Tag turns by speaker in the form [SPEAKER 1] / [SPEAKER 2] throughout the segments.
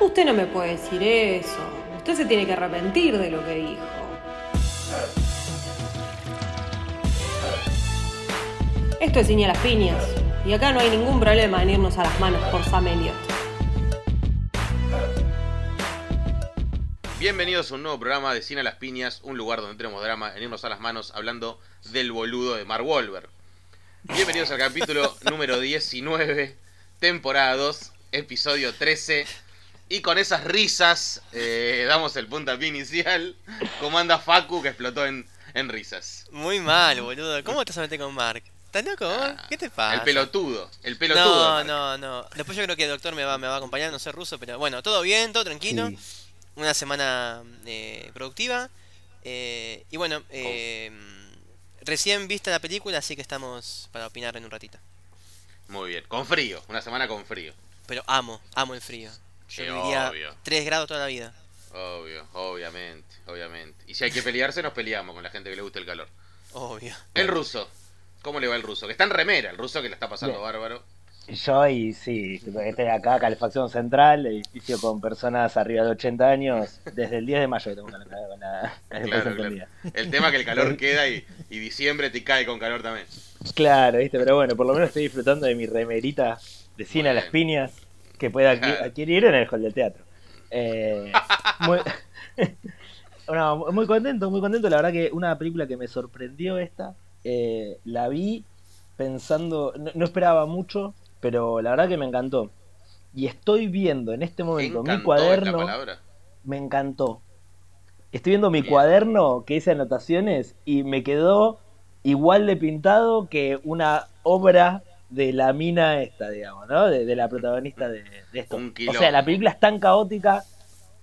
[SPEAKER 1] Usted no me puede decir eso. Usted se tiene que arrepentir de lo que dijo. Esto es Cine a las Piñas. Y acá no hay ningún problema en irnos a las manos por Sam Elliott.
[SPEAKER 2] Bienvenidos a un nuevo programa de Cine a las Piñas, un lugar donde tenemos drama en irnos a las manos hablando del boludo de Mark Wahlberg. Bienvenidos al capítulo número 19, temporada 2, episodio 13. Y con esas risas eh, damos el puntapié inicial. ¿Cómo anda Facu que explotó en, en risas?
[SPEAKER 3] Muy mal, boludo. ¿Cómo te vas a meter con Mark? ¿Estás loco? vos? ¿Qué te pasa?
[SPEAKER 2] El pelotudo, el pelotudo.
[SPEAKER 3] No, no, no. Después yo creo que el doctor me va, me va a acompañar, no sé ruso, pero bueno, todo bien, todo tranquilo.
[SPEAKER 4] Sí.
[SPEAKER 3] Una semana eh, productiva. Eh, y bueno, eh,
[SPEAKER 2] Oh.
[SPEAKER 3] recién vista la película, así que estamos para opinar en un ratito.
[SPEAKER 2] Muy bien, con frío, una semana con frío.
[SPEAKER 3] Pero amo, amo el frío. Yo
[SPEAKER 2] Sí,
[SPEAKER 3] viviría
[SPEAKER 2] obvio.
[SPEAKER 3] 3 grados toda la vida.
[SPEAKER 2] Obvio, obviamente, obviamente. Y si hay que pelearse, nos peleamos con la gente que le gusta el calor.
[SPEAKER 3] Obvio.
[SPEAKER 2] El ruso. ¿Cómo le va el ruso? Que está en remera, el ruso que la está pasando
[SPEAKER 4] Bien.
[SPEAKER 2] bárbaro.
[SPEAKER 4] Yo y sí, tipo, que estoy acá, calefacción central, edificio con personas arriba de 80 años, desde el 10 de mayo que tengo con la, con la calefacción
[SPEAKER 2] Claro,
[SPEAKER 4] prendida.
[SPEAKER 2] claro. El tema es que el calor queda y, y diciembre te cae con calor también.
[SPEAKER 4] Claro, viste, pero bueno, por lo menos estoy disfrutando de mi remerita de cine a
[SPEAKER 2] Muy
[SPEAKER 4] las
[SPEAKER 2] bien.
[SPEAKER 4] piñas que pueda adqui-
[SPEAKER 2] Claro.
[SPEAKER 4] adquirir en el hall del teatro. Eh, muy, No, muy contento, muy contento. La verdad que una película que me sorprendió esta, eh, la vi pensando, no, no esperaba mucho, pero la verdad que me encantó. Y estoy viendo en este momento mi
[SPEAKER 2] Encantó esta
[SPEAKER 4] cuaderno,
[SPEAKER 2] palabra.
[SPEAKER 4] me encantó. Estoy viendo mi
[SPEAKER 2] Bien.
[SPEAKER 4] cuaderno que hice anotaciones y me quedó igual de pintado que una obra de la mina esta, digamos, ¿no? De, de la protagonista de, de esto.
[SPEAKER 2] Un
[SPEAKER 4] O sea,
[SPEAKER 2] quilombo.
[SPEAKER 4] la película es tan caótica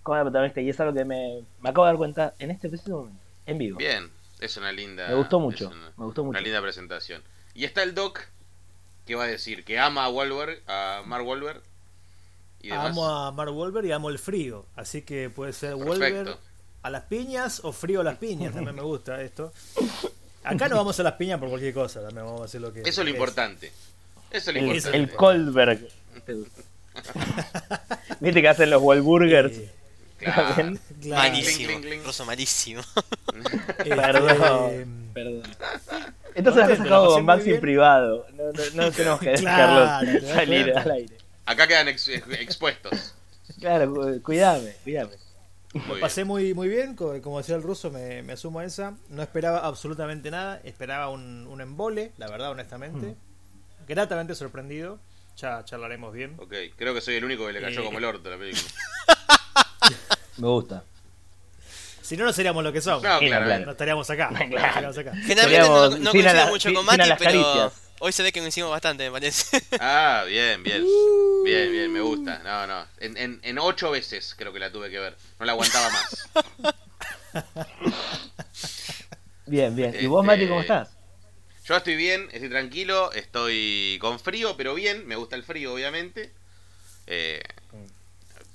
[SPEAKER 4] como la protagonista y es algo que me, me acabo de dar cuenta en este preciso momento, en vivo.
[SPEAKER 2] Bien, es una linda.
[SPEAKER 4] Me gustó
[SPEAKER 2] es
[SPEAKER 4] mucho,
[SPEAKER 2] una-
[SPEAKER 4] me gustó mucho.
[SPEAKER 2] Una linda presentación. Y está el Doc, que va a decir que ama a Wahlberg, a Mark Wahlberg. Y demás.
[SPEAKER 5] Amo a Mark Wolver y amo el frío. Así que puede ser
[SPEAKER 2] Perfecto.
[SPEAKER 5] Wolver a las piñas o frío a las piñas. También me gusta esto. Acá no vamos a las piñas por cualquier cosa. También vamos a decir lo que.
[SPEAKER 2] Eso es lo importante. Eso es lo
[SPEAKER 4] El,
[SPEAKER 2] importante.
[SPEAKER 4] el Goldberg. Viste que hacen los Wahlburgers.
[SPEAKER 5] Sí.
[SPEAKER 2] Claro.
[SPEAKER 4] También.
[SPEAKER 5] Claro.
[SPEAKER 3] Malísimo.
[SPEAKER 2] Cling, cling, cling.
[SPEAKER 3] Ruso, malísimo.
[SPEAKER 5] Este,
[SPEAKER 4] Perdón, perdón. Entonces las
[SPEAKER 5] Contento,
[SPEAKER 4] cosas
[SPEAKER 5] la
[SPEAKER 4] que hago con
[SPEAKER 5] pasé muy
[SPEAKER 4] Maxi en
[SPEAKER 5] bien.
[SPEAKER 4] privado. No, no, no tenemos que
[SPEAKER 5] Claro,
[SPEAKER 4] dejarlos
[SPEAKER 5] claro.
[SPEAKER 4] salir al aire.
[SPEAKER 2] Acá quedan ex- expuestos.
[SPEAKER 4] Claro, cu- cuidame, cuidame.
[SPEAKER 2] Muy bien.
[SPEAKER 5] Pasé muy, muy bien, co- como decía el ruso, me, me asumo a esa. No esperaba absolutamente nada, esperaba un, un embole, la verdad, honestamente.
[SPEAKER 4] Mm.
[SPEAKER 5] Gratamente sorprendido, ya charlaremos bien.
[SPEAKER 2] Ok, creo que soy el único que le cayó
[SPEAKER 5] Eh.
[SPEAKER 2] como el orto a la película.
[SPEAKER 4] Me gusta.
[SPEAKER 5] Si no, no seríamos lo que somos.
[SPEAKER 2] No,
[SPEAKER 5] No,
[SPEAKER 4] Sí, no,
[SPEAKER 2] claramente.
[SPEAKER 4] claro.
[SPEAKER 5] estaríamos acá. no estaríamos acá.
[SPEAKER 3] Generalmente no, no
[SPEAKER 4] Seríamos sin a la-
[SPEAKER 3] coincido mucho
[SPEAKER 4] sin-
[SPEAKER 3] con
[SPEAKER 4] sin a
[SPEAKER 3] Mati,
[SPEAKER 4] las
[SPEAKER 3] pero
[SPEAKER 4] caricias.
[SPEAKER 3] hoy se ve que coincidimos bastante, me parece.
[SPEAKER 2] Ah, bien, bien. Bien, bien, me gusta. No, no. En, en, en ocho veces creo que la tuve que ver. No la aguantaba más.
[SPEAKER 4] Bien, bien. ¿Y vos, Mati, cómo
[SPEAKER 2] Este,
[SPEAKER 4] estás?
[SPEAKER 2] Yo estoy bien, estoy tranquilo, estoy con frío, pero bien. Me gusta el frío, obviamente. Eh,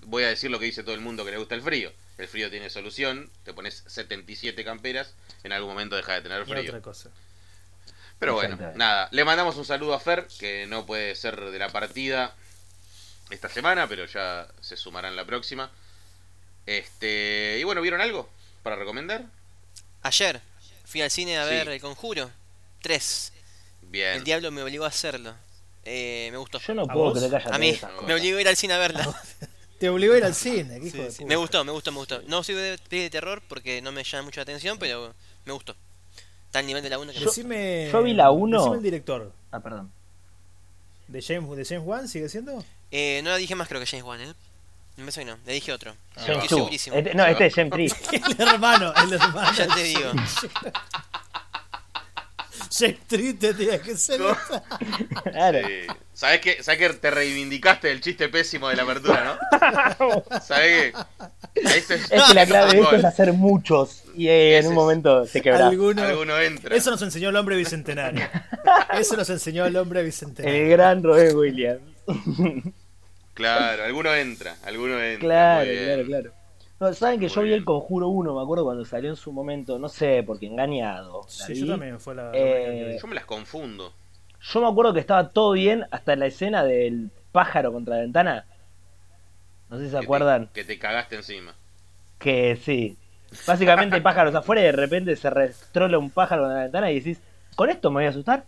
[SPEAKER 2] voy a decir lo que dice todo el mundo que le gusta el frío. El frío tiene solución. Te pones 77 camperas. En algún momento deja de tener
[SPEAKER 5] Y
[SPEAKER 2] frío.
[SPEAKER 5] otra cosa.
[SPEAKER 2] Pero bueno,
[SPEAKER 4] Exactamente.
[SPEAKER 2] nada. Le mandamos un saludo a Fer, que no puede ser de la partida esta semana, pero ya se sumará en la próxima. Este, y bueno, ¿vieron algo para recomendar?
[SPEAKER 3] Ayer fui al cine a
[SPEAKER 2] Sí.
[SPEAKER 3] ver El Conjuro 3.
[SPEAKER 2] Bien.
[SPEAKER 3] El diablo me obligó a hacerlo. Eh, me gustó.
[SPEAKER 4] Yo no
[SPEAKER 5] ¿a
[SPEAKER 4] puedo
[SPEAKER 5] vos?
[SPEAKER 4] creer que haya
[SPEAKER 3] a mí,
[SPEAKER 4] tenido esa-
[SPEAKER 3] me obligó a ir al cine a verla.
[SPEAKER 5] Te obligó a ir al cine, que hijo
[SPEAKER 3] Sí,
[SPEAKER 5] de
[SPEAKER 3] sí.
[SPEAKER 5] puta.
[SPEAKER 3] Me gustó, me gustó, me gustó. No soy de peli de terror porque no me llama mucho la atención, pero me gustó. Está al nivel de la 1 que me gustó.
[SPEAKER 5] Decime-
[SPEAKER 4] yo vi la uno.
[SPEAKER 5] Decime el director.
[SPEAKER 4] Ah, perdón.
[SPEAKER 5] ¿De James, ¿De James Wan sigue siendo?
[SPEAKER 3] Eh, no la dije más, creo que James Wan, ¿eh? Me parece que no, le dije otro.
[SPEAKER 4] Shen
[SPEAKER 3] estoy
[SPEAKER 4] Chu.
[SPEAKER 3] segurísimo.
[SPEAKER 4] Este- no, este es Shen Tri.
[SPEAKER 5] El hermano, el hermano.
[SPEAKER 3] Ya te digo.
[SPEAKER 5] James Street tenía que ser.
[SPEAKER 4] Claro.
[SPEAKER 2] Eh, ¿Sabés que, sabés que te reivindicaste del chiste pésimo de la apertura, no? ¿Sabés Este que? Ahí se-
[SPEAKER 4] Este Es que la clave de esto es
[SPEAKER 2] Bueno,
[SPEAKER 4] hacer muchos. Y eh, en
[SPEAKER 2] Ese
[SPEAKER 4] un
[SPEAKER 2] es.
[SPEAKER 4] momento se quebrá.
[SPEAKER 5] Alguno-
[SPEAKER 2] Alguno entra.
[SPEAKER 5] Eso nos enseñó el hombre bicentenario. Eso nos enseñó el hombre bicentenario.
[SPEAKER 4] El gran Robert Williams.
[SPEAKER 2] Claro, alguno entra, alguno entra.
[SPEAKER 4] Claro,
[SPEAKER 2] muy bien.
[SPEAKER 4] claro, claro. No, Saben que
[SPEAKER 2] Muy
[SPEAKER 4] yo vi
[SPEAKER 2] bien.
[SPEAKER 4] el Conjuro 1, me acuerdo cuando salió en su momento, no sé, porque engañado. la
[SPEAKER 5] Sí, yo
[SPEAKER 4] vi.
[SPEAKER 5] también fue la.
[SPEAKER 4] Eh,
[SPEAKER 2] Yo me las confundo.
[SPEAKER 4] Yo me acuerdo que estaba todo bien hasta la escena del pájaro contra la ventana. No sé si se
[SPEAKER 2] Que te-
[SPEAKER 4] acuerdan.
[SPEAKER 2] Que te cagaste encima.
[SPEAKER 4] Que sí. Básicamente hay pájaros afuera y de repente se restrola un pájaro contra la ventana y decís, ¿con esto me voy a asustar?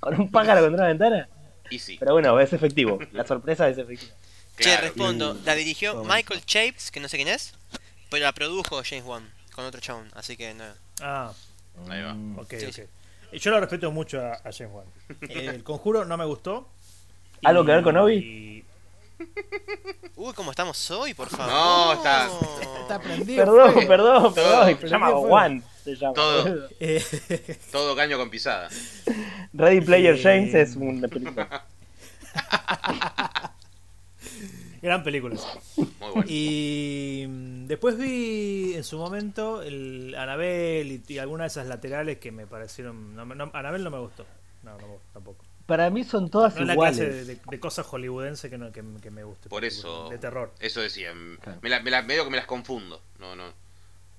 [SPEAKER 4] ¿Con un pájaro contra la ventana?
[SPEAKER 2] Y sí.
[SPEAKER 4] Pero bueno, es efectivo. La sorpresa es efectiva.
[SPEAKER 3] Che,
[SPEAKER 2] claro.
[SPEAKER 3] respondo. La dirigió
[SPEAKER 4] Vamos.
[SPEAKER 3] Michael Chapes, que no sé quién es, pero la produjo James Wan con otro chabón, así que no.
[SPEAKER 5] Ah,
[SPEAKER 2] Ahí va.
[SPEAKER 5] ok,
[SPEAKER 3] Sí,
[SPEAKER 5] ok.
[SPEAKER 3] sí.
[SPEAKER 5] Yo lo respeto mucho a, a James Wan. El conjuro no me gustó.
[SPEAKER 4] ¿Algo que ver con Obi?
[SPEAKER 5] Obi?
[SPEAKER 3] Uy, ¿cómo estamos hoy, por favor?
[SPEAKER 2] No, está-
[SPEAKER 5] Está prendido.
[SPEAKER 4] Perdón,
[SPEAKER 5] fuego.
[SPEAKER 4] perdón, perdón. Se
[SPEAKER 5] Prendió
[SPEAKER 4] llama
[SPEAKER 5] fuego.
[SPEAKER 4] Juan. Se llama.
[SPEAKER 2] Todo.
[SPEAKER 5] Eh,
[SPEAKER 2] Todo caño con pisada.
[SPEAKER 4] Ready Player
[SPEAKER 5] Eh,
[SPEAKER 4] James es una película.
[SPEAKER 5] gran película. esa.
[SPEAKER 2] Muy bueno.
[SPEAKER 5] Y mm, después vi en su momento el Anabel y, y alguna de esas laterales que me parecieron. No, me- no, Anabel no me gustó. No, no me gustó tampoco.
[SPEAKER 4] Para mí son todas
[SPEAKER 5] No es la clase de,
[SPEAKER 4] iguales.
[SPEAKER 5] de, de cosas hollywoodense que, no, que, que me guste.
[SPEAKER 2] Por eso. eh,
[SPEAKER 5] De terror.
[SPEAKER 2] Eso decía. m-
[SPEAKER 4] Claro.
[SPEAKER 2] Me la, me la- medio que me las confundo. No, no.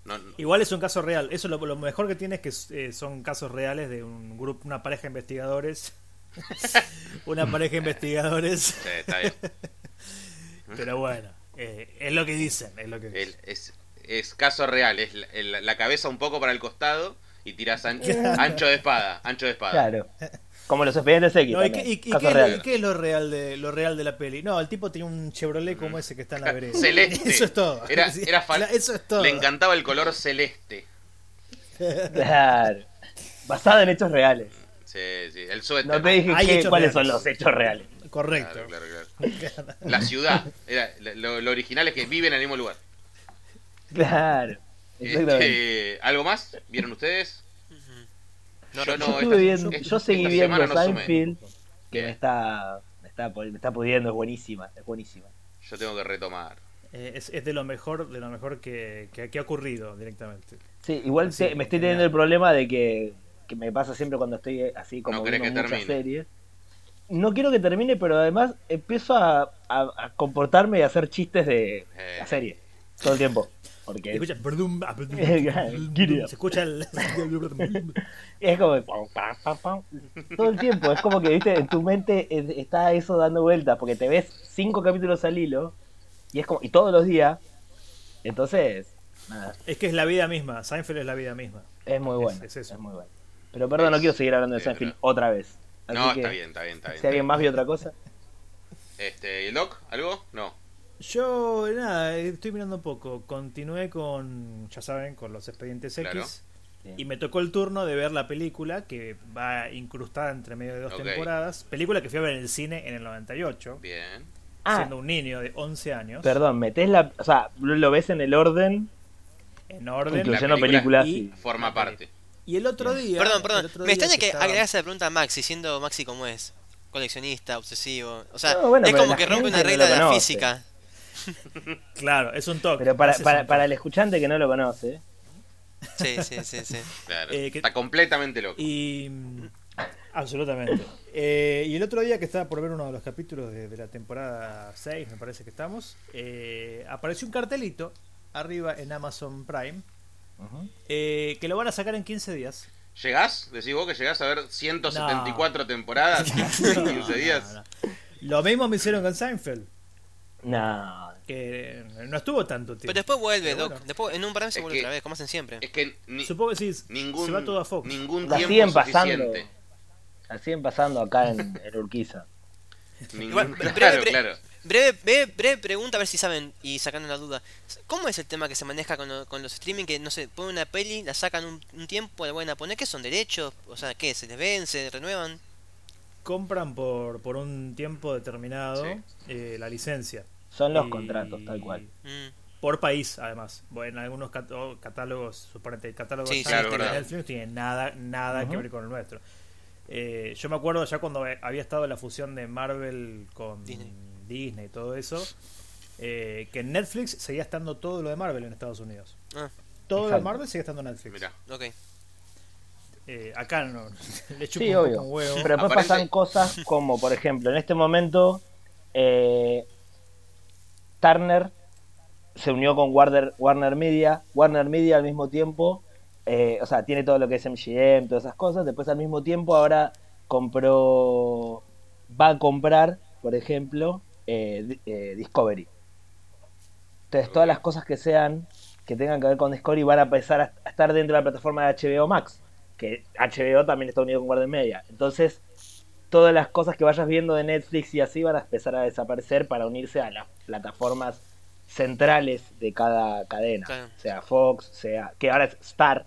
[SPEAKER 2] no, no.
[SPEAKER 5] Igual es un caso real. Eso lo, lo mejor que tiene es que eh, son casos reales de un grupo, una pareja de investigadores. una pareja de investigadores.
[SPEAKER 2] Sí, está bien.
[SPEAKER 5] Pero bueno, eh, es lo que dicen. Es lo que dicen.
[SPEAKER 2] El- es, es caso real. Es la, el- la cabeza un poco para el costado y tirás an- ancho de espada. Ancho de espada.
[SPEAKER 4] Claro. Como los expedientes X.
[SPEAKER 5] No, ¿y, qué,
[SPEAKER 4] también,
[SPEAKER 5] y- y
[SPEAKER 4] casos
[SPEAKER 5] qué es, lo-
[SPEAKER 4] reales.
[SPEAKER 5] y qué es lo real de lo real de la peli? No, el tipo tenía un Chevrolet como ese que está en la vereda.
[SPEAKER 2] Celeste.
[SPEAKER 5] Eso es todo.
[SPEAKER 2] Era,
[SPEAKER 5] Sí,
[SPEAKER 2] era fan-
[SPEAKER 5] la- Eso es todo.
[SPEAKER 2] Le encantaba el color celeste.
[SPEAKER 4] Claro. Basada en hechos reales.
[SPEAKER 2] Sí, sí. El suéter.
[SPEAKER 4] No te dije
[SPEAKER 5] Hay
[SPEAKER 4] qué-
[SPEAKER 5] hechos
[SPEAKER 4] cuáles son
[SPEAKER 5] reales.
[SPEAKER 4] los hechos reales.
[SPEAKER 5] Correcto.
[SPEAKER 2] Claro, claro, claro. La ciudad. Era, lo, lo original es que viven en el mismo lugar.
[SPEAKER 4] Claro. Exactamente.
[SPEAKER 2] Este, ¿Algo más? ¿Vieron ustedes?
[SPEAKER 3] No,
[SPEAKER 2] Yo no,
[SPEAKER 3] no,
[SPEAKER 4] yo,
[SPEAKER 2] esta-
[SPEAKER 4] estuve viendo-
[SPEAKER 2] esta-
[SPEAKER 4] yo seguí
[SPEAKER 2] esta
[SPEAKER 4] viendo
[SPEAKER 2] semana no sumé.
[SPEAKER 4] Seinfeld, que
[SPEAKER 2] Bien.
[SPEAKER 4] me está, me, está, pu- me está pudiendo, es buenísima, es buenísima.
[SPEAKER 2] Yo tengo que retomar.
[SPEAKER 5] Eh, es, es de lo mejor, de lo mejor que, que- que ha ocurrido directamente.
[SPEAKER 4] Sí, igual
[SPEAKER 5] Así,
[SPEAKER 4] te- me estoy
[SPEAKER 5] genial.
[SPEAKER 4] teniendo el problema de que, que me pasa siempre cuando estoy eh, así como
[SPEAKER 2] No querés
[SPEAKER 4] viendo
[SPEAKER 2] que
[SPEAKER 4] muchas
[SPEAKER 2] termine.
[SPEAKER 4] series. No quiero que termine, pero además empiezo a, a- a comportarme y a hacer chistes de
[SPEAKER 2] Eh.
[SPEAKER 4] la serie todo el tiempo. Porque
[SPEAKER 5] Escucha, brdum, ah, brdum,
[SPEAKER 4] Get it up.
[SPEAKER 5] se escucha el.
[SPEAKER 4] Es como pam, pam, pam, pam, todo el tiempo, es como que viste, en tu mente es- está eso dando vueltas, porque te ves cinco capítulos al hilo, y es como, y todos los días, entonces, nada,
[SPEAKER 5] es que es la vida misma. Seinfeld es la vida misma.
[SPEAKER 4] es muy
[SPEAKER 5] Es-
[SPEAKER 4] bueno.
[SPEAKER 5] es
[SPEAKER 4] Es,
[SPEAKER 5] eso.
[SPEAKER 4] muy bueno. Pero perdón, no
[SPEAKER 2] Es-
[SPEAKER 4] quiero seguir hablando de
[SPEAKER 2] es
[SPEAKER 4] Seinfeld
[SPEAKER 2] verdad.
[SPEAKER 4] otra vez. Así
[SPEAKER 2] No,
[SPEAKER 4] que,
[SPEAKER 2] está bien, está bien, está bien.
[SPEAKER 4] Si alguien más vio otra cosa,
[SPEAKER 2] Este, ¿Y el doc? ¿Algo? No.
[SPEAKER 5] Yo, nada, estoy mirando un poco. Continué con, ya saben, con los expedientes X.
[SPEAKER 2] Claro.
[SPEAKER 4] Bien.
[SPEAKER 5] Y me tocó el turno de ver la película que va incrustada entre medio de dos
[SPEAKER 2] Ok.
[SPEAKER 5] temporadas. Película que fui a ver en el cine en el 98,
[SPEAKER 2] Bien.
[SPEAKER 4] ah,
[SPEAKER 5] siendo un niño de 11 años.
[SPEAKER 4] perdón, metés la, o sea, lo lo ves en el orden,
[SPEAKER 5] En orden.
[SPEAKER 2] Incluso-
[SPEAKER 4] incluyendo
[SPEAKER 2] película
[SPEAKER 4] películas,
[SPEAKER 5] y-
[SPEAKER 4] y-
[SPEAKER 2] Forma parte.
[SPEAKER 5] Y el otro día.
[SPEAKER 3] Perdón,
[SPEAKER 5] el
[SPEAKER 3] perdón.
[SPEAKER 5] otro
[SPEAKER 3] Me
[SPEAKER 5] día
[SPEAKER 3] extraña que
[SPEAKER 5] estaba-
[SPEAKER 3] agregas la pregunta a Maxi, siendo Maxi como es. Coleccionista, obsesivo. O sea,
[SPEAKER 4] No, bueno,
[SPEAKER 3] es
[SPEAKER 4] pero
[SPEAKER 3] como
[SPEAKER 4] la
[SPEAKER 3] que rompe
[SPEAKER 4] gente
[SPEAKER 3] una
[SPEAKER 4] no
[SPEAKER 3] regla
[SPEAKER 4] lo
[SPEAKER 3] de la
[SPEAKER 4] conoce.
[SPEAKER 3] física.
[SPEAKER 5] Claro, es un toque.
[SPEAKER 4] pero para,
[SPEAKER 5] haces
[SPEAKER 4] para,
[SPEAKER 5] un
[SPEAKER 4] para
[SPEAKER 5] toque.
[SPEAKER 4] el escuchante que no lo conoce,
[SPEAKER 3] Sí, sí, sí, sí.
[SPEAKER 2] Claro.
[SPEAKER 5] Eh, que-
[SPEAKER 2] Está completamente loco.
[SPEAKER 5] Y. Absolutamente. Eh, y el otro día que estaba por ver uno de los capítulos de, de la temporada 6, me parece que estamos, eh, apareció un cartelito arriba en Amazon Prime
[SPEAKER 4] Ujú.
[SPEAKER 5] eh, que lo van a sacar en 15 días.
[SPEAKER 2] ¿Llegás? Decís vos que llegás a ver 174 temporadas en 15 días.
[SPEAKER 5] No, no. Lo mismo me hicieron con Seinfeld,
[SPEAKER 4] no,
[SPEAKER 5] que eh, no estuvo tanto tiempo.
[SPEAKER 3] Pero después vuelve,
[SPEAKER 5] Pero
[SPEAKER 3] Doc.
[SPEAKER 5] bueno.
[SPEAKER 3] Después, en un par de años se
[SPEAKER 2] Es
[SPEAKER 3] vuelve
[SPEAKER 2] que-
[SPEAKER 3] otra vez, como hacen siempre.
[SPEAKER 2] Es que ni-
[SPEAKER 5] Supongo que sí, se
[SPEAKER 2] ningún,
[SPEAKER 5] va todo a Fox.
[SPEAKER 2] ningún
[SPEAKER 4] la
[SPEAKER 2] tiempo
[SPEAKER 4] siguen pasando,
[SPEAKER 2] suficiente.
[SPEAKER 4] la siguen pasando acá en, en Urquiza.
[SPEAKER 2] Ningún-
[SPEAKER 3] Igual, breve,
[SPEAKER 2] claro,
[SPEAKER 3] pre-
[SPEAKER 2] claro.
[SPEAKER 3] Breve, breve, breve pregunta, a ver si saben y sacando la duda. ¿Cómo es el tema que se maneja con, lo- con los streaming? Que no sé, ponen una peli, la sacan un, un tiempo, la vuelven a poner. ¿Qué son derechos? O sea, ¿qué? ¿Se les ven? ¿Se renuevan?
[SPEAKER 5] Compran por, por un tiempo determinado
[SPEAKER 2] Sí.
[SPEAKER 5] eh, la licencia.
[SPEAKER 4] Son los
[SPEAKER 5] Y-
[SPEAKER 4] contratos, tal cual.
[SPEAKER 3] Mm,
[SPEAKER 5] Por país, además. Bueno, en algunos cat- o catálogos, suponete, el catálogo
[SPEAKER 3] Sí,
[SPEAKER 5] de
[SPEAKER 3] sí,
[SPEAKER 5] Seinfeld
[SPEAKER 2] claro,
[SPEAKER 5] de
[SPEAKER 2] verdad.
[SPEAKER 5] Netflix no tiene nada, nada que
[SPEAKER 4] Ujú.
[SPEAKER 5] ver con el nuestro. Eh, yo me acuerdo ya cuando eh, había estado la fusión de Marvel con
[SPEAKER 3] Disney.
[SPEAKER 5] Disney y todo eso, eh, que en Netflix seguía estando todo lo de Marvel en Estados Unidos.
[SPEAKER 3] Ah,
[SPEAKER 5] Todo lo de
[SPEAKER 4] Exacto.
[SPEAKER 5] Marvel sigue estando en Netflix.
[SPEAKER 2] Mirá.
[SPEAKER 3] ok.
[SPEAKER 5] Eh, acá no, le chupo
[SPEAKER 4] Sí,
[SPEAKER 5] un
[SPEAKER 4] obvio.
[SPEAKER 5] poco un huevo.
[SPEAKER 4] Pero después
[SPEAKER 2] Aparece-
[SPEAKER 4] pasan cosas como, por ejemplo, en este momento, eh, Turner se unió con Warner, Warner Media. Warner Media al mismo tiempo, eh, o sea, tiene todo lo que es MGM, todas esas cosas. Después al mismo tiempo ahora compró, va a comprar por ejemplo, eh, di- eh, Discovery. Entonces, todas las cosas que sean, que tengan que ver con Discovery, van a empezar a, a estar dentro de la plataforma de HBO Max, que HBO también está unido con Warner Media. Entonces, todas las cosas que vayas viendo de Netflix y así van a empezar a desaparecer para unirse a las plataformas centrales de cada cadena.
[SPEAKER 3] Claro.
[SPEAKER 4] Sea Fox, sea. que ahora es Star,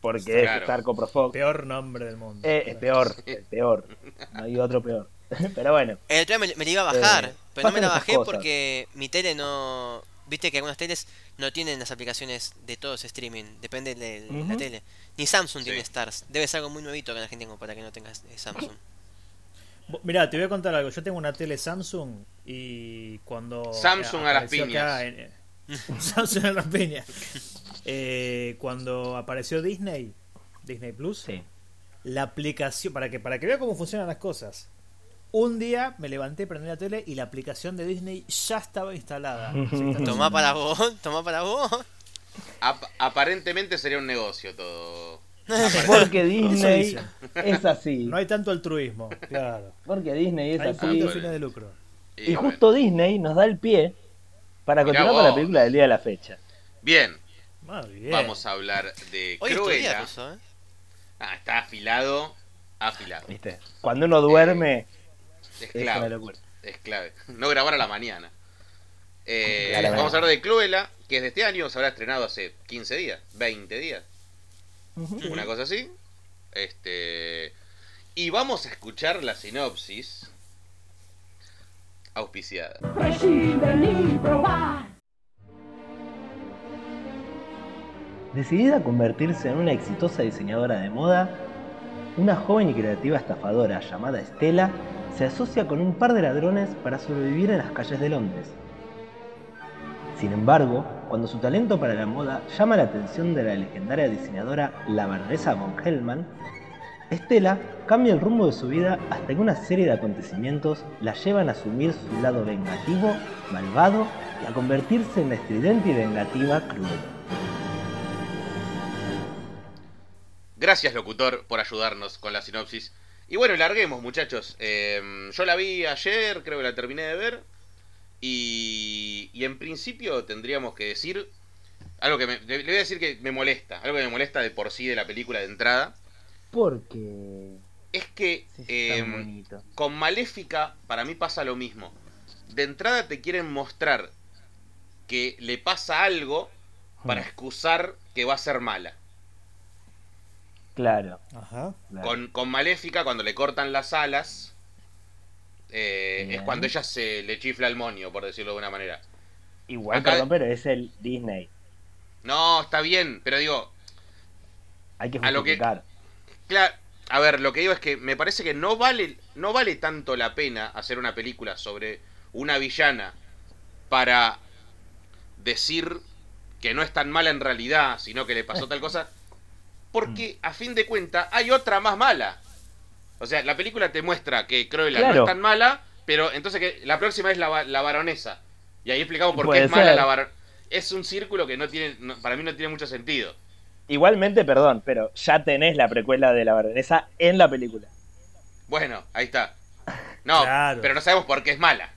[SPEAKER 4] porque es
[SPEAKER 2] Claro.
[SPEAKER 4] Star Copro Fox.
[SPEAKER 5] Peor nombre del mundo.
[SPEAKER 4] Eh, es peor, es peor. No hay otro peor. Pero bueno,
[SPEAKER 3] El otro día me, me la iba a bajar,
[SPEAKER 4] Eh,
[SPEAKER 3] pero no me
[SPEAKER 4] pasan
[SPEAKER 3] la
[SPEAKER 4] esas
[SPEAKER 3] bajé
[SPEAKER 4] cosas.
[SPEAKER 3] porque mi tele no. Viste que algunas teles no tienen las aplicaciones de todos streaming, depende de la
[SPEAKER 4] Ujú.
[SPEAKER 3] tele. Ni Samsung tiene
[SPEAKER 2] Sí.
[SPEAKER 3] Stars, debe ser algo muy nuevito que la gente tenga para que no tengas eh, Samsung.
[SPEAKER 4] Mm.
[SPEAKER 5] Bo- Mirá, te voy a contar algo. Yo tengo una tele Samsung y cuando. eh,
[SPEAKER 2] Samsung a las
[SPEAKER 5] apareció acá en- eh, Samsung a las piñas. Eh, cuando apareció Disney, Disney Plus,
[SPEAKER 4] sí.
[SPEAKER 5] la aplicación. Para que, para que vea cómo funcionan las cosas. Un día me levanté, prendí la tele y la aplicación de Disney ya estaba instalada. Ya está-
[SPEAKER 3] Tomá para vos, tomá para vos.
[SPEAKER 2] Ap- aparentemente sería un negocio todo.
[SPEAKER 4] Porque Disney
[SPEAKER 5] dice.
[SPEAKER 4] es así.
[SPEAKER 5] No hay tanto altruismo, claro.
[SPEAKER 4] Porque Disney es
[SPEAKER 5] Hay
[SPEAKER 4] así.
[SPEAKER 5] tantos
[SPEAKER 2] bueno.
[SPEAKER 5] fines de lucro.
[SPEAKER 2] Y
[SPEAKER 4] Y
[SPEAKER 2] bueno.
[SPEAKER 4] justo Disney nos da el pie para
[SPEAKER 2] Mirá
[SPEAKER 4] continuar con la
[SPEAKER 2] vos.
[SPEAKER 4] película del día de la fecha.
[SPEAKER 2] Bien,
[SPEAKER 5] Muy bien.
[SPEAKER 2] vamos a hablar de
[SPEAKER 3] Hoy es tu día,
[SPEAKER 2] Cruella.
[SPEAKER 3] Russo, ¿eh?
[SPEAKER 2] Ah, está afilado. Afilado.
[SPEAKER 4] ¿Viste? Cuando uno duerme,
[SPEAKER 2] Es
[SPEAKER 4] es una
[SPEAKER 2] clave.
[SPEAKER 4] locura.
[SPEAKER 2] Es clave. No grabar a la mañana. Eh,
[SPEAKER 4] A la
[SPEAKER 2] vamos
[SPEAKER 4] mañana.
[SPEAKER 2] a hablar de Cruella, que es de este año, se habrá estrenado hace 15 días, 20 días,
[SPEAKER 4] Ujú.
[SPEAKER 2] una cosa así. Este y vamos a escuchar la sinopsis auspiciada.
[SPEAKER 6] Precisa nem provar.
[SPEAKER 4] Decidida a convertirse en una exitosa diseñadora de moda, una joven y creativa estafadora llamada Estela se asocia con un par de ladrones para sobrevivir en las calles de Londres. Sin embargo, cuando su talento para la moda llama la atención de la legendaria diseñadora la baronesa von Hellman, Estela cambia el rumbo de su vida hasta que una serie de acontecimientos la llevan a asumir su lado vengativo, malvado y a convertirse en la estridente y vengativa Cruella.
[SPEAKER 2] Gracias, locutor, por ayudarnos con la sinopsis. Y bueno, larguemos, muchachos. Eh, yo la vi ayer, creo que la terminé de ver. Y, y en principio tendríamos que decir algo que me, le le voy a decir que me molesta, algo que me molesta de por sí de la película de entrada,
[SPEAKER 4] Porque
[SPEAKER 2] es que
[SPEAKER 4] sí, es
[SPEAKER 2] eh,
[SPEAKER 4] tan bonito.
[SPEAKER 2] con Maléfica para mí pasa lo mismo. De entrada te quieren mostrar que le pasa algo para excusar que va a ser mala.
[SPEAKER 4] Claro.
[SPEAKER 5] Ajá.
[SPEAKER 4] claro.
[SPEAKER 2] Con, con Maléfica, cuando le cortan las alas, eh, es
[SPEAKER 4] Bien.
[SPEAKER 2] cuando ella se le chifla el moño, por decirlo de una manera.
[SPEAKER 4] Igual,
[SPEAKER 2] acá-
[SPEAKER 4] perdón, pero es el Disney.
[SPEAKER 2] No, está bien, pero digo,
[SPEAKER 4] Hay que
[SPEAKER 2] A lo que-
[SPEAKER 4] justificar.
[SPEAKER 2] claro, a ver, lo que digo es que me parece que no vale, no vale tanto la pena hacer una película sobre una villana para decir que no es tan mala en realidad, sino que le pasó tal cosa, porque a fin de cuentas hay otra más mala. O sea, la película te muestra que Cruella no
[SPEAKER 4] Claro.
[SPEAKER 2] es tan mala, pero entonces que la próxima es la, va- la baronesa. Y ahí explicamos por
[SPEAKER 4] Puede
[SPEAKER 2] qué es mala
[SPEAKER 4] ser.
[SPEAKER 2] la baronesa. Es un círculo que no tiene, no- para mí no tiene mucho sentido.
[SPEAKER 4] Igualmente, perdón, pero ya tenés la precuela de la baronesa en la película.
[SPEAKER 2] Bueno, ahí está. No,
[SPEAKER 5] Claro.
[SPEAKER 2] pero no sabemos por qué es mala.
[SPEAKER 4] Sí,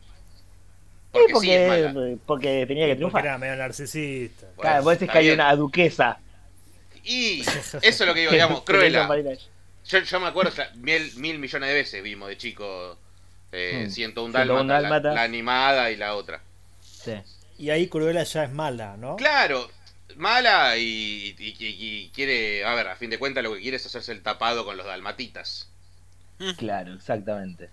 [SPEAKER 2] Porque sí,
[SPEAKER 4] porque,
[SPEAKER 2] es mala.
[SPEAKER 4] porque tenía que
[SPEAKER 5] Porque
[SPEAKER 4] triunfar.
[SPEAKER 5] era medio narcisista.
[SPEAKER 2] Bueno,
[SPEAKER 4] Claro, vos decís
[SPEAKER 2] está
[SPEAKER 4] que hay
[SPEAKER 2] bien.
[SPEAKER 4] una duquesa.
[SPEAKER 2] Y eso es lo que digo,
[SPEAKER 4] que-
[SPEAKER 2] digamos,
[SPEAKER 4] que le hizo
[SPEAKER 2] Cruella.
[SPEAKER 4] Marilyn.
[SPEAKER 2] Yo, yo me acuerdo, ya mil, mil millones de veces vimos de chico eh,
[SPEAKER 4] Mm.
[SPEAKER 2] 101
[SPEAKER 4] 101
[SPEAKER 2] Dálmata, la-
[SPEAKER 4] Dálmatas.
[SPEAKER 2] La, animada y la otra.
[SPEAKER 4] Sí.
[SPEAKER 5] Y ahí Cruella ya es mala, ¿no?
[SPEAKER 2] Claro, mala y, y- y- y quiere, a ver, a fin de cuentas lo que quiere es hacerse el tapado con los dalmatitas.
[SPEAKER 4] Claro, exactamente.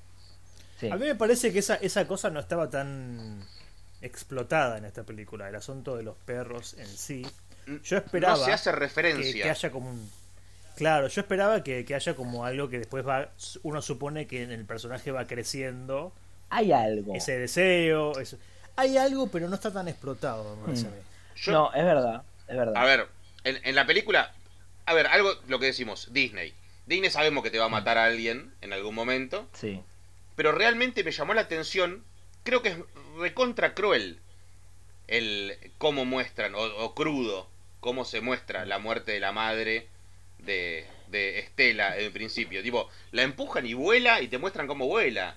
[SPEAKER 4] Sí.
[SPEAKER 5] A mí me parece que esa, esa cosa no estaba tan explotada en esta película, el asunto de los perros en sí. Yo esperaba
[SPEAKER 2] No se hace
[SPEAKER 5] que,
[SPEAKER 2] referencia.
[SPEAKER 5] que haya como un... Claro, yo esperaba que, que haya como algo que después va... Uno supone que en el personaje va creciendo
[SPEAKER 4] Hay algo.
[SPEAKER 5] ese deseo. eso. Hay algo, pero no está tan explotado, me parece a mí.
[SPEAKER 4] Mm.
[SPEAKER 2] Yo-
[SPEAKER 4] No, es verdad. Es verdad.
[SPEAKER 2] A ver, en, en la película, a ver, algo lo que decimos, Disney. Disney sabemos que te va a matar a alguien en algún momento,
[SPEAKER 4] Sí.
[SPEAKER 2] pero realmente me llamó la atención, creo que es recontra cruel el cómo muestran, o, o crudo, cómo se muestra la muerte de la madre de, de Estela en principio. Tipo, la empujan y vuela y te muestran cómo vuela.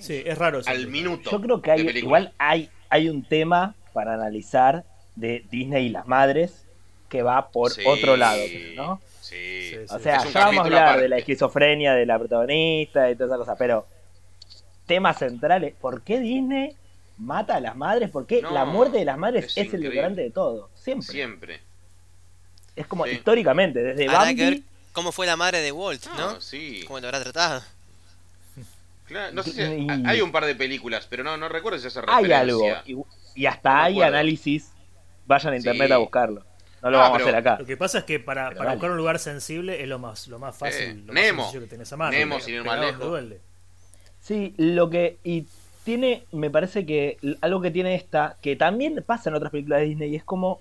[SPEAKER 5] Sí, es raro. eso.
[SPEAKER 2] al minuto.
[SPEAKER 4] Yo creo que hay,
[SPEAKER 2] de película.
[SPEAKER 4] igual hay, hay un tema para analizar de Disney y las madres que va por
[SPEAKER 2] Sí,
[SPEAKER 4] otro lado, ¿no?
[SPEAKER 2] Sí.
[SPEAKER 5] Sí, sí.
[SPEAKER 4] O sea,
[SPEAKER 2] Es un
[SPEAKER 4] ya vamos a
[SPEAKER 2] capítulo
[SPEAKER 4] hablar
[SPEAKER 2] aparte.
[SPEAKER 4] de la esquizofrenia de la protagonista y todas esas cosas, pero temas centrales, ¿por qué Disney mata a las madres? ¿Por qué
[SPEAKER 2] No,
[SPEAKER 4] la muerte de las madres
[SPEAKER 2] es
[SPEAKER 4] es, el
[SPEAKER 2] increíble.
[SPEAKER 4] detonante de todo? Siempre.
[SPEAKER 2] Siempre.
[SPEAKER 4] Es como
[SPEAKER 2] Sí.
[SPEAKER 4] históricamente, desde
[SPEAKER 3] Habrá que ver
[SPEAKER 4] Bambi,
[SPEAKER 3] cómo fue la madre de Walt,
[SPEAKER 2] No,
[SPEAKER 3] ¿no?
[SPEAKER 2] Ah, sí.
[SPEAKER 3] ¿Cómo lo habrá tratado?
[SPEAKER 2] Claro, no sé si-
[SPEAKER 4] Y-
[SPEAKER 2] ha- hay un par de películas, pero no, no recuerdo si hace
[SPEAKER 4] hay
[SPEAKER 2] referencia.
[SPEAKER 4] algo. Y, y hasta
[SPEAKER 2] No me
[SPEAKER 4] hay
[SPEAKER 2] acuerdo.
[SPEAKER 4] análisis, vayan a internet
[SPEAKER 2] Sí.
[SPEAKER 4] a buscarlo. No lo
[SPEAKER 2] Ah,
[SPEAKER 4] vamos a
[SPEAKER 2] pero-
[SPEAKER 4] hacer acá.
[SPEAKER 5] Lo que pasa es que para,
[SPEAKER 4] Pero
[SPEAKER 5] para
[SPEAKER 4] dale.
[SPEAKER 5] buscar un lugar sensible es lo más, lo más fácil,
[SPEAKER 2] Eh,
[SPEAKER 5] lo más
[SPEAKER 2] Nemo.
[SPEAKER 5] sencillo que tenés a mano.
[SPEAKER 2] Nemo,
[SPEAKER 5] Pe-
[SPEAKER 2] sin ir
[SPEAKER 5] pegar
[SPEAKER 2] más
[SPEAKER 5] donde
[SPEAKER 2] lejos.
[SPEAKER 5] duele.
[SPEAKER 4] Sí, lo que. Y tiene, me parece que l- algo que tiene esta, que también pasa en otras películas de Disney, y es como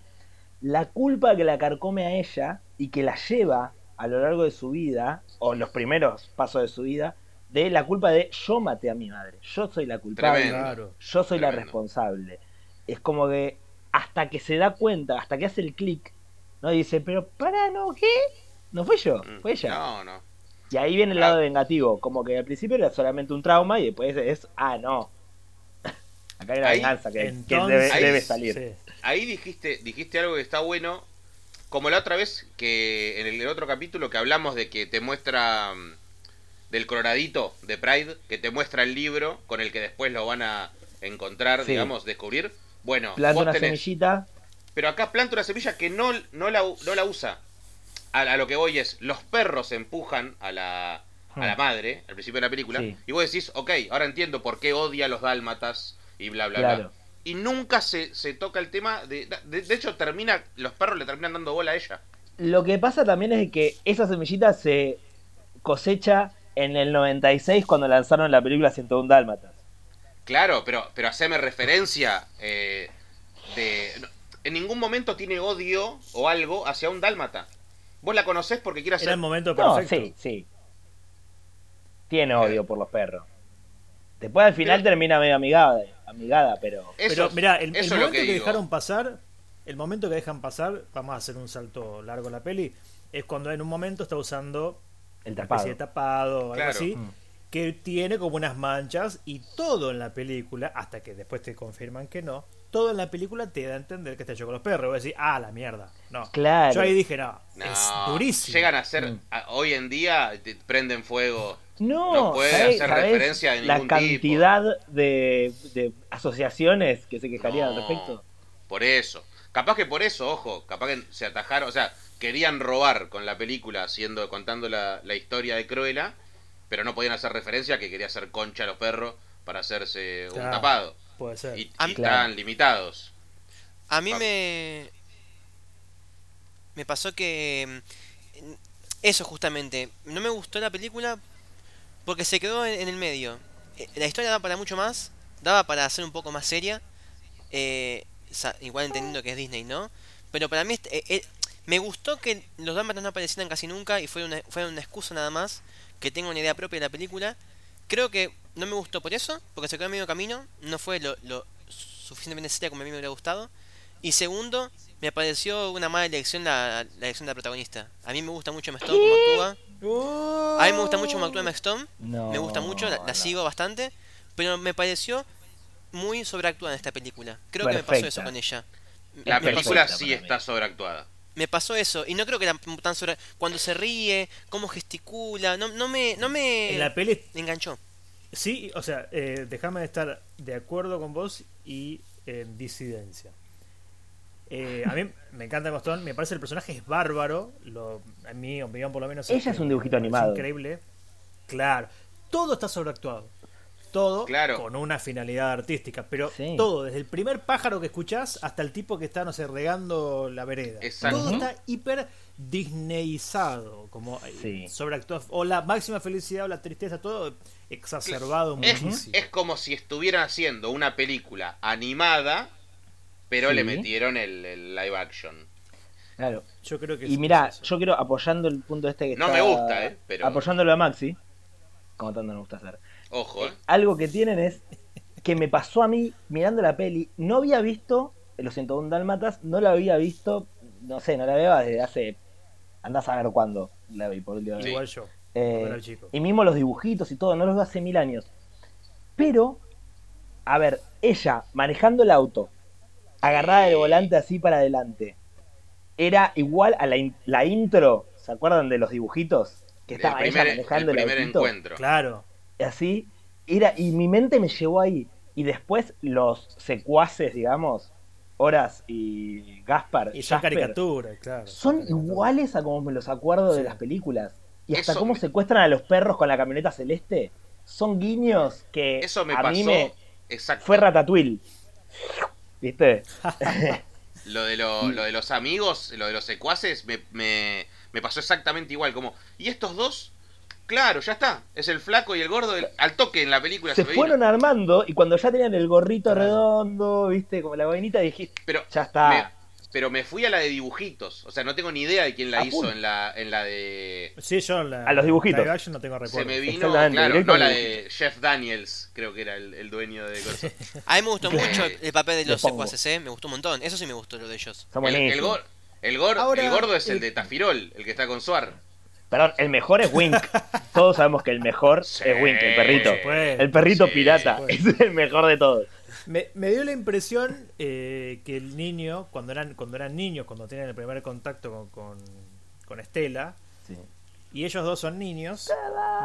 [SPEAKER 4] la culpa que la carcome a ella y que la lleva a lo largo de su vida, o en los primeros pasos de su vida, de la culpa de yo maté a mi madre, yo soy la culpable,
[SPEAKER 2] Tremendo.
[SPEAKER 5] Claro.
[SPEAKER 4] yo soy la
[SPEAKER 2] Tremendo.
[SPEAKER 4] responsable. Es como que hasta que se da cuenta, hasta que hace el clic, ¿no? Y dice, pero para, ¿no? ¿Qué? No fue yo,
[SPEAKER 2] Mm,
[SPEAKER 4] fue ella.
[SPEAKER 2] No, no.
[SPEAKER 4] Y ahí viene el
[SPEAKER 2] Ah.
[SPEAKER 4] lado vengativo, como que al principio era solamente un trauma y después es, ah, no. Acá hay una
[SPEAKER 2] Ahí,
[SPEAKER 4] venganza que, que
[SPEAKER 5] Entonces-
[SPEAKER 4] debe,
[SPEAKER 2] ahí
[SPEAKER 4] debe salir.
[SPEAKER 5] Sí.
[SPEAKER 2] Ahí dijiste, dijiste algo que está bueno, como la otra vez que en el otro capítulo que hablamos de que te muestra mm, del coloradito de Pride, que te muestra el libro con el que después lo van a encontrar,
[SPEAKER 4] Sí.
[SPEAKER 2] digamos, descubrir. Bueno,
[SPEAKER 4] Planta
[SPEAKER 2] vos
[SPEAKER 4] una
[SPEAKER 2] tenés-
[SPEAKER 4] semillita.
[SPEAKER 2] pero acá planta una semilla que no, no, la, u- no la usa. A, a lo que voy es, los perros empujan a la, a
[SPEAKER 5] Ah.
[SPEAKER 2] la madre al principio de la película.
[SPEAKER 4] Sí.
[SPEAKER 2] Y vos decís, ok, ahora entiendo por qué odia a los dálmatas y bla, bla, bla.
[SPEAKER 4] Claro.
[SPEAKER 2] Y nunca se, se toca el tema de, de... de hecho, termina los perros le terminan dando bola a ella.
[SPEAKER 4] Lo que pasa también es que esa semillita se cosecha en el 96 cuando lanzaron la película 101 Dálmatas.
[SPEAKER 2] Claro, pero, pero haceme referencia eh, de... no- en ningún momento tiene odio o algo hacia un dálmata. Vos la conocés porque quiere
[SPEAKER 5] Era
[SPEAKER 2] hacer...
[SPEAKER 5] el momento
[SPEAKER 4] No,
[SPEAKER 5] perfecto.
[SPEAKER 4] sí, sí. Tiene odio por los perros. Después al final
[SPEAKER 2] Pero-
[SPEAKER 4] termina medio amigada, amigada, pero...
[SPEAKER 2] Eso,
[SPEAKER 5] Pero mira, el, el
[SPEAKER 2] eso es
[SPEAKER 5] momento
[SPEAKER 2] lo
[SPEAKER 5] que,
[SPEAKER 2] que, digo.
[SPEAKER 5] dejaron pasar, el momento que dejan pasar, vamos a hacer un salto largo en la peli, es cuando en un momento está usando
[SPEAKER 4] El
[SPEAKER 5] una
[SPEAKER 4] tapado.
[SPEAKER 5] especie de tapado o algo
[SPEAKER 2] Claro.
[SPEAKER 5] así,
[SPEAKER 4] Mm.
[SPEAKER 5] que tiene como unas manchas y todo en la película, hasta que después te confirman que no, todo en la película te da a entender que está hecho con los perros. Y Vos decís, ah, la mierda. No.
[SPEAKER 4] Claro.
[SPEAKER 5] Yo ahí dije, no,
[SPEAKER 2] No,
[SPEAKER 5] es durísimo.
[SPEAKER 2] Llegan a ser,
[SPEAKER 4] Mm.
[SPEAKER 2] a- hoy en día te prenden fuego.
[SPEAKER 4] No,
[SPEAKER 2] No puede
[SPEAKER 4] ¿sabés-
[SPEAKER 2] hacer
[SPEAKER 4] sabés
[SPEAKER 2] referencia de
[SPEAKER 4] La
[SPEAKER 2] ningún
[SPEAKER 4] cantidad de, de asociaciones que se quejarían al
[SPEAKER 2] No,
[SPEAKER 4] respecto.
[SPEAKER 2] Por eso. Capaz que por eso, ojo, capaz que se atajaron, o sea, querían robar con la película haciendo, contando la, la historia de Cruella, pero no podían hacer referencia a que quería hacer concha a los perros para hacerse un
[SPEAKER 5] Claro.
[SPEAKER 2] tapado.
[SPEAKER 5] Puede ser.
[SPEAKER 2] Y,
[SPEAKER 3] A
[SPEAKER 2] y
[SPEAKER 3] mí-
[SPEAKER 4] Claro.
[SPEAKER 2] estaban limitados.
[SPEAKER 3] A mí
[SPEAKER 2] Vamos.
[SPEAKER 3] me. Me pasó que. mm, Eso justamente. No me gustó la película porque se quedó en, en el medio. Eh, La historia daba para mucho más. Daba para ser un poco más seria. eh, sa- igual entendiendo que es Disney, ¿no? Pero para mí est- eh, eh, me gustó que los dálmatas no aparecieran casi nunca y fueron una, fueron una excusa nada más. Que tenga una idea propia de la película. Creo que no me gustó por eso, porque se quedó en medio camino. No fue lo, lo suficientemente seria como a mí me hubiera gustado. Y segundo, me pareció una mala elección la, la elección de la protagonista. A mí me gusta mucho Emma Stone como actúa. A mí me gusta mucho como actúa Emma Stone.
[SPEAKER 4] No,
[SPEAKER 3] me gusta mucho, la, la
[SPEAKER 4] no.
[SPEAKER 3] sigo bastante. Pero me pareció muy sobreactuada en esta película. Creo que me pasó
[SPEAKER 4] Perfecta.
[SPEAKER 3] eso con ella. Me-
[SPEAKER 2] La
[SPEAKER 3] me, pasó,
[SPEAKER 2] película
[SPEAKER 4] perfecta
[SPEAKER 2] sí
[SPEAKER 4] para mí.
[SPEAKER 2] está sobreactuada.
[SPEAKER 3] me pasó eso. Y no creo que era tan sobre... Cuando se ríe, cómo gesticula. No, no me... No me...
[SPEAKER 5] En la peli
[SPEAKER 3] me enganchó.
[SPEAKER 5] Sí, o sea, eh, déjame estar de acuerdo con vos y en disidencia. Eh, a mí me encanta Gastón, me parece el personaje es bárbaro, lo, a mi opinión por lo menos.
[SPEAKER 4] Ella es
[SPEAKER 5] que
[SPEAKER 4] un dibujito
[SPEAKER 5] me pareció
[SPEAKER 4] animado.
[SPEAKER 5] Increíble. Claro, todo está sobreactuado. Todo
[SPEAKER 2] Claro.
[SPEAKER 5] con una finalidad artística, pero
[SPEAKER 4] Sí.
[SPEAKER 5] todo, desde el primer pájaro que escuchás hasta el tipo que está, no sé, regando la vereda.
[SPEAKER 2] Exacto.
[SPEAKER 5] Todo está hiper disneyizado, como eh,
[SPEAKER 4] Sí.
[SPEAKER 5] sobreactuado, o la máxima felicidad o la tristeza, todo exacerbado
[SPEAKER 2] Es,
[SPEAKER 5] muchísimo.
[SPEAKER 2] es como si estuvieran haciendo una película animada, pero
[SPEAKER 4] Sí.
[SPEAKER 2] le metieron el, el live action.
[SPEAKER 4] Claro.
[SPEAKER 5] Yo creo que
[SPEAKER 4] Y
[SPEAKER 5] es-
[SPEAKER 4] mira,
[SPEAKER 5] es eso.
[SPEAKER 4] yo quiero, apoyando el punto este que
[SPEAKER 2] No
[SPEAKER 4] está-
[SPEAKER 2] me gusta, eh, pero-
[SPEAKER 4] Apoyándolo a Maxi, como tanto nos gusta hacer.
[SPEAKER 2] Ojo, eh.
[SPEAKER 4] Algo que tienen es que me pasó a mí mirando la peli, no había visto Los 101 Dálmatas, no la había visto, no sé, no la veo desde hace... Andás a ver cuándo la vi, por el día de
[SPEAKER 2] Sí.
[SPEAKER 5] igual yo.
[SPEAKER 4] Eh,
[SPEAKER 5] Cuando era chico.
[SPEAKER 4] y mismo los dibujitos y todo, no los veo hace mil años. Pero, a ver, ella manejando el auto, agarrada del volante así para adelante, era igual a la, in- la intro, ¿se acuerdan de los dibujitos? Que
[SPEAKER 2] El
[SPEAKER 4] estaba
[SPEAKER 2] primer, e-,
[SPEAKER 4] ella manejando
[SPEAKER 2] el
[SPEAKER 4] el,
[SPEAKER 2] primer
[SPEAKER 4] autito
[SPEAKER 2] encuentro.
[SPEAKER 5] Claro.
[SPEAKER 4] así era y mi mente me llevó ahí y después los secuaces digamos Horas y Gaspar
[SPEAKER 5] Y son
[SPEAKER 4] Jasper,
[SPEAKER 5] caricaturas, claro.
[SPEAKER 4] son
[SPEAKER 5] caricaturas.
[SPEAKER 4] iguales a como me los acuerdo de
[SPEAKER 5] Sí.
[SPEAKER 4] las películas y hasta
[SPEAKER 2] Eso
[SPEAKER 4] cómo
[SPEAKER 2] me-
[SPEAKER 4] secuestran a los perros con la camioneta celeste son guiños que
[SPEAKER 2] Eso me
[SPEAKER 4] a
[SPEAKER 2] pasó.
[SPEAKER 4] mí me
[SPEAKER 2] Exacto.
[SPEAKER 4] fue Ratatouille viste
[SPEAKER 2] Lo de,
[SPEAKER 4] Mm.
[SPEAKER 2] lo, lo de los amigos, lo de los secuaces, me, me, me pasó exactamente igual. Como, ¿y estos dos? Claro, ya está. Es el flaco y el gordo. el- al toque en la película se,
[SPEAKER 4] se
[SPEAKER 2] veía.
[SPEAKER 4] fueron armando y cuando ya tenían el gorrito
[SPEAKER 5] Claro.
[SPEAKER 4] redondo viste como la vainita dijiste
[SPEAKER 2] Pero
[SPEAKER 4] ya está
[SPEAKER 2] me- pero me fui a la de dibujitos. O sea, no tengo ni idea de quién la
[SPEAKER 4] Ah,
[SPEAKER 2] hizo
[SPEAKER 4] uy.
[SPEAKER 2] en la, en la de.
[SPEAKER 5] Sí, yo la,
[SPEAKER 4] A los dibujitos.
[SPEAKER 5] live action no tengo recuerdo.
[SPEAKER 2] Se me vino,
[SPEAKER 4] Exactamente,
[SPEAKER 2] claro,
[SPEAKER 4] directo
[SPEAKER 2] no la
[SPEAKER 4] de-
[SPEAKER 2] de Jeff Daniels, creo que era el, el dueño de cosas.
[SPEAKER 3] A mí me gustó
[SPEAKER 2] Claro.
[SPEAKER 3] mucho el, el papel de
[SPEAKER 4] Le
[SPEAKER 3] los
[SPEAKER 4] pongo.
[SPEAKER 3] secuaces, ¿eh? Me gustó un montón. Eso sí me gustó lo de ellos.
[SPEAKER 4] Son
[SPEAKER 2] El, el
[SPEAKER 4] buenísimos.
[SPEAKER 2] gor- el gor-
[SPEAKER 5] Ahora,
[SPEAKER 2] el gordo es el
[SPEAKER 5] el-
[SPEAKER 2] de Tafirol, el que está con Suar.
[SPEAKER 4] Perdón, el mejor es Wink. Todos sabemos que el mejor
[SPEAKER 2] Sí.
[SPEAKER 4] es Wink, el perrito.
[SPEAKER 2] Por
[SPEAKER 5] supuesto.
[SPEAKER 4] El perrito
[SPEAKER 2] Sí,
[SPEAKER 4] pirata.
[SPEAKER 5] por
[SPEAKER 4] Es el mejor de todos.
[SPEAKER 5] Me, me dio la impresión eh, que el niño, cuando eran, cuando eran niños, cuando tenían el primer contacto con, con, con Estela, y ellos dos son niños,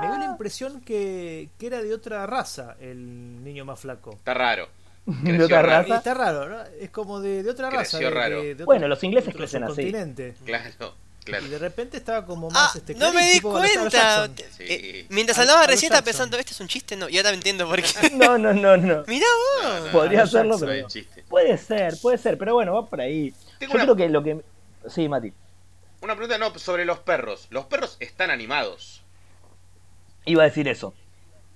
[SPEAKER 5] me dio la impresión que, que era de otra raza el niño más flaco.
[SPEAKER 2] Está raro.
[SPEAKER 4] De
[SPEAKER 2] Creció
[SPEAKER 4] otra
[SPEAKER 2] raro.
[SPEAKER 5] Y
[SPEAKER 4] raza.
[SPEAKER 5] está raro, ¿no? Es como de, de otra raza.
[SPEAKER 2] Creció
[SPEAKER 5] de-
[SPEAKER 2] raro.
[SPEAKER 5] de- de otro-
[SPEAKER 4] Bueno, los ingleses
[SPEAKER 5] otro
[SPEAKER 4] crecen así.
[SPEAKER 5] subcontinente.
[SPEAKER 2] Claro, claro.
[SPEAKER 5] Y de repente estaba como
[SPEAKER 3] ¡Ah!
[SPEAKER 5] más este,
[SPEAKER 3] ¡No me
[SPEAKER 5] clarito,
[SPEAKER 3] di
[SPEAKER 5] tipo Baltasar
[SPEAKER 3] cuenta!
[SPEAKER 2] Sí.
[SPEAKER 5] Jackson.
[SPEAKER 3] Eh, mientras
[SPEAKER 5] A- a
[SPEAKER 3] hablaba
[SPEAKER 5] los
[SPEAKER 3] recién estaba
[SPEAKER 5] Jackson.
[SPEAKER 3] pensando, ¿este es un chiste? No, y ahora entiendo por qué.
[SPEAKER 4] No, no, no, no.
[SPEAKER 3] ¡Mirá vos!
[SPEAKER 4] Podría
[SPEAKER 5] Ah, no,
[SPEAKER 4] serlo,
[SPEAKER 5] Jackson,
[SPEAKER 2] No
[SPEAKER 4] pero.
[SPEAKER 2] hay
[SPEAKER 4] no.
[SPEAKER 2] chiste.
[SPEAKER 4] Puede ser, puede ser, pero bueno, va por ahí.
[SPEAKER 2] Tengo
[SPEAKER 4] Yo
[SPEAKER 2] una-
[SPEAKER 4] creo que lo que. Sí, Mati.
[SPEAKER 2] Una pregunta no sobre los perros. Los perros están animados.
[SPEAKER 4] Iba a decir eso.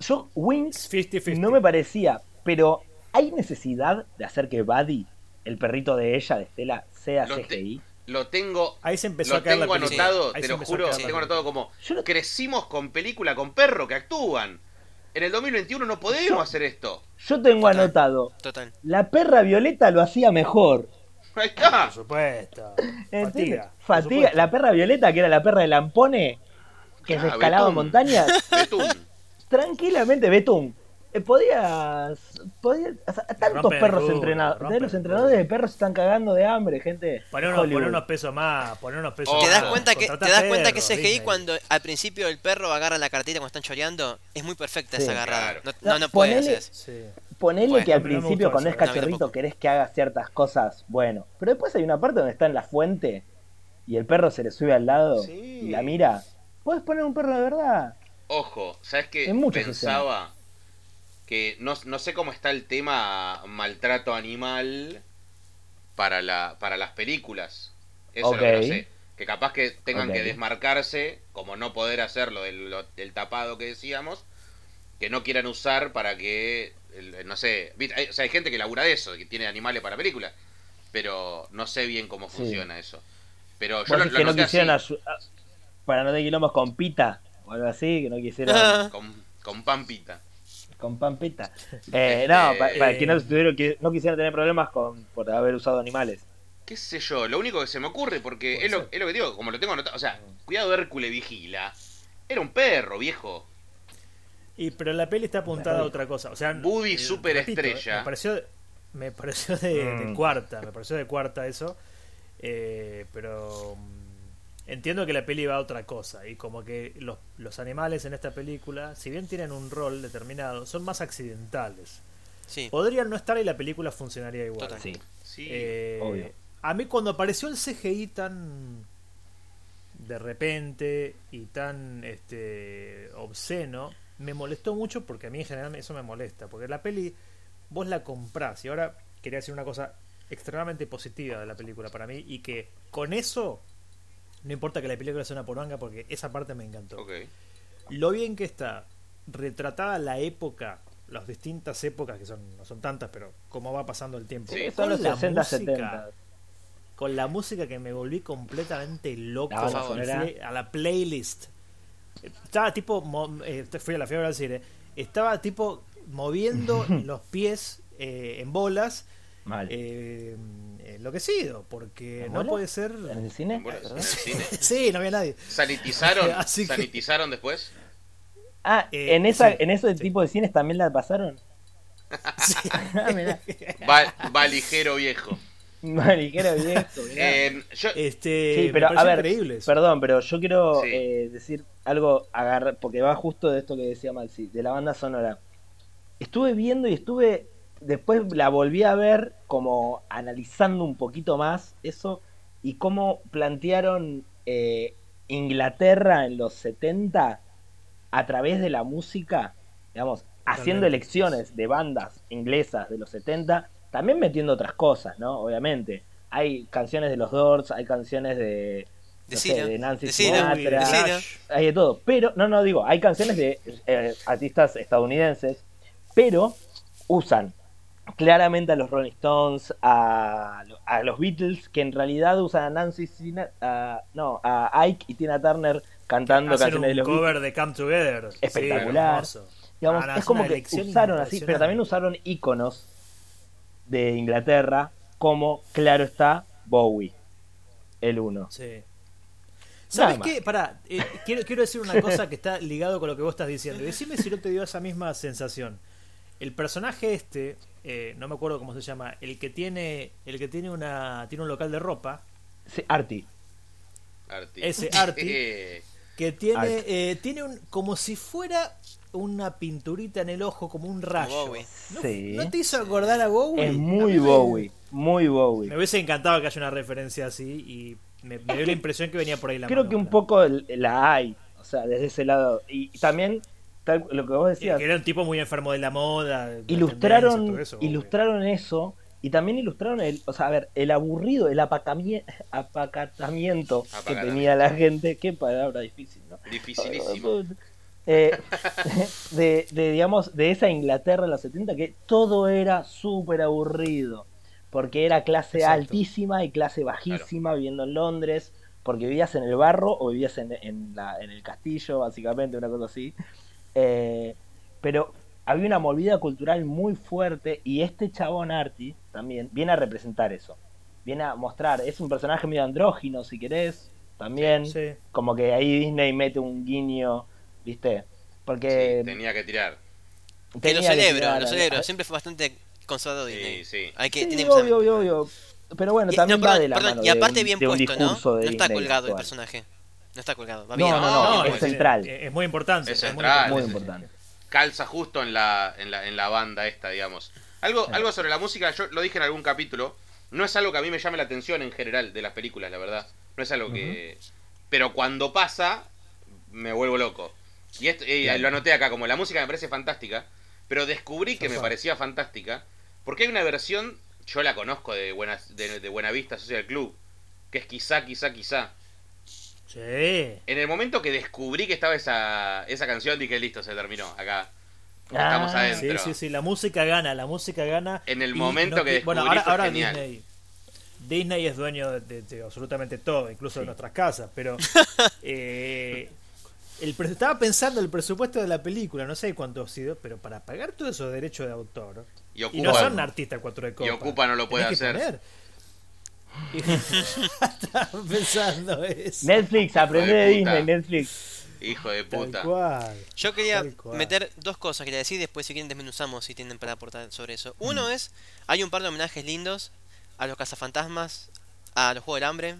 [SPEAKER 4] Yo, Wink,
[SPEAKER 5] Es 50-50.
[SPEAKER 4] no me parecía, pero ¿hay necesidad de hacer que Buddy, el perrito de ella, de Estela, sea
[SPEAKER 2] Lo te-
[SPEAKER 4] CGI?
[SPEAKER 2] Lo tengo,
[SPEAKER 5] Ahí se empezó
[SPEAKER 2] lo
[SPEAKER 5] a caer la
[SPEAKER 2] tengo
[SPEAKER 5] película.
[SPEAKER 2] anotado, te
[SPEAKER 5] Ahí se
[SPEAKER 2] lo
[SPEAKER 5] empezó a
[SPEAKER 2] juro,
[SPEAKER 5] caer la
[SPEAKER 2] tengo anotado como
[SPEAKER 4] Yo no-
[SPEAKER 2] crecimos con película con perro que actúan. En el 2021 no podemos hacer esto.
[SPEAKER 4] Yo tengo
[SPEAKER 3] Total.
[SPEAKER 4] anotado.
[SPEAKER 3] Total.
[SPEAKER 4] La perra Violeta lo hacía mejor.
[SPEAKER 2] Ahí está.
[SPEAKER 5] Por supuesto.
[SPEAKER 4] ¿Entiendes?
[SPEAKER 5] Fatiga. por
[SPEAKER 4] Fatiga.
[SPEAKER 5] supuesto.
[SPEAKER 4] La perra violeta, que era la perra de Lampone, que se
[SPEAKER 2] Ah,
[SPEAKER 4] escalaba
[SPEAKER 2] Betún.
[SPEAKER 4] montañas,
[SPEAKER 2] Betún.
[SPEAKER 4] tranquilamente, Betún. eh, Podías. podías o sea, tantos
[SPEAKER 5] rompe el
[SPEAKER 4] perros
[SPEAKER 5] culo,
[SPEAKER 4] entrenados.
[SPEAKER 5] rompe
[SPEAKER 4] Los
[SPEAKER 5] el
[SPEAKER 4] entrenadores
[SPEAKER 5] culo.
[SPEAKER 4] de perros están cagando de hambre, gente.
[SPEAKER 5] Poné unos,
[SPEAKER 4] Hollywood.
[SPEAKER 5] poné unos pesos más, poné unos pesos
[SPEAKER 2] Te
[SPEAKER 3] ¿Te
[SPEAKER 5] más.
[SPEAKER 3] das
[SPEAKER 2] Ah,
[SPEAKER 3] cuenta que,
[SPEAKER 5] contratá
[SPEAKER 3] te das cuenta que
[SPEAKER 5] perros,
[SPEAKER 3] CGI
[SPEAKER 5] Disney.
[SPEAKER 3] cuando al principio el perro agarra la cartita cuando están choreando? Es muy perfecta
[SPEAKER 4] Sí.
[SPEAKER 3] esa agarrada.
[SPEAKER 2] Claro.
[SPEAKER 3] No, no,
[SPEAKER 4] No,
[SPEAKER 3] no puedes
[SPEAKER 4] ponele-
[SPEAKER 3] hacer eso.
[SPEAKER 5] Sí.
[SPEAKER 4] Ponele
[SPEAKER 3] Bueno,
[SPEAKER 4] que al
[SPEAKER 5] no me gustó
[SPEAKER 4] principio cuando es
[SPEAKER 3] no,
[SPEAKER 5] eso,
[SPEAKER 3] a mí
[SPEAKER 4] cachorrito
[SPEAKER 3] tampoco.
[SPEAKER 4] querés que haga ciertas cosas, bueno. Pero después hay una parte donde está en la fuente y el perro se le sube al lado
[SPEAKER 5] Sí.
[SPEAKER 4] y la mira. Puedes poner un perro de verdad.
[SPEAKER 2] Ojo, ¿sabes qué?
[SPEAKER 4] En muchas
[SPEAKER 2] Pensaba que no, no sé cómo está el tema maltrato animal para, la, para las películas. Eso es lo que
[SPEAKER 4] Ok.
[SPEAKER 2] no sé. Que capaz que tengan
[SPEAKER 4] Ok.
[SPEAKER 2] que desmarcarse, como no poder hacerlo del, lo- del tapado que decíamos, que no quieran usar para que, el- el- no sé, viste, hay, o sea, hay gente que labura de eso, que tiene animales para películas, pero no sé bien cómo
[SPEAKER 4] Sí.
[SPEAKER 2] funciona eso. Pero yo
[SPEAKER 4] Vos
[SPEAKER 2] lo,
[SPEAKER 4] decís
[SPEAKER 2] lo
[SPEAKER 4] que no
[SPEAKER 2] anoté
[SPEAKER 4] quisieron
[SPEAKER 2] así,
[SPEAKER 4] ayu- ah, para no tener quilombos con pita o algo así, que no quisieron
[SPEAKER 3] Ah.
[SPEAKER 2] con, con Pampita.
[SPEAKER 4] con pampita. Eh, no, pa-
[SPEAKER 2] Eh,
[SPEAKER 4] para que no tuvieron que no quisieran tener problemas con por haber usado animales.
[SPEAKER 2] qué sé yo, lo único que se me ocurre, porque
[SPEAKER 5] Puede
[SPEAKER 2] es lo,
[SPEAKER 5] ser. Ah.
[SPEAKER 2] es lo que digo, como lo tengo anotado, o sea, cuidado Hércules vigila, era un perro, viejo.
[SPEAKER 5] Y, pero la peli está apuntada a otra cosa. O sea,
[SPEAKER 2] Woody
[SPEAKER 5] eh,
[SPEAKER 2] superestrella.
[SPEAKER 5] repito, Me pareció, me pareció de, de
[SPEAKER 4] Mm.
[SPEAKER 5] cuarta, me pareció de cuarta eso. Eh, pero mm, entiendo que la peli va a otra cosa. Y como que los, los animales en esta película, si bien tienen un rol determinado, son más accidentales.
[SPEAKER 3] Sí.
[SPEAKER 5] Podrían no estar y la película funcionaría igual.
[SPEAKER 3] Total.
[SPEAKER 4] Sí.
[SPEAKER 2] Sí,
[SPEAKER 5] Eh,
[SPEAKER 4] obvio.
[SPEAKER 5] A mí cuando apareció el CGI tan de repente y tan este obsceno, me molestó mucho porque a mí en general eso me molesta, porque la peli vos la comprás y ahora quería decir una cosa extremadamente positiva de la película para mí y que con eso no importa que la película sea una poronga porque esa parte me encantó
[SPEAKER 2] ok.
[SPEAKER 5] lo bien que está retratada la época, las distintas épocas, que son, no son tantas, pero cómo va pasando el tiempo.
[SPEAKER 2] Sí,
[SPEAKER 4] Son
[SPEAKER 5] Con
[SPEAKER 4] los
[SPEAKER 5] la
[SPEAKER 4] 60,
[SPEAKER 5] música,
[SPEAKER 4] 70.
[SPEAKER 5] Con la música que me volví completamente loco.
[SPEAKER 4] La banda
[SPEAKER 5] Me
[SPEAKER 4] sonora.
[SPEAKER 5] fui a la playlist. Estaba tipo, mo- eh, fui a la fiebre del cine, estaba tipo moviendo los pies eh, en bolas,
[SPEAKER 4] Mal.
[SPEAKER 5] eh, enloquecido, porque
[SPEAKER 4] ¿En
[SPEAKER 5] no
[SPEAKER 4] bolas?
[SPEAKER 5] puede ser...
[SPEAKER 4] ¿En el cine?
[SPEAKER 2] Bueno, en
[SPEAKER 4] ¿Verdad?
[SPEAKER 2] el cine.
[SPEAKER 5] Sí, no había nadie.
[SPEAKER 2] ¿Sanitizaron?
[SPEAKER 5] Así que-
[SPEAKER 2] ¿Sanitizaron después?
[SPEAKER 4] Ah,
[SPEAKER 5] Eh,
[SPEAKER 4] en, esa,
[SPEAKER 5] sí,
[SPEAKER 4] en ese tipo de cines también la pasaron. Ah, mirá.
[SPEAKER 2] Va, va ligero viejo.
[SPEAKER 4] Mariquero viejo, mirá.
[SPEAKER 2] Eh, yo,
[SPEAKER 5] Este,
[SPEAKER 4] Sí,
[SPEAKER 5] me
[SPEAKER 4] pero a
[SPEAKER 5] pareció
[SPEAKER 4] ver,
[SPEAKER 5] increíble eso.
[SPEAKER 4] perdón, pero yo quiero
[SPEAKER 2] Sí.
[SPEAKER 4] eh, decir algo, agarrar, porque va justo de esto que decía Maxi, de la banda sonora. Estuve viendo y estuve, después la volví a ver como analizando un poquito más eso y cómo plantearon eh, Inglaterra en los 70 a través de la música, digamos, haciendo
[SPEAKER 5] Totalmente.
[SPEAKER 4] elecciones de bandas inglesas de los 70, también metiendo otras cosas, ¿no? Obviamente. Hay canciones de los Doors, hay canciones de, no sé,
[SPEAKER 3] Decilo,
[SPEAKER 4] de Nancy
[SPEAKER 3] decilo,
[SPEAKER 5] Uy,
[SPEAKER 4] Sinatra,
[SPEAKER 3] decilo.
[SPEAKER 5] Clash.
[SPEAKER 4] hay de todo. Pero, no, no, digo, hay canciones de eh, artistas estadounidenses, pero usan claramente a los Rolling Stones, a, lo- a los Beatles, que en realidad usan a Nancy Sinatra, no, a Ike y Tina Turner cantando
[SPEAKER 5] Hacer
[SPEAKER 4] canciones de los
[SPEAKER 5] un cover de Come Together. Sí,
[SPEAKER 4] Espectacular.
[SPEAKER 5] hermoso.
[SPEAKER 4] Digamos,
[SPEAKER 5] Ah,
[SPEAKER 4] es
[SPEAKER 5] es
[SPEAKER 4] como
[SPEAKER 5] una
[SPEAKER 4] que
[SPEAKER 5] elección
[SPEAKER 4] usaron así, pero también usaron íconos de Inglaterra, como, claro está, Bowie, el uno.
[SPEAKER 5] Sí.
[SPEAKER 4] Nada
[SPEAKER 5] ¿Sabes
[SPEAKER 4] más.
[SPEAKER 5] qué? Pará, eh, quiero, quiero decir una cosa que está ligado con lo que vos estás diciendo. Decime si no te dio esa misma sensación. El personaje este, eh, no me acuerdo cómo se llama, el que tiene, el que tiene una, tiene un local de ropa,
[SPEAKER 4] Sí, Artie.
[SPEAKER 2] Arti.
[SPEAKER 5] Ese Arti.
[SPEAKER 2] Eh,
[SPEAKER 5] que
[SPEAKER 4] Ah.
[SPEAKER 5] tiene, eh, tiene un, como si fuera una pinturita en el ojo, como un rayo.
[SPEAKER 3] Bowie.
[SPEAKER 5] ¿No,
[SPEAKER 4] Sí.
[SPEAKER 5] ¿no te hizo acordar a Bowie?
[SPEAKER 4] Es
[SPEAKER 5] A mí
[SPEAKER 4] muy
[SPEAKER 5] me-
[SPEAKER 4] Bowie, muy Bowie.
[SPEAKER 5] Me hubiese encantado que haya una referencia así y me, me dio la impresión que venía por ahí la
[SPEAKER 4] Creo que un
[SPEAKER 5] manopla.
[SPEAKER 4] poco el- la hay, o sea, desde ese lado. Y también, tal- lo que vos
[SPEAKER 5] Que
[SPEAKER 4] decías,
[SPEAKER 5] que era un tipo muy enfermo de la moda. de tendencias,
[SPEAKER 4] ilustraron,
[SPEAKER 5] todo eso,
[SPEAKER 4] ilustraron eso y también ilustraron el, o sea, a ver, el aburrido, el apacamie- apacatamiento que
[SPEAKER 2] Apacatamiento.
[SPEAKER 4] tenía la gente. Qué palabra difícil, ¿no?
[SPEAKER 2] dificilísimo.
[SPEAKER 4] Eh, de, de, digamos, de esa Inglaterra en los 70 que todo era súper aburrido. Porque era clase
[SPEAKER 5] Exacto.
[SPEAKER 4] altísima y clase bajísima viviendo en Londres. Porque vivías en el barro o vivías en, en la- en el castillo, básicamente, una cosa así. Eh, pero había una movida cultural muy fuerte y este chabón Arti también viene a representar eso. Viene a mostrar, es un personaje medio andrógino, si querés, también.
[SPEAKER 5] Sí.
[SPEAKER 4] Como que ahí Disney mete un guiño, ¿viste? Porque
[SPEAKER 2] Sí, tenía que tirar.
[SPEAKER 3] Que lo
[SPEAKER 4] tenía
[SPEAKER 3] celebro,
[SPEAKER 4] tirar
[SPEAKER 3] lo
[SPEAKER 4] a-
[SPEAKER 3] celebro.
[SPEAKER 4] a-
[SPEAKER 3] Siempre fue bastante conservador
[SPEAKER 2] Sí,
[SPEAKER 3] Disney.
[SPEAKER 2] sí.
[SPEAKER 3] Hay que
[SPEAKER 4] Sí,
[SPEAKER 3] tiene que ser-
[SPEAKER 4] obvio, obvio, obvio. Pero bueno,
[SPEAKER 3] Y- Eh,
[SPEAKER 4] también
[SPEAKER 3] no, perdón,
[SPEAKER 4] va de la
[SPEAKER 3] perdón,
[SPEAKER 4] mano
[SPEAKER 3] y
[SPEAKER 4] de un-
[SPEAKER 3] aparte bien
[SPEAKER 4] de un
[SPEAKER 3] puesto, ¿no?
[SPEAKER 4] discurso
[SPEAKER 3] No
[SPEAKER 4] de
[SPEAKER 3] está
[SPEAKER 4] Disney
[SPEAKER 3] colgado el
[SPEAKER 4] actual.
[SPEAKER 3] personaje. No está colgado, va
[SPEAKER 4] No,
[SPEAKER 3] bien. Ah,
[SPEAKER 4] no, no,
[SPEAKER 2] No,
[SPEAKER 4] es
[SPEAKER 2] es-
[SPEAKER 4] central,
[SPEAKER 5] Es, muy importante.
[SPEAKER 2] Es
[SPEAKER 5] muy
[SPEAKER 2] central,
[SPEAKER 4] muy
[SPEAKER 2] es-
[SPEAKER 4] importante.
[SPEAKER 2] calza justo en la, en la, en la banda esta, digamos. Algo, algo sobre la música, yo lo dije en algún capítulo, no es algo que a mí me llame la atención en general de las películas, la verdad. No es algo que... Pero cuando pasa, me vuelvo loco. Y esto, eh, lo anoté acá, como la música me parece fantástica, pero descubrí que me
[SPEAKER 5] Ajá.
[SPEAKER 2] parecía fantástica, porque hay una versión, yo la conozco de Buena, de, de Buena Vista Social Club, que es quizá, quizá, quizá.
[SPEAKER 5] Sí.
[SPEAKER 2] En el momento que descubrí que estaba esa, esa canción, dije, listo, se terminó, acá.
[SPEAKER 4] Ah,
[SPEAKER 2] Estamos adentro.
[SPEAKER 5] Sí, sí, sí, la música gana, la música gana.
[SPEAKER 2] En el
[SPEAKER 5] Y
[SPEAKER 2] momento que
[SPEAKER 5] Bueno,
[SPEAKER 2] descubrí
[SPEAKER 5] ahora,
[SPEAKER 2] fue
[SPEAKER 5] ahora
[SPEAKER 2] genial.
[SPEAKER 5] Disney. Disney es dueño de, de absolutamente todo, incluso de nuestras casas, pero eh, el, pre- estaba pensando el presupuesto de la película, no sé cuánto ha sido, pero para pagar todos esos derechos de autor,
[SPEAKER 2] Y
[SPEAKER 5] y no
[SPEAKER 2] ocupa,
[SPEAKER 5] son artistas cuatro de copa.
[SPEAKER 2] Ocupa no lo puede
[SPEAKER 5] tenés que
[SPEAKER 2] hacer.
[SPEAKER 5] poner. Estaba pensando eso.
[SPEAKER 4] Netflix, aprende
[SPEAKER 2] Hijo
[SPEAKER 4] de
[SPEAKER 2] de puta.
[SPEAKER 4] Disney, Netflix.
[SPEAKER 2] hijo de
[SPEAKER 5] Tal
[SPEAKER 2] puta.
[SPEAKER 5] cual.
[SPEAKER 3] Yo quería
[SPEAKER 5] Tal cual.
[SPEAKER 3] meter dos cosas, quería decir, después si quieren desmenuzamos si tienen para aportar sobre eso.
[SPEAKER 5] Mm.
[SPEAKER 3] Uno es, hay un par de homenajes lindos a los cazafantasmas, a los Juegos del Hambre,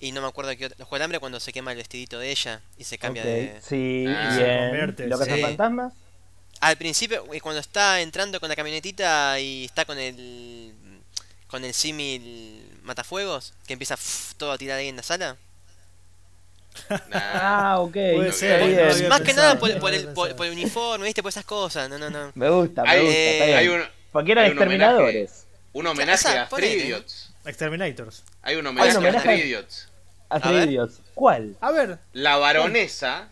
[SPEAKER 3] y no me acuerdo qué otro, los Juegos del Hambre cuando se quema el vestidito de ella y se cambia
[SPEAKER 4] Ok,
[SPEAKER 3] de...
[SPEAKER 4] Sí,
[SPEAKER 2] Ah.
[SPEAKER 5] Se
[SPEAKER 4] bien.
[SPEAKER 5] convierte,
[SPEAKER 4] Lo que son
[SPEAKER 3] sí.
[SPEAKER 4] fantasmas.
[SPEAKER 3] Al principio, eh, cuando está entrando con la camionetita y está con el... con el símil matafuegos, que empieza fff, todo a tirar ahí en la sala.
[SPEAKER 2] Nah.
[SPEAKER 4] Ah, ok.
[SPEAKER 5] Puede
[SPEAKER 4] está
[SPEAKER 5] ser,
[SPEAKER 4] bien.
[SPEAKER 5] no había
[SPEAKER 3] Más que nada
[SPEAKER 5] pensado,
[SPEAKER 3] por,
[SPEAKER 5] no
[SPEAKER 3] por el,
[SPEAKER 5] había
[SPEAKER 3] por-
[SPEAKER 5] pensado.
[SPEAKER 3] por el uniforme, ¿viste? Por esas cosas, no, no, no.
[SPEAKER 4] Me gusta, me
[SPEAKER 2] Hay-
[SPEAKER 4] gusta.
[SPEAKER 3] eh,
[SPEAKER 4] está bien.
[SPEAKER 2] Hay un,
[SPEAKER 4] Porque eran
[SPEAKER 2] hay un homenaje.
[SPEAKER 4] exterminadores.
[SPEAKER 2] un homenaje
[SPEAKER 3] Esa,
[SPEAKER 2] a
[SPEAKER 3] ponele.
[SPEAKER 2] Freediots.
[SPEAKER 5] Exterminators.
[SPEAKER 2] Hay un homenaje,
[SPEAKER 4] homenaje.
[SPEAKER 2] a Freediots.
[SPEAKER 4] Atrevidos. ¿Cuál?
[SPEAKER 5] A ver,
[SPEAKER 2] La baronesa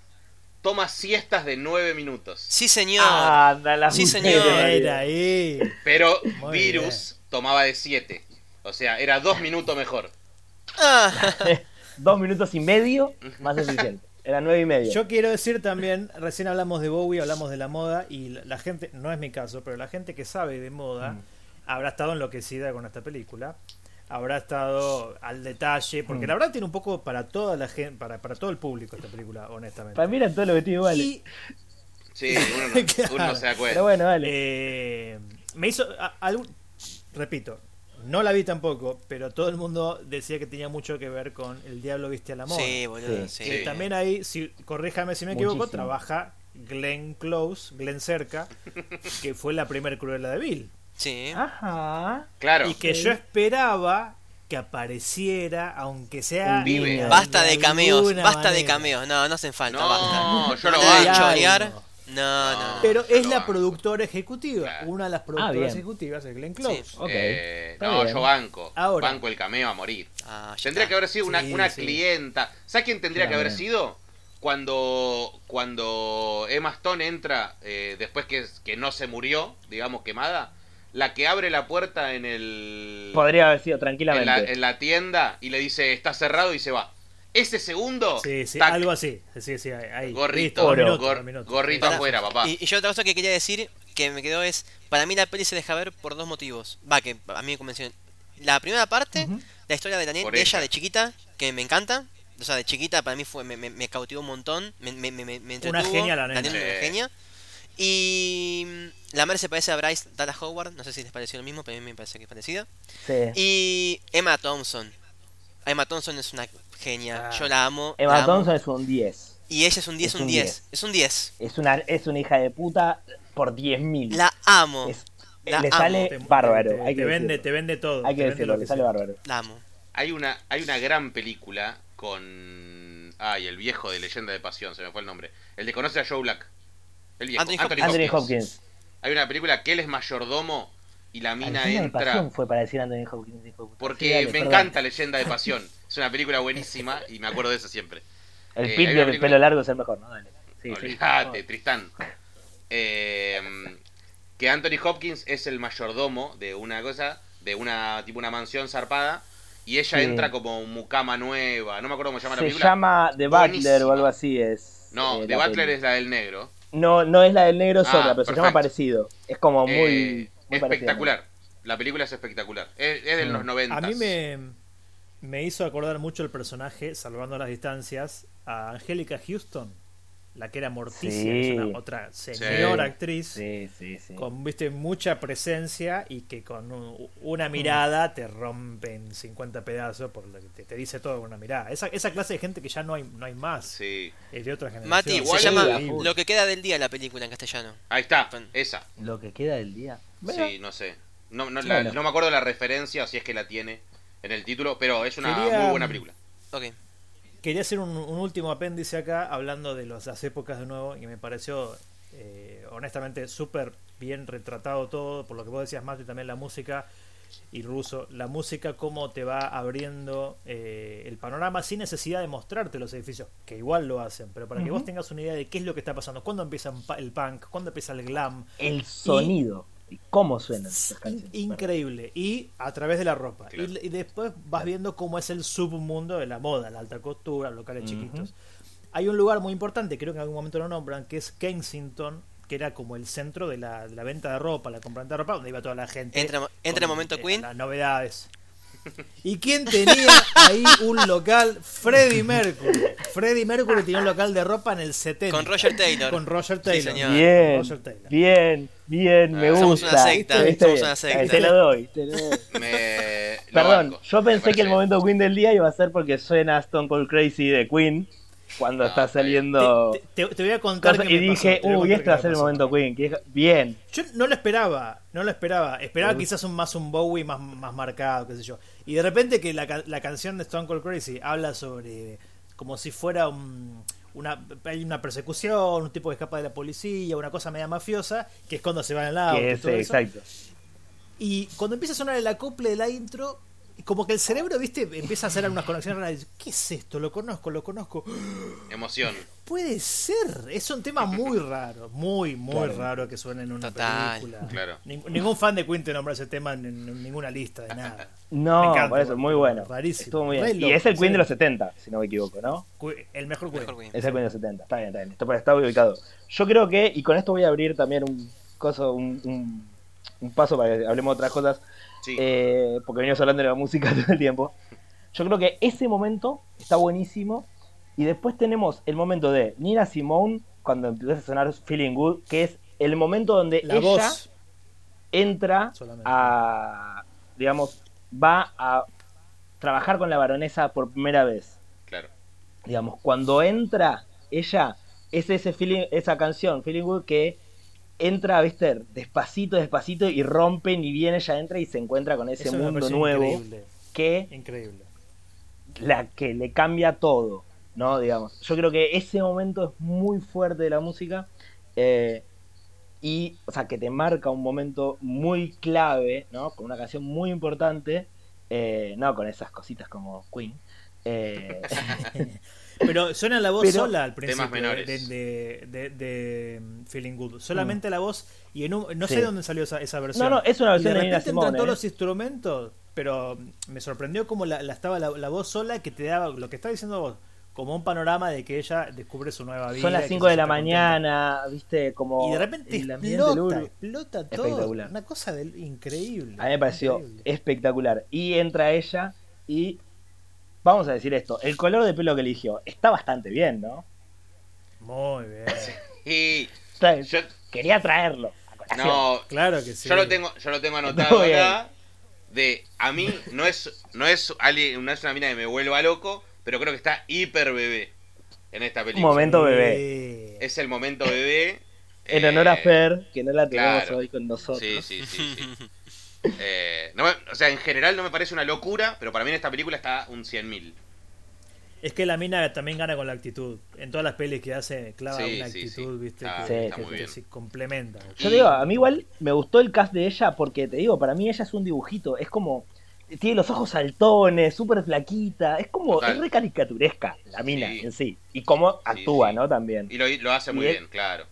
[SPEAKER 2] toma siestas de nueve minutos.
[SPEAKER 3] Sí, señor.
[SPEAKER 5] Ah.
[SPEAKER 4] anda la
[SPEAKER 3] Sí,
[SPEAKER 4] puta
[SPEAKER 3] señor.
[SPEAKER 4] madre.
[SPEAKER 5] era ahí.
[SPEAKER 2] Pero
[SPEAKER 5] Muy
[SPEAKER 2] Virus tomaba de siete. O sea, era dos minutos mejor.
[SPEAKER 3] Ah.
[SPEAKER 4] Dos minutos y medio, más eficiente. Era nueve y medio.
[SPEAKER 5] Yo quiero decir también, recién hablamos de Bowie, hablamos de la moda y la, la gente,
[SPEAKER 4] Mm.
[SPEAKER 5] no es mi caso, pero la gente que sabe de moda habrá estado enloquecida con esta película. habrá estado al detalle, porque
[SPEAKER 4] Mm.
[SPEAKER 5] la verdad tiene un poco para toda la gente, para, para todo el público esta película, honestamente.
[SPEAKER 4] Para mí eran todos los vestidos iguales.
[SPEAKER 5] Y,
[SPEAKER 2] Sí, uno no,
[SPEAKER 5] Claro.
[SPEAKER 2] uno no se da cuenta.
[SPEAKER 4] Pero bueno, dale.
[SPEAKER 5] eh, me hizo a- algún- repito, no la vi tampoco, pero todo el mundo decía que tenía mucho que ver con El diablo viste al amor.
[SPEAKER 3] Sí, boludo.
[SPEAKER 4] Sí.
[SPEAKER 3] Sí.
[SPEAKER 5] Que
[SPEAKER 2] Sí.
[SPEAKER 5] también ahí, si, corríjame si me equivoco,
[SPEAKER 4] Muchísimo.
[SPEAKER 5] trabaja Glenn Close, Glenn Cerca, que fue la primera cruela de Bill.
[SPEAKER 3] Sí.
[SPEAKER 5] Ah,
[SPEAKER 4] Ajá.
[SPEAKER 2] Claro.
[SPEAKER 5] Y que yo esperaba que apareciera, aunque sea.
[SPEAKER 2] Un pibe.
[SPEAKER 5] de
[SPEAKER 3] Basta de
[SPEAKER 5] alguna
[SPEAKER 3] cameos, basta de
[SPEAKER 5] manera.
[SPEAKER 3] cameos. No, no hacen falta,
[SPEAKER 2] No,
[SPEAKER 3] basta.
[SPEAKER 2] yo
[SPEAKER 3] no
[SPEAKER 2] lo
[SPEAKER 3] te hagan
[SPEAKER 5] banco.
[SPEAKER 3] chorear.
[SPEAKER 5] No.
[SPEAKER 3] No, no. no.
[SPEAKER 5] Pero es
[SPEAKER 2] Yo lo
[SPEAKER 5] la
[SPEAKER 2] banco.
[SPEAKER 5] productora ejecutiva,
[SPEAKER 2] Claro.
[SPEAKER 5] una de las
[SPEAKER 4] Ah,
[SPEAKER 5] productoras
[SPEAKER 4] bien.
[SPEAKER 5] ejecutivas es Glenn Close.
[SPEAKER 4] Ok.
[SPEAKER 2] Eh,
[SPEAKER 4] está
[SPEAKER 2] no,
[SPEAKER 4] bien.
[SPEAKER 2] yo banco.
[SPEAKER 5] Ahora.
[SPEAKER 2] Banco el cameo a morir.
[SPEAKER 3] Ah, ya
[SPEAKER 2] Tendría
[SPEAKER 3] está.
[SPEAKER 2] que haber sido una,
[SPEAKER 5] Sí,
[SPEAKER 2] una
[SPEAKER 5] sí.
[SPEAKER 2] clienta. ¿Sabes quién tendría que haber
[SPEAKER 4] Claramente.
[SPEAKER 2] sido? Cuando, cuando Emma Stone entra, eh, después que, que no se murió, digamos quemada, la que abre la puerta en el
[SPEAKER 4] Podría haber sido
[SPEAKER 2] en la,
[SPEAKER 4] tranquilamente.
[SPEAKER 2] en la tienda y le dice está cerrado y se va. Ese segundo,
[SPEAKER 5] Sí, sí,
[SPEAKER 2] tac,
[SPEAKER 5] algo así. Sí, sí, ahí.
[SPEAKER 2] gorrito,
[SPEAKER 5] Listo, dos
[SPEAKER 4] Oro.
[SPEAKER 5] minutos,
[SPEAKER 2] gor-
[SPEAKER 5] dos minutos.
[SPEAKER 2] gorrito
[SPEAKER 3] Pará.
[SPEAKER 2] afuera, papá.
[SPEAKER 3] Y, y yo otra cosa que quería decir que me quedó es, para mí la peli se deja ver por dos motivos. Va, que a mí me convenció. La primera parte, la historia de, la ne-
[SPEAKER 2] Por
[SPEAKER 3] de ella
[SPEAKER 2] ella.
[SPEAKER 3] de chiquita, que me encanta. O sea, de chiquita para mí fue me, me- me cautivó un montón. Me, me, me, me me
[SPEAKER 5] Una
[SPEAKER 3] entretuvo,
[SPEAKER 5] genia la nena.
[SPEAKER 3] nena es una
[SPEAKER 2] Sí.
[SPEAKER 3] genia. Y mm, la madre se parece a Bryce Dallas Howard. No sé si les pareció lo mismo, pero a mí me parece que es parecida.
[SPEAKER 4] Sí.
[SPEAKER 3] Y Emma Thompson. Emma Thompson es una genia.
[SPEAKER 5] Ah.
[SPEAKER 3] Yo la amo. la
[SPEAKER 4] Emma
[SPEAKER 3] amo.
[SPEAKER 4] Thompson es un 10.
[SPEAKER 3] Y ella es un 10,
[SPEAKER 4] es
[SPEAKER 3] un
[SPEAKER 4] un
[SPEAKER 3] 10.
[SPEAKER 4] 10.
[SPEAKER 3] Es un 10.
[SPEAKER 4] Es una, es una hija de puta por 10.000.
[SPEAKER 3] La amo.
[SPEAKER 4] Es-
[SPEAKER 3] La
[SPEAKER 4] le
[SPEAKER 3] amo.
[SPEAKER 4] sale
[SPEAKER 5] Te-
[SPEAKER 4] bárbaro.
[SPEAKER 5] Te,
[SPEAKER 4] hay que
[SPEAKER 5] te vende,
[SPEAKER 4] decirlo.
[SPEAKER 5] te vende todo.
[SPEAKER 4] Hay que
[SPEAKER 5] te vende
[SPEAKER 4] decirlo,
[SPEAKER 5] lo
[SPEAKER 4] le
[SPEAKER 5] que
[SPEAKER 4] sale
[SPEAKER 5] sea.
[SPEAKER 4] bárbaro.
[SPEAKER 3] La amo.
[SPEAKER 2] Hay una, hay una gran película con. Ay, el viejo de Leyenda de Pasión, se me fue el nombre. El de Conoce a Joe Black. El viejo,
[SPEAKER 3] Anthony
[SPEAKER 2] Anthony,
[SPEAKER 3] Hopkins.
[SPEAKER 2] Hopkins.
[SPEAKER 4] Anthony Hopkins.
[SPEAKER 2] Hay una película que él es mayordomo y la mina
[SPEAKER 4] Alucina de
[SPEAKER 2] entra.
[SPEAKER 4] pasión fue para decir Anthony Hopkins. hijo de puta.
[SPEAKER 2] Porque
[SPEAKER 4] Sí, dale,
[SPEAKER 2] me
[SPEAKER 4] perdón.
[SPEAKER 2] encanta Leyenda de Pasión. Es una película buenísima y me acuerdo de esa siempre.
[SPEAKER 4] El
[SPEAKER 2] Eh,
[SPEAKER 4] pit
[SPEAKER 2] hay
[SPEAKER 4] del
[SPEAKER 2] una película-
[SPEAKER 4] pelo largo es el mejor, ¿no? Dale. Sí, sí.
[SPEAKER 2] Olvídate, Tristán. Eh, que Anthony Hopkins es el mayordomo de una cosa, de una tipo una mansión zarpada, y ella
[SPEAKER 4] Sí.
[SPEAKER 2] entra como mucama nueva. No me acuerdo cómo se llama la
[SPEAKER 4] Se
[SPEAKER 2] película.
[SPEAKER 4] llama The Butler o
[SPEAKER 2] Buenísima.
[SPEAKER 4] algo así es.
[SPEAKER 2] No,
[SPEAKER 4] eh,
[SPEAKER 2] The
[SPEAKER 4] la
[SPEAKER 2] Butler
[SPEAKER 4] peli.
[SPEAKER 2] es la del negro.
[SPEAKER 4] No, no es la del negro
[SPEAKER 2] Ah,
[SPEAKER 4] sola, pero se llama
[SPEAKER 2] perfecto.
[SPEAKER 4] parecido. Es como muy,
[SPEAKER 2] Eh,
[SPEAKER 4] muy parecido.
[SPEAKER 2] espectacular. La película es espectacular. Es, es de
[SPEAKER 4] Mm.
[SPEAKER 2] los 90.
[SPEAKER 5] A mí me, me hizo acordar mucho el personaje, salvando las distancias, a Angélica Houston, la que era Morticia,
[SPEAKER 4] Sí.
[SPEAKER 5] es una otra señora
[SPEAKER 2] Sí.
[SPEAKER 5] actriz,
[SPEAKER 4] Sí, sí, sí.
[SPEAKER 5] con viste mucha presencia y que con un- una
[SPEAKER 2] Mm.
[SPEAKER 5] mirada te rompen 50 pedazos, por lo que te, te dice todo con una mirada. Esa, esa clase de gente que ya no hay, no hay más,
[SPEAKER 2] Sí.
[SPEAKER 5] es de otra generación.
[SPEAKER 3] Mati,
[SPEAKER 2] Igual
[SPEAKER 3] se llama
[SPEAKER 2] la-
[SPEAKER 3] Lo que queda del día la película en castellano.
[SPEAKER 2] Ahí está,
[SPEAKER 3] Bueno.
[SPEAKER 2] esa.
[SPEAKER 4] Lo que queda del día. Mira,
[SPEAKER 2] Sí, no sé. No, no, la-
[SPEAKER 4] Bueno.
[SPEAKER 2] no me acuerdo la referencia, si es que la tiene en el título, pero es una
[SPEAKER 5] Quería-
[SPEAKER 2] muy buena película.
[SPEAKER 3] Ok.
[SPEAKER 5] Quería hacer un, un último apéndice acá, hablando de los- las épocas de nuevo, y me pareció, eh, honestamente, súper bien retratado todo, por lo que vos decías, Mati, también la música y ruso, la música cómo te va abriendo eh, el panorama sin necesidad de mostrarte los edificios, que igual lo hacen, pero para que vos tengas una idea de qué es lo que está pasando, cuándo empieza un pa- el punk, cuándo empieza el glam,
[SPEAKER 4] El sonido. Y ¿Cómo suenan esas
[SPEAKER 5] In-
[SPEAKER 4] canciones?
[SPEAKER 5] Increíble. Y a través de la ropa. Y-
[SPEAKER 2] Claro.
[SPEAKER 5] Y, después vas viendo cómo es el submundo de la moda, la alta costura, los locales chiquitos. Hay un lugar muy importante, creo que en algún momento lo nombran, que es Kensington, que era como el centro de la, de la venta de ropa, la compraventa de ropa, donde iba toda la gente.
[SPEAKER 3] Entra- entra el momento
[SPEAKER 5] eh,
[SPEAKER 3] Queen.
[SPEAKER 5] Las novedades. ¿Y quién tenía ahí un local? Freddie Mercury. Freddie Mercury tenía un local de ropa en el 70.
[SPEAKER 3] Con Roger Taylor.
[SPEAKER 5] Con Roger
[SPEAKER 3] Sí,
[SPEAKER 5] Taylor.
[SPEAKER 3] señor.
[SPEAKER 4] Bien,
[SPEAKER 5] Roger Taylor.
[SPEAKER 4] bien, bien, me
[SPEAKER 2] Ah,
[SPEAKER 4] gusta.
[SPEAKER 3] somos una secta,
[SPEAKER 4] ¿Viste? ¿Viste?
[SPEAKER 3] somos
[SPEAKER 4] Bien.
[SPEAKER 3] una secta.
[SPEAKER 4] Eh, Te lo doy, te lo doy.
[SPEAKER 2] Me- lo
[SPEAKER 4] Perdón,
[SPEAKER 2] banco,
[SPEAKER 4] yo
[SPEAKER 2] me
[SPEAKER 4] pensé que el
[SPEAKER 2] parece.
[SPEAKER 4] momento Queen del día iba a ser porque suena Stone Cold Crazy de Queen cuando
[SPEAKER 2] No,
[SPEAKER 4] está
[SPEAKER 2] está bien.
[SPEAKER 4] saliendo.
[SPEAKER 5] Te, te- te voy a contar.
[SPEAKER 4] cosas-
[SPEAKER 5] qué
[SPEAKER 4] y
[SPEAKER 5] me pasó,
[SPEAKER 4] dije,
[SPEAKER 5] te voy
[SPEAKER 4] uy,
[SPEAKER 5] a contar
[SPEAKER 4] este
[SPEAKER 5] qué
[SPEAKER 4] va a
[SPEAKER 5] me
[SPEAKER 4] ser el
[SPEAKER 5] pasó".
[SPEAKER 4] momento Queen. que- Bien,
[SPEAKER 5] Yo no lo esperaba, no lo esperaba. Esperaba
[SPEAKER 4] Me gusta.
[SPEAKER 5] quizás un más un Bowie más, más marcado, qué sé yo. Y de repente que la, ca- la canción de Stone Cold Crazy habla sobre como si fuera un- una hay una persecución, un tipo que escapa de la policía, una cosa media mafiosa, que es cuando se va al lado.
[SPEAKER 4] que es exacto.
[SPEAKER 5] Y cuando empieza a sonar el acople de la intro, como que el cerebro, viste, empieza a hacer algunas conexiones raras. Dice, ¿Qué es esto? Lo conozco, lo conozco.
[SPEAKER 2] Emoción.
[SPEAKER 5] Puede ser. Es un tema muy raro. Muy, muy
[SPEAKER 4] Claro.
[SPEAKER 5] raro que suene en una
[SPEAKER 3] Total.
[SPEAKER 5] película.
[SPEAKER 2] Claro.
[SPEAKER 5] Ning- ningún fan de Queen te nombra ese tema en, en ninguna lista de nada. Me
[SPEAKER 4] No,
[SPEAKER 5] encanta,
[SPEAKER 4] por eso, muy bueno.
[SPEAKER 5] rarísimo,
[SPEAKER 4] Estuvo muy
[SPEAKER 5] re
[SPEAKER 4] bien. Y
[SPEAKER 5] loco,
[SPEAKER 4] es el Queen
[SPEAKER 5] sí.
[SPEAKER 4] de los 70, si no me equivoco, ¿no?
[SPEAKER 5] Cu- El mejor Queen.
[SPEAKER 3] Mejor Queen.
[SPEAKER 4] Es el Queen de los 70. Está bien, está bien. Está, está ubicado. Yo creo que, y con esto voy a abrir también un coso, un, un- un paso para que hablemos de otras cosas,
[SPEAKER 2] Sí.
[SPEAKER 4] eh, porque venimos hablando de la música todo el tiempo. Yo creo que ese momento está buenísimo. Y después tenemos el momento de Nina Simone, cuando empieza a sonar Feeling Good, que es el momento donde
[SPEAKER 5] La
[SPEAKER 4] ella
[SPEAKER 5] voz.
[SPEAKER 4] entra
[SPEAKER 5] Solamente.
[SPEAKER 4] a, digamos, va a trabajar con la baronesa por primera vez.
[SPEAKER 2] Claro.
[SPEAKER 4] Digamos, cuando entra ella, es ese feeling, esa canción, Feeling Good, que entra, viste, despacito, despacito y rompen y bien ella entra y se encuentra con ese
[SPEAKER 5] Eso me
[SPEAKER 4] mundo
[SPEAKER 5] pareció
[SPEAKER 4] nuevo
[SPEAKER 5] Increíble.
[SPEAKER 4] que
[SPEAKER 5] increíble.
[SPEAKER 4] la que le cambia todo, ¿no? Digamos. Yo creo que ese momento es muy fuerte de la música. eh, y, o sea, que te marca un momento muy clave, ¿no? Con una canción muy importante. eh, no con esas cositas como Queen. eh,
[SPEAKER 5] Pero suena la voz
[SPEAKER 4] Pero-
[SPEAKER 5] sola al
[SPEAKER 2] Temas
[SPEAKER 5] principio eh, de,
[SPEAKER 2] menores.
[SPEAKER 5] de- de- de, mm, Feeling Good. Solamente la voz y en un- no sé
[SPEAKER 4] Sí.
[SPEAKER 5] de dónde salió esa, esa versión.
[SPEAKER 4] No, no, es una
[SPEAKER 5] Y
[SPEAKER 4] versión
[SPEAKER 5] de
[SPEAKER 4] de Nina
[SPEAKER 5] repente entran
[SPEAKER 4] Simone,
[SPEAKER 5] todos
[SPEAKER 4] ¿eh?
[SPEAKER 5] los instrumentos, pero me sorprendió cómo la, la estaba la, la voz sola que te daba lo que está diciendo vos, como un panorama de que ella descubre su nueva vida.
[SPEAKER 4] son las
[SPEAKER 5] que
[SPEAKER 4] 5
[SPEAKER 5] se
[SPEAKER 4] de la
[SPEAKER 5] siente contenta.
[SPEAKER 4] mañana, ¿viste? Como.
[SPEAKER 5] Y de repente
[SPEAKER 4] el ambiente
[SPEAKER 5] explota,
[SPEAKER 4] lúgubre.
[SPEAKER 5] explota todo.
[SPEAKER 4] Espectacular.
[SPEAKER 5] Una cosa del increíble.
[SPEAKER 4] A mí me pareció
[SPEAKER 5] increíble.
[SPEAKER 4] espectacular. Y entra ella y. Vamos a decir esto: el color de pelo que eligió está bastante bien, ¿no?
[SPEAKER 5] Muy bien.
[SPEAKER 2] Y
[SPEAKER 4] Está-
[SPEAKER 2] yo,
[SPEAKER 4] Quería traerlo. a colación.
[SPEAKER 2] no,
[SPEAKER 5] Claro que sí.
[SPEAKER 2] yo lo tengo, yo lo tengo anotado
[SPEAKER 4] Muy bien.
[SPEAKER 2] acá. De a mí no es, no es alguien, no es una mina que me vuelva loco, pero creo que está hiper bebé en esta película.
[SPEAKER 4] Momento bebé.
[SPEAKER 5] Eh,
[SPEAKER 2] Es el momento bebé.
[SPEAKER 4] En
[SPEAKER 2] eh,
[SPEAKER 4] honor a Fer, que no la tenemos
[SPEAKER 2] claro.
[SPEAKER 4] hoy con nosotros.
[SPEAKER 2] Sí, sí, sí, sí. Eh, no me- o sea, en general no me parece una locura, pero para mí en esta película está un 100.000.
[SPEAKER 5] Es que la mina también gana con la actitud. En todas las pelis que hace, clava
[SPEAKER 2] Sí,
[SPEAKER 5] una
[SPEAKER 2] sí, sí.
[SPEAKER 5] actitud, ¿viste?
[SPEAKER 2] Ah,
[SPEAKER 5] que,
[SPEAKER 4] está
[SPEAKER 5] que
[SPEAKER 2] muy bien.
[SPEAKER 5] se complementa.
[SPEAKER 4] Yo
[SPEAKER 2] Y-
[SPEAKER 4] digo, a mí igual me gustó el cast de ella porque te digo, para mí ella es un dibujito, es como tiene los ojos saltones, súper flaquita, es como
[SPEAKER 2] Total.
[SPEAKER 4] es re caricaturesca la mina
[SPEAKER 2] Sí.
[SPEAKER 4] en sí y cómo actúa,
[SPEAKER 2] sí.
[SPEAKER 4] ¿no? También.
[SPEAKER 2] Y lo, lo hace muy
[SPEAKER 4] Y es-
[SPEAKER 2] bien, claro.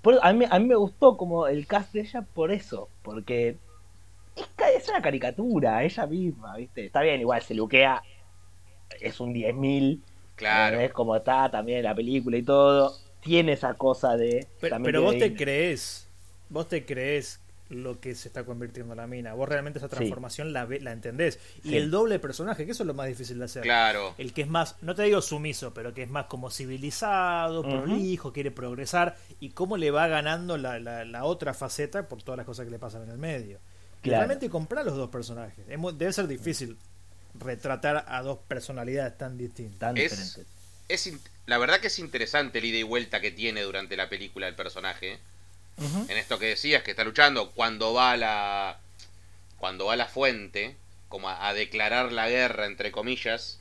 [SPEAKER 4] Por- a, mí, a mí me gustó como el cast de ella por eso, porque es, ca- es una caricatura ella misma, ¿viste? Está bien, igual se luquea es un 10.000
[SPEAKER 2] Claro.
[SPEAKER 4] Es como está también en la película y todo. Tiene esa cosa de.
[SPEAKER 5] Pero,
[SPEAKER 4] también tiene
[SPEAKER 5] pero vos te
[SPEAKER 4] de-
[SPEAKER 5] crees, vos te crees lo que se está convirtiendo la mina. Vos realmente esa transformación la, ve- la entendés. Y
[SPEAKER 4] Sí.
[SPEAKER 5] el doble personaje, que eso es lo más difícil de hacer.
[SPEAKER 2] Claro.
[SPEAKER 5] El que es más, no te digo sumiso, pero que es más como civilizado,
[SPEAKER 4] Ujú.
[SPEAKER 5] prolijo, quiere progresar. Y cómo le va ganando la, la- la otra faceta por todas las cosas que le pasan en el medio. Y
[SPEAKER 4] Claro.
[SPEAKER 5] Realmente comprar los dos personajes. Es mu- debe ser difícil retratar a dos personalidades tan distintas.
[SPEAKER 4] Tan
[SPEAKER 2] Es-
[SPEAKER 4] diferente.
[SPEAKER 2] Es in- la verdad que es interesante el ida y vuelta que tiene durante la película el personaje. ¿eh? En esto que decías, que está luchando, cuando va a la. Cuando va a la fuente, como a, a declarar la guerra, entre comillas.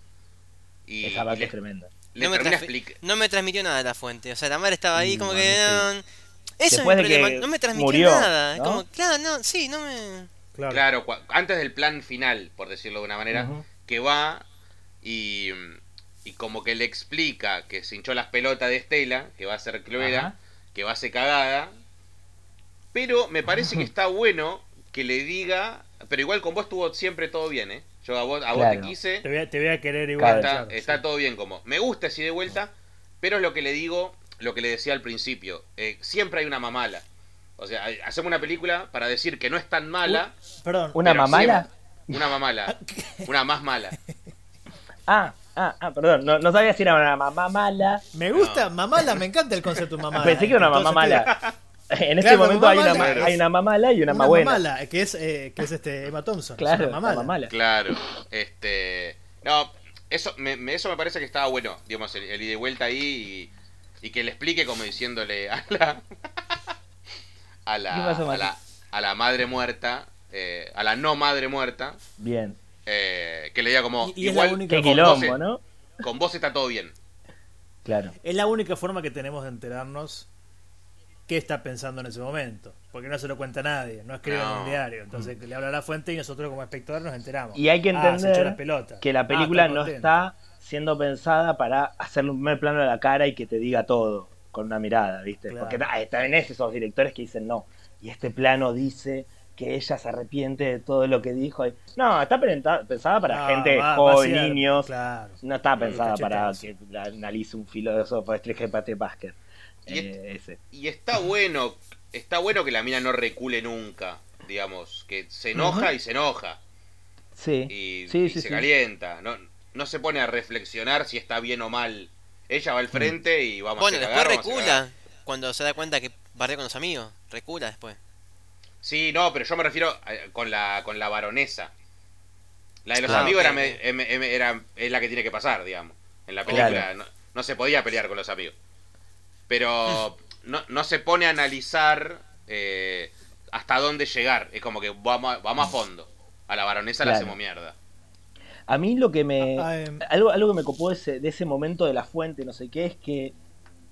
[SPEAKER 2] Y,
[SPEAKER 4] Esa
[SPEAKER 2] y
[SPEAKER 4] parte
[SPEAKER 2] le,
[SPEAKER 4] es tremenda.
[SPEAKER 2] le
[SPEAKER 3] no, me
[SPEAKER 2] termina
[SPEAKER 3] transmi-
[SPEAKER 2] explicando.
[SPEAKER 3] no me transmitió nada la fuente. O sea, la madre estaba ahí
[SPEAKER 4] Mm,
[SPEAKER 3] como
[SPEAKER 4] a
[SPEAKER 3] que.
[SPEAKER 4] mí
[SPEAKER 3] no- Eso es
[SPEAKER 4] Después de
[SPEAKER 3] mi
[SPEAKER 4] que
[SPEAKER 3] problema. No me transmitió
[SPEAKER 4] murió,
[SPEAKER 3] nada. Es
[SPEAKER 4] ¿no?
[SPEAKER 3] como, claro, no, sí, no me.
[SPEAKER 5] Claro.
[SPEAKER 2] Claro, cua- antes del plan final, por decirlo de una manera,
[SPEAKER 4] Ujú.
[SPEAKER 2] que va y, y como que le explica que se hinchó las pelotas de Estela, que va a ser Cluera,
[SPEAKER 4] Ajá.
[SPEAKER 2] que va a ser cagada, pero me parece que está bueno que le diga, pero igual con vos estuvo siempre todo bien, ¿eh? Yo a vos, a vos
[SPEAKER 4] Claro.
[SPEAKER 2] te quise,
[SPEAKER 5] Te voy, a, te voy a querer igual.
[SPEAKER 4] Claro.
[SPEAKER 2] está,
[SPEAKER 5] claro,
[SPEAKER 2] está
[SPEAKER 5] sí.
[SPEAKER 2] todo bien como, me gusta así de vuelta, pero es lo que le digo, lo que le decía al principio, eh, siempre hay una mamala. O sea, hay- hacemos una película para decir que no es tan mala.
[SPEAKER 5] Perdón.
[SPEAKER 4] ¿Una
[SPEAKER 2] pero
[SPEAKER 4] mamala?
[SPEAKER 2] siempre- Una mamala. Una más mala.
[SPEAKER 4] Ah, ah, ah, perdón. No, no sabía si era una mamá mala.
[SPEAKER 5] Me gusta, mamala, me encanta el concepto mamala.
[SPEAKER 4] Pensé que era una
[SPEAKER 5] En todo
[SPEAKER 4] mamá
[SPEAKER 5] sentido.
[SPEAKER 4] mala. En este
[SPEAKER 5] Claro,
[SPEAKER 4] momento
[SPEAKER 5] mamá
[SPEAKER 4] hay una,
[SPEAKER 5] mala
[SPEAKER 4] ma-
[SPEAKER 5] es-
[SPEAKER 4] hay una mamá mala y una,
[SPEAKER 5] Una
[SPEAKER 4] mamá buena.
[SPEAKER 5] mamala, que es, eh, que es este Emma Thompson. es
[SPEAKER 4] Claro,
[SPEAKER 5] una mamala.
[SPEAKER 4] la mamá mala.
[SPEAKER 2] Claro, este. No, eso me, me- eso me parece que estaba bueno, digamos, el, el ida y vuelta ahí y, y que le explique como diciéndole a la. a
[SPEAKER 4] ¿Qué
[SPEAKER 2] la.
[SPEAKER 4] pasó,
[SPEAKER 2] a
[SPEAKER 4] Mati?
[SPEAKER 2] la, a la madre muerta, eh, a la no madre muerta,
[SPEAKER 4] Bien.
[SPEAKER 2] eh, que le diga como.
[SPEAKER 5] Y- y es la
[SPEAKER 2] igual
[SPEAKER 5] única-
[SPEAKER 4] Qué
[SPEAKER 2] con, vos,
[SPEAKER 4] quilombo, ¿no?
[SPEAKER 2] e- con vos está todo bien.
[SPEAKER 4] Claro.
[SPEAKER 5] Es la única forma que tenemos de enterarnos qué está pensando en ese momento. Porque no se lo cuenta nadie, no escribe en
[SPEAKER 2] No.
[SPEAKER 5] un diario. Entonces le habla la fuente y nosotros como espectadores nos enteramos.
[SPEAKER 4] Y hay que
[SPEAKER 5] Ah, se echó
[SPEAKER 4] entender
[SPEAKER 5] la pelota.
[SPEAKER 4] que la
[SPEAKER 5] Ah,
[SPEAKER 4] película no
[SPEAKER 5] contento.
[SPEAKER 4] está siendo pensada para hacerle un primer plano a la cara y que te diga todo con una mirada, ¿viste?
[SPEAKER 5] Claro.
[SPEAKER 4] Porque ah, también es esos directores que dicen no. Y este plano dice que ella se arrepiente de todo lo que dijo. Y- No, está prenta- pensada para
[SPEAKER 5] Ah,
[SPEAKER 4] gente
[SPEAKER 5] va-
[SPEAKER 4] joven,
[SPEAKER 5] vacía-
[SPEAKER 4] niños.
[SPEAKER 5] Claro. Mm,
[SPEAKER 4] No está pensada para
[SPEAKER 5] cachetadas.
[SPEAKER 4] que la analice un filósofo estrella Pate Basker.
[SPEAKER 2] Y
[SPEAKER 4] Eh, ese.
[SPEAKER 2] Y está bueno, está bueno que la mina no recule nunca. digamos, que se enoja y se enoja
[SPEAKER 4] Sí.
[SPEAKER 2] y,
[SPEAKER 4] Sí,
[SPEAKER 2] y
[SPEAKER 4] sí,
[SPEAKER 2] se
[SPEAKER 4] sí.
[SPEAKER 2] calienta, no, no se pone a reflexionar si está bien o mal. Ella
[SPEAKER 4] Mm.
[SPEAKER 2] va al frente y vamos
[SPEAKER 3] Bueno,
[SPEAKER 2] a
[SPEAKER 3] después
[SPEAKER 2] cagar, vamos a cagar.
[SPEAKER 3] recula cuando se da cuenta que bardeó con los amigos. Recula después.
[SPEAKER 2] Sí, no, pero yo me refiero a- con la con la baronesa. La de los
[SPEAKER 3] Ah,
[SPEAKER 2] amigos
[SPEAKER 3] ok,
[SPEAKER 2] era, me-
[SPEAKER 3] ok.
[SPEAKER 2] em- em- era- es la que tiene que pasar, digamos. En la película
[SPEAKER 4] Claro.
[SPEAKER 2] no, no se podía pelear con los amigos. Pero no, no se pone a analizar eh, hasta dónde llegar. Es como que vamos a, vamos a fondo. A la baronesa la
[SPEAKER 4] Claro.
[SPEAKER 2] hacemos mierda.
[SPEAKER 4] A mí lo que me.
[SPEAKER 5] Ah, em.
[SPEAKER 4] algo, algo que me copó de ese, de ese momento de la fuente, no sé qué, es que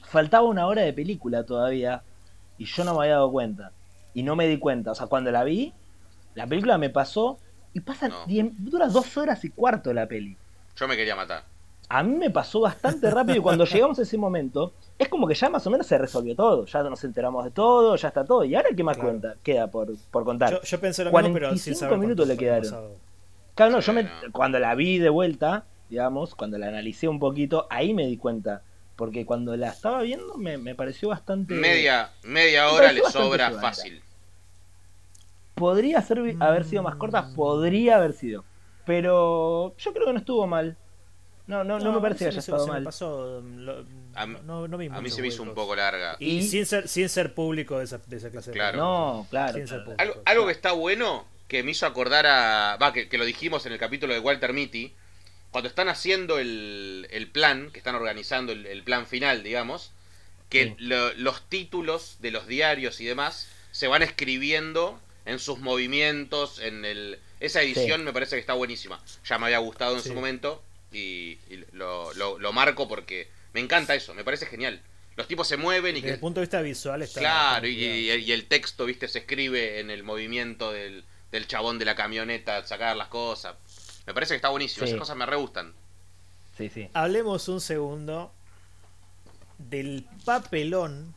[SPEAKER 4] faltaba una hora de película todavía y yo no me había dado cuenta. Y no me di cuenta. O sea, cuando la vi, la película me pasó y pasan
[SPEAKER 2] No.
[SPEAKER 4] diez- dura dos horas y cuarto la peli.
[SPEAKER 2] Yo me quería matar.
[SPEAKER 4] A mí me pasó bastante rápido y cuando llegamos a ese momento, es como que ya más o menos se resolvió todo. Ya nos enteramos de todo, ya está todo. ¿Y ahora qué más
[SPEAKER 5] Claro.
[SPEAKER 4] cuenta queda por, por contar?
[SPEAKER 5] Yo, yo pensé lo mismo, pero sin
[SPEAKER 4] 45
[SPEAKER 5] saber cuánto
[SPEAKER 4] minutos le
[SPEAKER 5] fue el
[SPEAKER 4] quedaron.
[SPEAKER 5] pasado.
[SPEAKER 4] Claro, no,
[SPEAKER 2] Sí,
[SPEAKER 4] yo
[SPEAKER 3] Eh,
[SPEAKER 4] me-
[SPEAKER 2] no.
[SPEAKER 4] cuando la vi de vuelta, digamos, cuando la analicé un poquito, ahí me di cuenta. Porque cuando la estaba viendo me, me pareció bastante...
[SPEAKER 2] Media, media
[SPEAKER 4] Me
[SPEAKER 2] hora
[SPEAKER 4] pareció
[SPEAKER 2] le
[SPEAKER 4] bastante
[SPEAKER 2] sobra
[SPEAKER 4] llevadera.
[SPEAKER 2] fácil.
[SPEAKER 4] Podría ser, haber sido más corta, podría haber sido. Pero yo creo que no estuvo mal. No, no, no, me parece que
[SPEAKER 5] sí,
[SPEAKER 4] haya
[SPEAKER 5] se-
[SPEAKER 4] estado
[SPEAKER 5] se me
[SPEAKER 4] mal.
[SPEAKER 5] pasó, em, lo-
[SPEAKER 2] A mí-
[SPEAKER 5] no, no vi
[SPEAKER 2] A mí
[SPEAKER 5] muchos
[SPEAKER 2] se me hizo un
[SPEAKER 5] huecos.
[SPEAKER 2] poco larga.
[SPEAKER 5] Y,
[SPEAKER 4] Y-
[SPEAKER 5] sin, ser, sin ser público de esa, de esa clase
[SPEAKER 2] Claro.
[SPEAKER 5] de
[SPEAKER 4] No, claro.
[SPEAKER 5] Sin ser público.
[SPEAKER 2] Algo, algo que está bueno, que me hizo acordar a. Va, que, que lo dijimos en el capítulo de Walter Mitty. Cuando están haciendo el, el plan, que están organizando el, el plan final, digamos, que
[SPEAKER 4] Sí.
[SPEAKER 2] lo- los títulos de los diarios y demás se van escribiendo en sus movimientos, en el. Esa edición me parece que está buenísima. Ya me había gustado en
[SPEAKER 5] Sí.
[SPEAKER 2] su momento y, y lo, lo- lo marco porque me encanta eso, me parece genial. Los tipos se mueven y
[SPEAKER 5] Desde
[SPEAKER 2] que
[SPEAKER 5] el punto de vista visual está.
[SPEAKER 2] Claro, y,
[SPEAKER 5] está muy
[SPEAKER 2] y- y el texto, viste, se escribe en el movimiento del, del chabón de la camioneta, al sacar las cosas. Me parece que está buenísimo,
[SPEAKER 4] Sí.
[SPEAKER 2] esas cosas me re gustan.
[SPEAKER 4] Sí,
[SPEAKER 2] eh.
[SPEAKER 4] sí.
[SPEAKER 5] Ah, Hablemos un segundo del papelón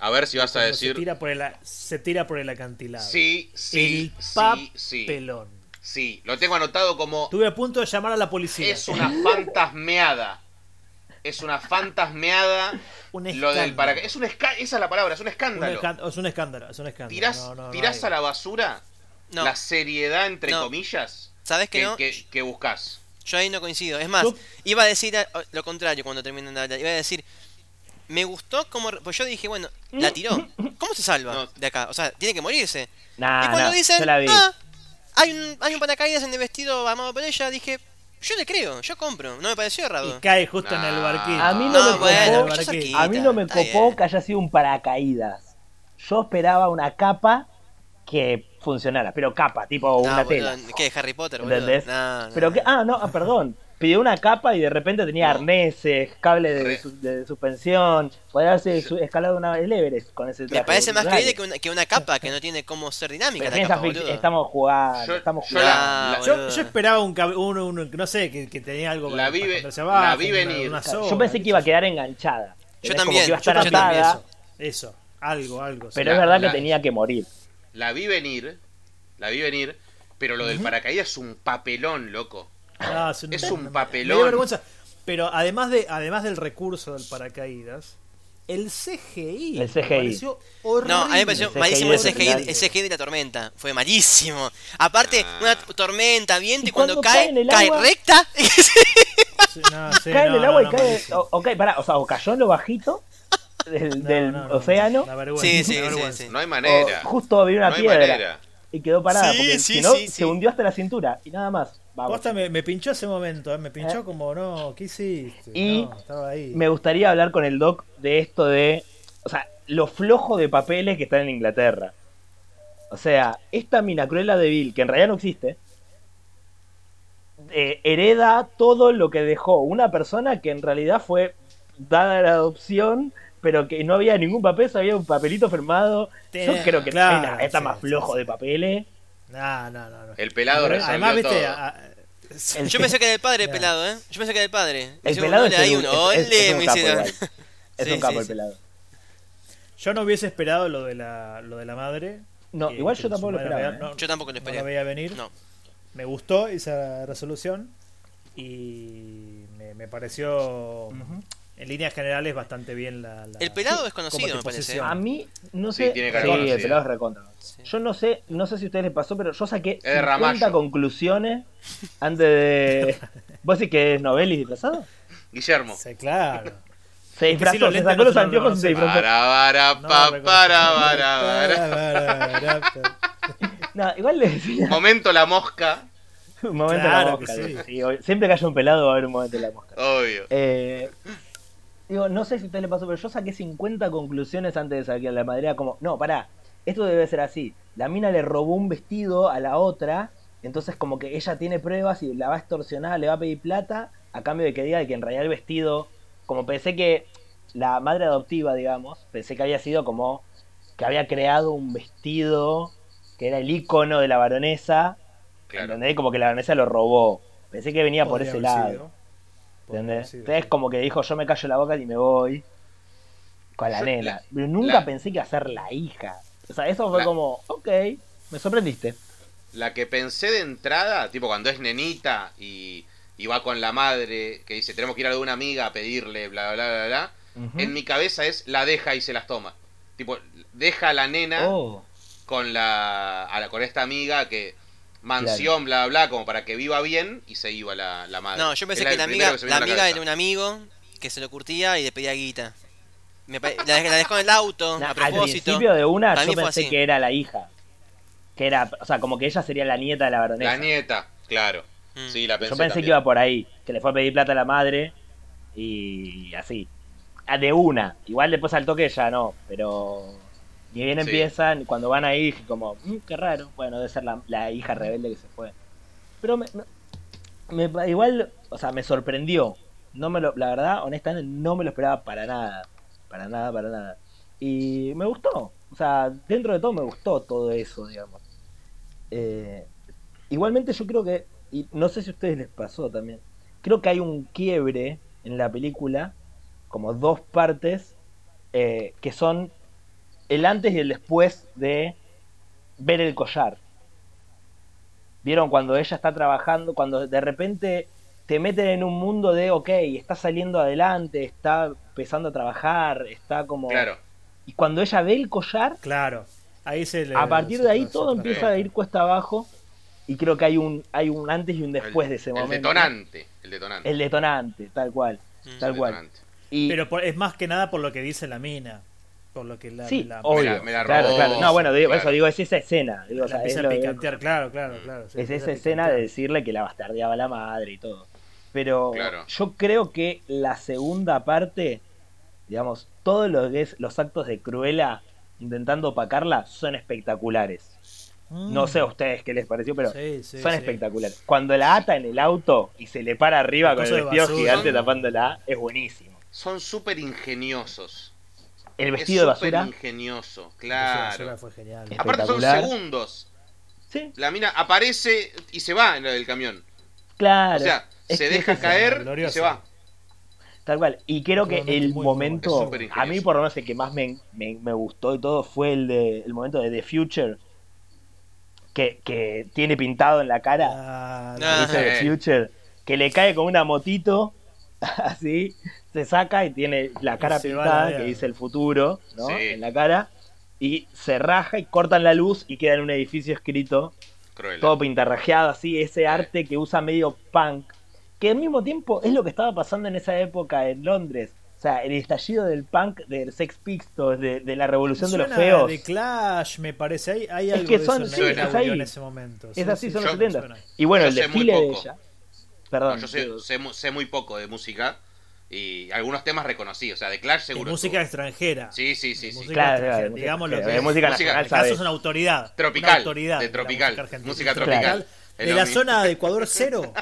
[SPEAKER 2] A ver si vas a
[SPEAKER 5] cuando se,
[SPEAKER 2] decir
[SPEAKER 5] tira por el, a- se tira por el acantilado.
[SPEAKER 2] sí, sí,
[SPEAKER 5] el
[SPEAKER 2] sí, sí,
[SPEAKER 5] papelón.
[SPEAKER 2] sí. Lo tengo anotado como
[SPEAKER 5] Estuve a punto de llamar a la policía.
[SPEAKER 2] es una fantasmeada. Es una fantasmeada
[SPEAKER 5] Un
[SPEAKER 2] lo del
[SPEAKER 5] escándalo.
[SPEAKER 2] paracaídas. Es un esca- esa es la palabra, es un
[SPEAKER 5] Un
[SPEAKER 2] escándalo.
[SPEAKER 5] escán- es un escándalo. Es un escándalo.
[SPEAKER 2] Tirás,
[SPEAKER 5] No, no, no
[SPEAKER 2] tirás
[SPEAKER 5] hay-
[SPEAKER 2] a la basura
[SPEAKER 3] No,
[SPEAKER 2] la seriedad, entre
[SPEAKER 3] No.
[SPEAKER 2] comillas,
[SPEAKER 3] ¿sabes que
[SPEAKER 2] que,
[SPEAKER 3] no?
[SPEAKER 2] que- que buscas.
[SPEAKER 3] Yo ahí no coincido. Es más,
[SPEAKER 5] Yo-
[SPEAKER 3] iba a decir a- lo contrario cuando terminan de hablar. Iba a decir, me gustó como... Pues yo dije, bueno, la tiró. ¿Cómo se salva
[SPEAKER 2] No.
[SPEAKER 3] de acá? O sea, tiene que morirse.
[SPEAKER 4] Nah,
[SPEAKER 3] y cuando
[SPEAKER 4] nah,
[SPEAKER 3] dicen,
[SPEAKER 4] yo la vi.
[SPEAKER 3] "Ah, hay un, hay un paracaídas en el vestido amado por ella, dije, yo le creo, yo compro. No me pareció
[SPEAKER 5] Y
[SPEAKER 3] errado.
[SPEAKER 5] cae justo en el
[SPEAKER 2] Nah. Ah,
[SPEAKER 5] barquito.
[SPEAKER 4] A mí no
[SPEAKER 3] No,
[SPEAKER 4] me
[SPEAKER 3] bueno,
[SPEAKER 4] copó-
[SPEAKER 3] pero yo
[SPEAKER 5] Barquito.
[SPEAKER 4] A mí no me
[SPEAKER 3] Está
[SPEAKER 4] copó
[SPEAKER 3] bien.
[SPEAKER 4] que haya sido un paracaídas. Yo esperaba una capa que funcionara, pero capa, tipo
[SPEAKER 3] No,
[SPEAKER 4] una
[SPEAKER 3] boludo,
[SPEAKER 4] tela.
[SPEAKER 3] ¿Qué? ¿Harry Potter, boludo?
[SPEAKER 4] ¿Entendés?
[SPEAKER 3] No, no,
[SPEAKER 4] Pero que, ah, no, ah, perdón. Pidió una capa y de repente tenía
[SPEAKER 2] No.
[SPEAKER 4] arneses, cables de,
[SPEAKER 2] Re-
[SPEAKER 4] su- de suspensión. Podría haberse su- escalado una el Everest con ese traje.
[SPEAKER 3] Me parece más
[SPEAKER 4] Dale.
[SPEAKER 3] creíble que una, que una capa que no tiene cómo ser dinámica
[SPEAKER 4] Pero
[SPEAKER 3] la
[SPEAKER 4] piensa,
[SPEAKER 3] capa,
[SPEAKER 4] Fix,
[SPEAKER 3] boludo.
[SPEAKER 4] estamos jugando,
[SPEAKER 2] Yo-
[SPEAKER 4] estamos
[SPEAKER 2] yo la-
[SPEAKER 4] jugando.
[SPEAKER 3] Ah,
[SPEAKER 5] Yo,
[SPEAKER 3] boludo.
[SPEAKER 5] yo esperaba un, cab- un, un- no sé, que, que tenía algo
[SPEAKER 2] La
[SPEAKER 5] para-
[SPEAKER 2] vi
[SPEAKER 5] para
[SPEAKER 2] ve-
[SPEAKER 5] esconderse abajo,
[SPEAKER 2] la vi
[SPEAKER 5] una-
[SPEAKER 2] venir.
[SPEAKER 5] una
[SPEAKER 4] Claro,
[SPEAKER 5] soga,
[SPEAKER 4] yo pensé que iba a quedar enganchada.
[SPEAKER 3] Yo
[SPEAKER 4] Entendés, Como
[SPEAKER 3] también,
[SPEAKER 4] que iba a
[SPEAKER 3] yo
[SPEAKER 4] estar
[SPEAKER 3] también,
[SPEAKER 4] atada,
[SPEAKER 5] eso, eso, algo, algo. sí.
[SPEAKER 4] pero
[SPEAKER 2] La-
[SPEAKER 4] es verdad
[SPEAKER 2] la-
[SPEAKER 4] que tenía que morir.
[SPEAKER 2] La vi venir, la vi venir, pero lo del paracaídas es un papelón, loco.
[SPEAKER 5] No, es un,
[SPEAKER 2] Es un
[SPEAKER 5] me-
[SPEAKER 2] papelón.
[SPEAKER 5] me dio vergüenza. Pero además, de, además del recurso del paracaídas, el CGI.
[SPEAKER 4] El CGI.
[SPEAKER 5] me pareció horrible.
[SPEAKER 3] No, a mí me pareció
[SPEAKER 4] El CGI
[SPEAKER 3] malísimo el
[SPEAKER 4] de
[SPEAKER 3] CGI, el
[SPEAKER 4] Finlandia.
[SPEAKER 3] CGI de la tormenta. Fue malísimo. Aparte, una t- tormenta, viento,
[SPEAKER 4] Y
[SPEAKER 3] y cuando
[SPEAKER 4] cuando cae
[SPEAKER 3] cae,
[SPEAKER 4] en el
[SPEAKER 3] cae
[SPEAKER 4] agua-
[SPEAKER 3] recta.
[SPEAKER 5] Sí, no, sí,
[SPEAKER 4] cae
[SPEAKER 5] no,
[SPEAKER 4] en el agua
[SPEAKER 5] no,
[SPEAKER 4] y
[SPEAKER 5] no,
[SPEAKER 4] cae.
[SPEAKER 5] malísimo.
[SPEAKER 4] O, o cae- pará, o sea, o cayó en lo bajito del,
[SPEAKER 5] No,
[SPEAKER 4] del
[SPEAKER 5] no, no,
[SPEAKER 4] océano.
[SPEAKER 5] una vergüenza,
[SPEAKER 3] Sí, sí,
[SPEAKER 5] una
[SPEAKER 3] sí,
[SPEAKER 5] vergüenza.
[SPEAKER 3] sí.
[SPEAKER 2] No hay
[SPEAKER 4] o
[SPEAKER 2] manera.
[SPEAKER 4] justo había una
[SPEAKER 2] no hay
[SPEAKER 4] piedra.
[SPEAKER 2] manera.
[SPEAKER 4] y quedó parada.
[SPEAKER 3] Sí,
[SPEAKER 4] porque
[SPEAKER 3] sí,
[SPEAKER 4] si no,
[SPEAKER 3] sí, sí.
[SPEAKER 4] se hundió hasta la cintura y nada más. Vamos.
[SPEAKER 5] Ah, Posta me, me pinchó ese momento, eh, me pinchó
[SPEAKER 4] Eh.
[SPEAKER 5] como, no, ¿qué hiciste?
[SPEAKER 4] Y
[SPEAKER 5] No, estaba ahí.
[SPEAKER 4] Me gustaría hablar con el doc de esto de. O sea, lo flojo de papeles que están en Inglaterra. O sea, esta mina cruela de Bill, que en realidad no existe, eh, hereda todo lo que dejó una persona que en realidad fue dada la adopción, pero que no había ningún papel, solo había un papelito firmado. Yo
[SPEAKER 5] Tenés-
[SPEAKER 4] creo que
[SPEAKER 5] claro,
[SPEAKER 4] nena, está
[SPEAKER 5] sí,
[SPEAKER 4] más
[SPEAKER 5] sí,
[SPEAKER 4] flojo
[SPEAKER 5] sí.
[SPEAKER 4] de papeles.
[SPEAKER 5] No, no, no. no.
[SPEAKER 2] El pelado resolvió
[SPEAKER 5] Además, viste,
[SPEAKER 2] todo.
[SPEAKER 5] a- a-
[SPEAKER 4] El-
[SPEAKER 3] Yo pensé que era el padre
[SPEAKER 5] Ya.
[SPEAKER 3] pelado, ¿eh? Yo pensé que era el padre.
[SPEAKER 4] El
[SPEAKER 3] Dice,
[SPEAKER 4] pelado
[SPEAKER 3] "Ole,
[SPEAKER 4] es,
[SPEAKER 3] hay
[SPEAKER 4] el-
[SPEAKER 3] un
[SPEAKER 4] es- es- es
[SPEAKER 3] ole",
[SPEAKER 4] un
[SPEAKER 3] me
[SPEAKER 4] capo
[SPEAKER 3] dice,
[SPEAKER 4] igual. Es
[SPEAKER 3] Sí,
[SPEAKER 4] un capo
[SPEAKER 3] sí,
[SPEAKER 4] el
[SPEAKER 3] sí.
[SPEAKER 4] pelado.
[SPEAKER 5] yo no hubiese esperado lo de la, lo de la madre.
[SPEAKER 4] No,
[SPEAKER 5] que-
[SPEAKER 4] igual
[SPEAKER 5] que
[SPEAKER 4] yo tampoco lo
[SPEAKER 5] su madre
[SPEAKER 4] esperaba.
[SPEAKER 5] no-
[SPEAKER 4] ¿eh?
[SPEAKER 3] Yo tampoco lo
[SPEAKER 5] no la
[SPEAKER 3] esperé.
[SPEAKER 5] veía venir.
[SPEAKER 3] No.
[SPEAKER 5] Me gustó esa resolución y me, me pareció en líneas generales bastante bien la. la-
[SPEAKER 3] El pelado es
[SPEAKER 5] como
[SPEAKER 3] conocido, me parece. ¿eh?
[SPEAKER 5] disposición.
[SPEAKER 4] A mí, no
[SPEAKER 2] Ah. Sí,
[SPEAKER 4] sé.
[SPEAKER 2] tiene
[SPEAKER 4] sí,
[SPEAKER 2] cara conocida.
[SPEAKER 4] el pelado es recontra.
[SPEAKER 3] Sí.
[SPEAKER 4] Yo no sé, no sé si a ustedes les pasó, pero yo saqué
[SPEAKER 2] de Ramallo.
[SPEAKER 4] 50 conclusiones antes de. ¿Vos decís que es Novelis disfrazado?
[SPEAKER 2] Guillermo.
[SPEAKER 5] Sí, claro.
[SPEAKER 4] Se
[SPEAKER 5] Es que si
[SPEAKER 4] disfrazó, se
[SPEAKER 5] los lentes
[SPEAKER 4] sacó
[SPEAKER 5] no
[SPEAKER 4] los
[SPEAKER 5] se lo
[SPEAKER 4] anteojos y se
[SPEAKER 5] reconocen.
[SPEAKER 4] disfrazó.
[SPEAKER 2] Para, para,
[SPEAKER 5] No,
[SPEAKER 2] pa,
[SPEAKER 5] reconozco.
[SPEAKER 2] para, para, para.
[SPEAKER 5] Para, para, para.
[SPEAKER 4] No, igual le decía.
[SPEAKER 2] Momento la mosca,
[SPEAKER 4] Un momento
[SPEAKER 5] Claro
[SPEAKER 4] la mosca.
[SPEAKER 5] que sí.
[SPEAKER 4] digo, sí, obvio. siempre que haya un pelado va a haber un momento de la mosca.
[SPEAKER 2] obvio.
[SPEAKER 4] Eh, digo, no sé si a ustedes les pasó, pero yo saqué 50 conclusiones antes de salir a la madera. Como, no, pará, esto debe ser así. La mina le robó un vestido a la otra, entonces, como que ella tiene pruebas y la va a extorsionar, le va a pedir plata, a cambio de que diga que en realidad el vestido. Como pensé que la madre adoptiva, digamos, pensé que había sido como que había creado un vestido que era el icono de la baronesa
[SPEAKER 2] Claro.
[SPEAKER 4] ¿Entendés? Como que la baronesa lo robó. Pensé que venía por
[SPEAKER 5] Podría
[SPEAKER 4] ese
[SPEAKER 5] haber
[SPEAKER 4] lado.
[SPEAKER 5] sido. Podría haber
[SPEAKER 4] ¿Entendés?
[SPEAKER 5] sido.
[SPEAKER 4] Entonces como que dijo, yo me callo la boca y me voy con la
[SPEAKER 2] Yo-
[SPEAKER 4] nena.
[SPEAKER 2] la-
[SPEAKER 4] Pero nunca
[SPEAKER 2] la-
[SPEAKER 4] pensé que hacer la hija. O sea, eso fue
[SPEAKER 2] La-
[SPEAKER 4] como, ok, me sorprendiste.
[SPEAKER 2] La que pensé de entrada, tipo cuando es nenita y, y va con la madre, que dice, tenemos que ir a alguna amiga a pedirle, bla, bla, bla, bla.
[SPEAKER 4] Ujú.
[SPEAKER 2] En mi cabeza es, la deja y se las toma. Tipo, deja a la nena
[SPEAKER 4] Oh,
[SPEAKER 2] con la, a la- con esta amiga que mansión, bla, bla, bla, como para que viva bien y se iba la, la madre.
[SPEAKER 3] No, yo pensé
[SPEAKER 2] Era
[SPEAKER 3] que
[SPEAKER 2] el
[SPEAKER 3] la
[SPEAKER 2] primero
[SPEAKER 3] amiga,
[SPEAKER 2] que se me
[SPEAKER 3] la
[SPEAKER 2] vino a
[SPEAKER 3] amiga
[SPEAKER 2] cabeza.
[SPEAKER 3] era un amigo que se lo curtía y le pedía guita. Me pare- la, dej- la dejó en el auto,
[SPEAKER 4] na-
[SPEAKER 3] a
[SPEAKER 4] al
[SPEAKER 3] propósito.
[SPEAKER 4] principio de una
[SPEAKER 3] Para
[SPEAKER 4] yo
[SPEAKER 3] mí fue
[SPEAKER 4] pensé
[SPEAKER 3] así.
[SPEAKER 4] que era la hija. Que era, o sea, como que ella sería la nieta de la baronesa.
[SPEAKER 2] La nieta, claro.
[SPEAKER 3] Mm.
[SPEAKER 2] Sí, la
[SPEAKER 4] yo
[SPEAKER 2] pensé.
[SPEAKER 4] pensé que
[SPEAKER 2] también.
[SPEAKER 4] iba por ahí, que le fue a pedir plata a la madre y así. Ah, De una. Igual después al toque ya no, pero ni bien
[SPEAKER 2] Sí.
[SPEAKER 4] empiezan, cuando van ahí dije como, "Mm, qué raro. Bueno, debe ser la, la hija rebelde que se fue. Pero me, me- me- igual, o sea, me sorprendió. No me lo, la verdad, honestamente, no me lo esperaba para nada. Para nada, para nada. Y me gustó. O sea, dentro de todo me gustó todo eso, digamos. Eh, igualmente yo creo que, y no sé si a ustedes les pasó también, creo que hay un quiebre en la película, como dos partes, eh, que son el antes y el después de ver el collar. Vieron cuando ella está trabajando, cuando de repente te meten en un mundo de, ok, está saliendo adelante, está empezando a trabajar, está como...
[SPEAKER 2] Claro.
[SPEAKER 4] Y cuando ella ve el collar,
[SPEAKER 5] Claro. Ahí se le-
[SPEAKER 4] a partir de ahí
[SPEAKER 5] se-
[SPEAKER 4] todo
[SPEAKER 5] se-
[SPEAKER 4] empieza a ir cuesta abajo y creo que hay un hay un antes y un después
[SPEAKER 2] el,
[SPEAKER 4] de ese
[SPEAKER 2] el
[SPEAKER 4] momento.
[SPEAKER 2] detonante. El detonante.
[SPEAKER 4] El detonante, tal cual,
[SPEAKER 3] Mm.
[SPEAKER 4] tal
[SPEAKER 2] El
[SPEAKER 4] cual.
[SPEAKER 2] detonante.
[SPEAKER 4] Y
[SPEAKER 5] Pero por- es más que nada por lo que dice la mina. Por lo que la.
[SPEAKER 4] sí,
[SPEAKER 5] la-
[SPEAKER 4] obvio.
[SPEAKER 2] me la
[SPEAKER 4] claro,
[SPEAKER 2] robó,
[SPEAKER 4] claro. No, bueno, digo,
[SPEAKER 2] claro.
[SPEAKER 4] eso digo, es esa escena, digo,
[SPEAKER 5] la
[SPEAKER 4] o sea, es,
[SPEAKER 5] empieza
[SPEAKER 4] lo
[SPEAKER 5] a
[SPEAKER 4] de- Mm.
[SPEAKER 5] picantear, claro, claro, claro. sí,
[SPEAKER 4] es
[SPEAKER 5] empieza
[SPEAKER 4] esa
[SPEAKER 5] a
[SPEAKER 4] escena de
[SPEAKER 5] picantear.
[SPEAKER 4] decirle que la bastardeaba la madre y todo. Pero
[SPEAKER 2] Claro.
[SPEAKER 4] yo creo que la segunda parte, digamos, todos los, los actos de Cruella intentando opacarla son espectaculares.
[SPEAKER 5] Mm.
[SPEAKER 4] No sé a ustedes qué les pareció, pero
[SPEAKER 5] Sí, sí,
[SPEAKER 4] son
[SPEAKER 5] sí.
[SPEAKER 4] espectaculares. Cuando la ata en el auto y se le para arriba
[SPEAKER 5] La
[SPEAKER 4] con el
[SPEAKER 5] cosa de
[SPEAKER 4] vestido
[SPEAKER 5] basura.
[SPEAKER 4] gigante tapándola, es buenísimo.
[SPEAKER 2] Son súper ingeniosos.
[SPEAKER 4] El
[SPEAKER 2] Es
[SPEAKER 4] vestido de
[SPEAKER 2] súper
[SPEAKER 4] basura,
[SPEAKER 2] ingenioso,
[SPEAKER 5] La escena
[SPEAKER 2] claro.
[SPEAKER 5] fue genial.
[SPEAKER 4] Es-
[SPEAKER 2] Aparte son
[SPEAKER 4] espectacular.
[SPEAKER 2] segundos.
[SPEAKER 4] sí,
[SPEAKER 2] La mina aparece y se va en la del camión.
[SPEAKER 4] claro.
[SPEAKER 2] o sea,
[SPEAKER 4] Es
[SPEAKER 2] se
[SPEAKER 4] que
[SPEAKER 2] deja
[SPEAKER 4] es eso,
[SPEAKER 2] caer y
[SPEAKER 5] glorioso.
[SPEAKER 2] se va.
[SPEAKER 4] Tal cual. Y creo que
[SPEAKER 5] Realmente
[SPEAKER 4] el
[SPEAKER 5] muy, muy
[SPEAKER 2] bueno. Es
[SPEAKER 4] momento,
[SPEAKER 2] súper
[SPEAKER 4] a
[SPEAKER 2] ingenioso.
[SPEAKER 4] mí por lo menos el que más me, me- me gustó y todo fue el, de, el momento de The Future, que, que tiene pintado en la cara,
[SPEAKER 5] Claro.
[SPEAKER 3] Ah,
[SPEAKER 4] dice The
[SPEAKER 2] sí.
[SPEAKER 4] Future, que le cae con una motito, así, se saca y tiene la cara
[SPEAKER 5] se va a la
[SPEAKER 4] pintada, que
[SPEAKER 5] verga.
[SPEAKER 4] dice el futuro, ¿no?
[SPEAKER 2] Sí.
[SPEAKER 4] En la cara. Y se raja y cortan la luz y queda en un edificio escrito
[SPEAKER 2] Cruel.
[SPEAKER 4] todo pintarrajeado, así, ese arte que usa medio punk, que al mismo tiempo es lo que estaba pasando en esa época en Londres. O sea, el estallido del punk, del Sex Pistols, de, de la revolución de los
[SPEAKER 5] Suena
[SPEAKER 4] feos.
[SPEAKER 5] De Clash, me parece. Hay, hay
[SPEAKER 4] Es
[SPEAKER 5] algo
[SPEAKER 4] que
[SPEAKER 5] de
[SPEAKER 4] son-
[SPEAKER 5] eso
[SPEAKER 2] sí,
[SPEAKER 5] en, el
[SPEAKER 2] es
[SPEAKER 5] audio
[SPEAKER 4] ahí.
[SPEAKER 5] en ese momento.
[SPEAKER 4] Es así, son
[SPEAKER 2] yo-
[SPEAKER 4] los 70.
[SPEAKER 5] suena.
[SPEAKER 4] Y bueno,
[SPEAKER 2] yo
[SPEAKER 4] el
[SPEAKER 2] sé muy
[SPEAKER 4] desfile de
[SPEAKER 2] poco.
[SPEAKER 4] ella. Perdón.
[SPEAKER 2] No, yo sé, sé mu- sé muy poco de música y algunos temas reconocí. O sea, de Clash
[SPEAKER 5] De
[SPEAKER 2] seguro.
[SPEAKER 5] música
[SPEAKER 2] estuvo.
[SPEAKER 5] extranjera.
[SPEAKER 2] Sí, sí, sí,
[SPEAKER 5] De
[SPEAKER 2] sí.
[SPEAKER 5] música
[SPEAKER 4] Claro,
[SPEAKER 5] extranjera,
[SPEAKER 4] claro,
[SPEAKER 5] digamos
[SPEAKER 4] música-
[SPEAKER 5] lo que
[SPEAKER 4] de
[SPEAKER 5] es.
[SPEAKER 2] música-
[SPEAKER 4] música
[SPEAKER 5] En
[SPEAKER 4] nacional,
[SPEAKER 5] el caso
[SPEAKER 4] sabe.
[SPEAKER 5] es una autoridad. una
[SPEAKER 2] Tropical,
[SPEAKER 5] autoridad
[SPEAKER 2] de tropical,
[SPEAKER 5] argentina.
[SPEAKER 2] música
[SPEAKER 4] tropical.
[SPEAKER 5] De
[SPEAKER 2] Es
[SPEAKER 5] la
[SPEAKER 2] lo mismo.
[SPEAKER 5] zona de Ecuador cero.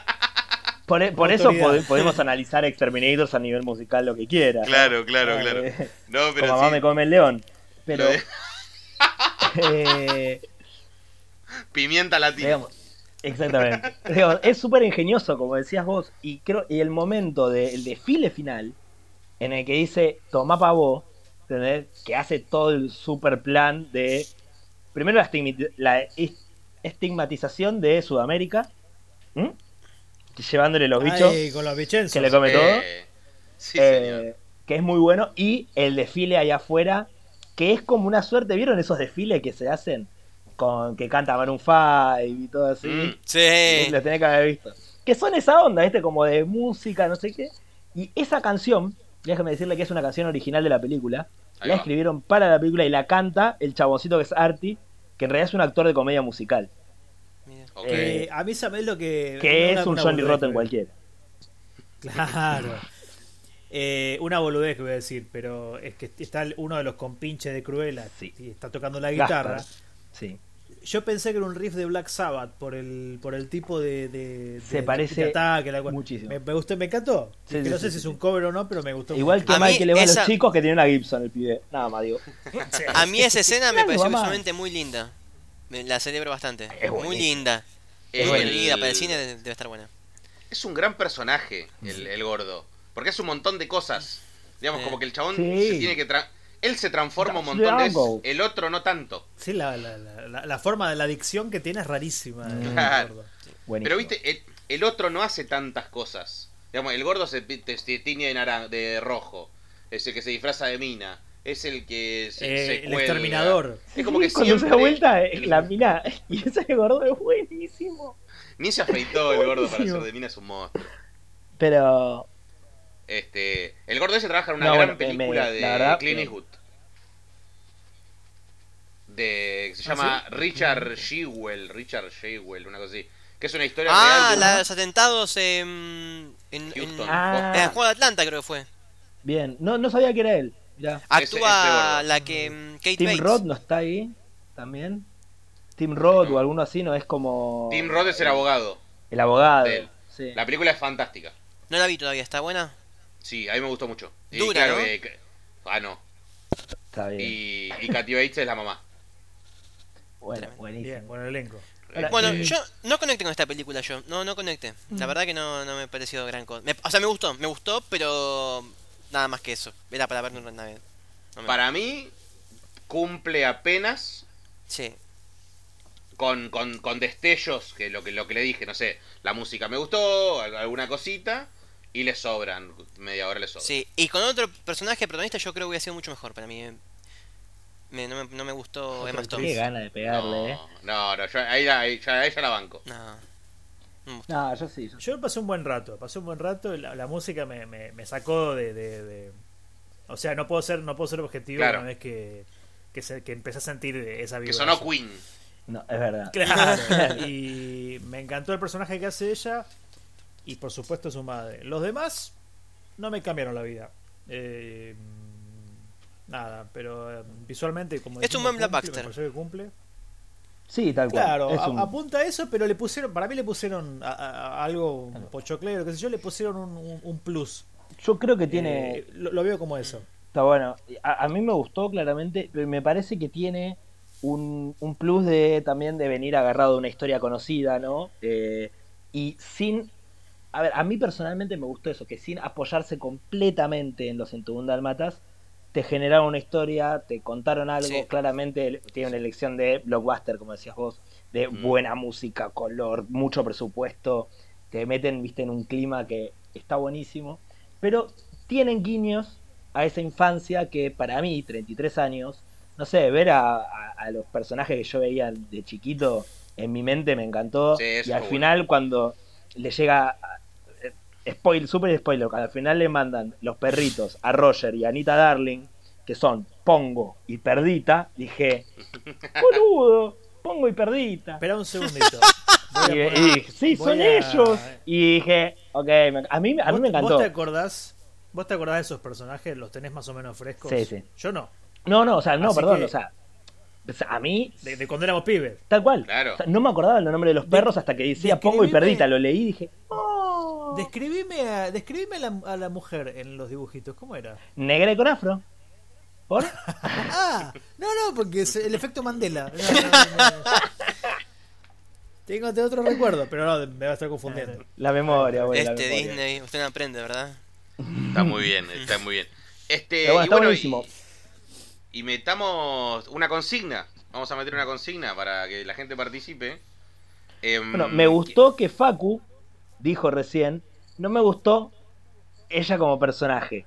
[SPEAKER 4] Por, e- por eso
[SPEAKER 5] autoridad.
[SPEAKER 4] pod- podemos analizar Exterminators a nivel musical lo que quiera. ¿no?
[SPEAKER 2] Claro, claro,
[SPEAKER 4] Ah,
[SPEAKER 2] claro.
[SPEAKER 4] eh,
[SPEAKER 2] No,
[SPEAKER 4] Como
[SPEAKER 2] pero
[SPEAKER 4] mamá
[SPEAKER 2] sí,
[SPEAKER 4] me come el león. Pero.
[SPEAKER 2] Lo de-
[SPEAKER 4] eh,
[SPEAKER 2] pimienta latina.
[SPEAKER 4] Digamos, exactamente. Digamos, es súper ingenioso, como decías vos, y creo y el momento del desfile final, en el que dice, tomá pa' vos, ¿entendés? que hace todo el super plan de, primero la, estigmati- la est- estigmatización de Sudamérica, ¿m? llevándole los bichos,
[SPEAKER 5] Ay, con los bichensos.
[SPEAKER 4] que le come todo,
[SPEAKER 2] Eh, sí,
[SPEAKER 4] eh,
[SPEAKER 2] señor.
[SPEAKER 4] que es muy bueno, y el desfile allá afuera, que es como una suerte, ¿vieron esos desfiles que se hacen? Con que canta Maroon 5 y todo así.
[SPEAKER 2] Mm.
[SPEAKER 3] Sí.
[SPEAKER 4] Lo tenés que haber visto. Que son esa onda, este Como de música, no sé qué. Y esa canción, déjame decirle que es una canción original de la película.
[SPEAKER 2] Ahí
[SPEAKER 4] la
[SPEAKER 2] va.
[SPEAKER 4] escribieron para la película y la canta el chaboncito que es Artie, que en realidad es un actor de comedia musical.
[SPEAKER 3] Mira.
[SPEAKER 2] Ok.
[SPEAKER 4] Eh,
[SPEAKER 5] a mí sabés lo que...
[SPEAKER 4] Que
[SPEAKER 5] una-
[SPEAKER 4] es un
[SPEAKER 5] una
[SPEAKER 4] Johnny
[SPEAKER 5] boludez
[SPEAKER 4] Rotten
[SPEAKER 5] que-
[SPEAKER 4] cualquiera.
[SPEAKER 5] Claro. Eh, una boludez que voy a decir, pero es que está el- uno de los compinches de Cruella
[SPEAKER 4] Sí.
[SPEAKER 5] y está tocando la guitarra.
[SPEAKER 4] Gaspar. Sí.
[SPEAKER 5] Yo pensé que era un riff de Black Sabbath por el por el tipo de, de-
[SPEAKER 4] Se
[SPEAKER 5] de-
[SPEAKER 4] parece
[SPEAKER 5] de ataque, la-
[SPEAKER 4] muchísimo.
[SPEAKER 5] Me, me gustó, me encantó.
[SPEAKER 4] Sí,
[SPEAKER 5] que
[SPEAKER 4] sí,
[SPEAKER 5] no
[SPEAKER 4] sí,
[SPEAKER 5] sé
[SPEAKER 4] sí,
[SPEAKER 5] si es
[SPEAKER 4] sí.
[SPEAKER 5] un cover o no, pero me gustó.
[SPEAKER 4] Igual
[SPEAKER 5] mucho.
[SPEAKER 4] que
[SPEAKER 3] A mí
[SPEAKER 4] mal que le va a
[SPEAKER 3] esa-
[SPEAKER 4] los chicos que tienen una Gibson el pibe. Nada más digo.
[SPEAKER 2] Ah,
[SPEAKER 3] A mí esa escena me
[SPEAKER 4] Claro,
[SPEAKER 3] pareció
[SPEAKER 4] mamá.
[SPEAKER 3] visualmente muy linda. Me la celebro bastante. Muy
[SPEAKER 4] buenísimo.
[SPEAKER 3] linda.
[SPEAKER 2] El-
[SPEAKER 3] Muy divertida, para el cine de- debe estar buena.
[SPEAKER 2] Es un gran personaje el, el gordo. Porque hace un montón de cosas. Digamos,
[SPEAKER 3] Sí.
[SPEAKER 2] como que el chabón
[SPEAKER 4] Sí.
[SPEAKER 2] se tiene que. tra- Él se transforma un
[SPEAKER 4] That's
[SPEAKER 2] montón de
[SPEAKER 4] Django.
[SPEAKER 2] veces. El otro no tanto.
[SPEAKER 5] Sí, la, la- la- la- la forma de la adicción que tiene es rarísima.
[SPEAKER 4] Mm.
[SPEAKER 5] eh,
[SPEAKER 2] Claro.
[SPEAKER 5] gordo.
[SPEAKER 2] Pero
[SPEAKER 4] Buenísimo.
[SPEAKER 2] viste, el, el otro no hace tantas cosas. Digamos, el gordo se, pi- te- se tiñe de, naran- de rojo. Es el que se disfraza de mina. Es el que se,
[SPEAKER 5] Eh,
[SPEAKER 2] se
[SPEAKER 5] el
[SPEAKER 2] cuelga.
[SPEAKER 5] exterminador.
[SPEAKER 2] Es como que
[SPEAKER 4] Cuando se da
[SPEAKER 2] siempre-
[SPEAKER 4] vuelta, eh, la mina. Y ese gordo es buenísimo.
[SPEAKER 2] Ni se afeitó el gordo para
[SPEAKER 4] Buenísimo.
[SPEAKER 2] ser de mina, es un monstruo.
[SPEAKER 4] Pero.
[SPEAKER 2] Este, el gordo ese trabaja en una
[SPEAKER 4] No,
[SPEAKER 2] gran
[SPEAKER 4] bueno, me- me-
[SPEAKER 2] película
[SPEAKER 4] la
[SPEAKER 2] de
[SPEAKER 4] verdad,
[SPEAKER 2] Clint
[SPEAKER 4] me-
[SPEAKER 2] Eastwood. De, que
[SPEAKER 5] ¿Ah,
[SPEAKER 2] se llama Richard Jewell, Richard Jewell, una cosa así. Que es una historia
[SPEAKER 3] Ah,
[SPEAKER 2] real de
[SPEAKER 3] la
[SPEAKER 2] un-
[SPEAKER 3] de los atentados em, en, en,
[SPEAKER 2] Houston.
[SPEAKER 4] Ah.
[SPEAKER 5] Eh,
[SPEAKER 3] en el juego de Atlanta, creo que fue.
[SPEAKER 4] Bien. No, no sabía que era él. Mirá.
[SPEAKER 2] Ese- ese
[SPEAKER 3] Actúa
[SPEAKER 2] gordo.
[SPEAKER 3] la que em, Kate
[SPEAKER 4] Tim
[SPEAKER 3] Bates.
[SPEAKER 4] Roth no está ahí también. Tim Roth
[SPEAKER 2] No.
[SPEAKER 4] o alguno así no es como.
[SPEAKER 2] Tim Roth es el abogado.
[SPEAKER 4] El abogado.
[SPEAKER 2] de él.
[SPEAKER 4] sí.
[SPEAKER 2] La película es fantástica.
[SPEAKER 3] No la vi todavía, ¿está buena?
[SPEAKER 2] Sí, a mí me gustó mucho. Y
[SPEAKER 3] Dura,
[SPEAKER 2] claro
[SPEAKER 3] ¿no?
[SPEAKER 2] que- que- Ah, no.
[SPEAKER 4] Está bien.
[SPEAKER 2] Y, y Katy Bates es la mamá.
[SPEAKER 4] Bueno,
[SPEAKER 3] Tremendo.
[SPEAKER 5] Bien,
[SPEAKER 4] buenísimo.
[SPEAKER 5] buen elenco.
[SPEAKER 4] Ahora,
[SPEAKER 3] Bueno,
[SPEAKER 4] y-
[SPEAKER 3] yo no conecté con esta película, yo. No, no conecté. La verdad que no, no me pareció gran cosa. Me- o sea, me gustó, me gustó, pero nada más que eso. Era para verlo una vez. No me-
[SPEAKER 2] Para mí, cumple apenas
[SPEAKER 3] Sí.
[SPEAKER 2] con, con, con destellos, que lo, que lo que le dije, no sé, la música me gustó, al- alguna cosita, y le sobran, media hora le sobra.
[SPEAKER 3] Sí, y con otro personaje protagonista yo creo que hubiera sido mucho mejor para mí. eh. Me- no, me, no me gustó Emma
[SPEAKER 4] Qué
[SPEAKER 3] Stone.
[SPEAKER 4] gana de pegarle, eh.
[SPEAKER 2] No, no, no, yo ahí la, ahí ya- ahí ya la banco.
[SPEAKER 3] No.
[SPEAKER 4] No, yo sí. yo-
[SPEAKER 5] Yo pasé un buen rato, pasé un buen rato, la, la música me, me- me sacó de, de- de- O sea, no puedo ser, no puedo ser objetivo
[SPEAKER 2] Claro.
[SPEAKER 5] una vez que, que, se- que empecé a sentir esa
[SPEAKER 2] Que
[SPEAKER 5] vibración.
[SPEAKER 2] sonó Queen.
[SPEAKER 4] No, es verdad.
[SPEAKER 5] Claro. y me encantó el personaje que hace ella y por supuesto su madre. Los demás no me cambiaron la vida. Eh, nada, pero eh, visualmente como...
[SPEAKER 3] Es un
[SPEAKER 5] dijimos,
[SPEAKER 3] buen Black
[SPEAKER 5] cumple, me
[SPEAKER 3] Baxter.
[SPEAKER 5] pareció que cumple.
[SPEAKER 4] Sí, tal cual.
[SPEAKER 5] Claro,
[SPEAKER 4] es
[SPEAKER 5] a-
[SPEAKER 4] un-
[SPEAKER 5] apunta a eso, pero le pusieron, para mí le pusieron a- a- a algo un pochoclero, qué sé yo, le pusieron un, un- un plus.
[SPEAKER 4] Yo creo que tiene.
[SPEAKER 5] Eh, lo, lo veo como eso.
[SPEAKER 4] Está bueno. A, a mí me gustó claramente, pero me parece que tiene un, un plus de también de venir agarrado de una historia conocida, ¿no? Eh, y sin... A ver, a mí personalmente me gustó eso, que sin apoyarse completamente en los 101 Dalmatas, te generaron una historia, te contaron algo,
[SPEAKER 3] Sí.
[SPEAKER 4] claramente el- tiene una elección de blockbuster, como decías vos, de
[SPEAKER 2] Mm.
[SPEAKER 4] buena música, color, mucho presupuesto, te meten, viste, en un clima que está buenísimo, pero tienen guiños a esa infancia que para mí, 33 años, no sé, ver a, a- a los personajes que yo veía de chiquito en mi mente me encantó.
[SPEAKER 2] Sí, eso
[SPEAKER 4] y al
[SPEAKER 2] está
[SPEAKER 4] final, cuando le llega. a- eh, Spoil, super spoiler, cuando al final le mandan los perritos a Roger y a Anita Darling, que son Pongo y Perdita, dije: ¡Boludo! Pongo y Perdita.
[SPEAKER 5] Espera un segundito.
[SPEAKER 4] Y,
[SPEAKER 5] Voy a
[SPEAKER 4] y
[SPEAKER 5] poner-
[SPEAKER 4] dije, sí,
[SPEAKER 5] voy
[SPEAKER 4] son
[SPEAKER 5] a-
[SPEAKER 4] ellos. Y dije: Ok, me- a mí, a mí
[SPEAKER 5] ¿Vos-
[SPEAKER 4] me encantó.
[SPEAKER 5] ¿Vos te acordás? ¿Vos te acordás de esos personajes? ¿Los tenés más o menos frescos?
[SPEAKER 4] Sí, sí.
[SPEAKER 5] Yo no.
[SPEAKER 4] No, no, o sea, no,
[SPEAKER 5] Así
[SPEAKER 4] perdón,
[SPEAKER 5] que-
[SPEAKER 4] o sea, o sea, a mí,
[SPEAKER 5] De, de cuando éramos pibes.
[SPEAKER 4] tal cual.
[SPEAKER 2] Claro.
[SPEAKER 4] O sea, no me acordaba los nombres de los perros hasta que decía pongo y
[SPEAKER 5] describime-
[SPEAKER 4] perdita, lo leí y dije, ¡oh!
[SPEAKER 5] Describime a, describime a, la, a la mujer en los dibujitos. ¿Cómo era?
[SPEAKER 4] Negra y con afro. ¿Por?
[SPEAKER 5] Ah, no, no, porque es el efecto Mandela. No, no, no, no. Tengo tengo otro recuerdo, pero no, me va a estar confundiendo.
[SPEAKER 4] La memoria, güey. la
[SPEAKER 3] este
[SPEAKER 4] memoria.
[SPEAKER 3] Disney, usted no aprende, ¿verdad?
[SPEAKER 2] Está
[SPEAKER 5] Mm.
[SPEAKER 2] muy bien, está muy bien. Este,
[SPEAKER 4] Pero bueno,
[SPEAKER 2] y
[SPEAKER 4] está
[SPEAKER 2] bueno,
[SPEAKER 4] buenísimo.
[SPEAKER 2] Y, y metamos una consigna. Vamos a meter una consigna para que la gente participe. Em,
[SPEAKER 4] Bueno, me gustó que Facu dijo recién, no me gustó ella como personaje.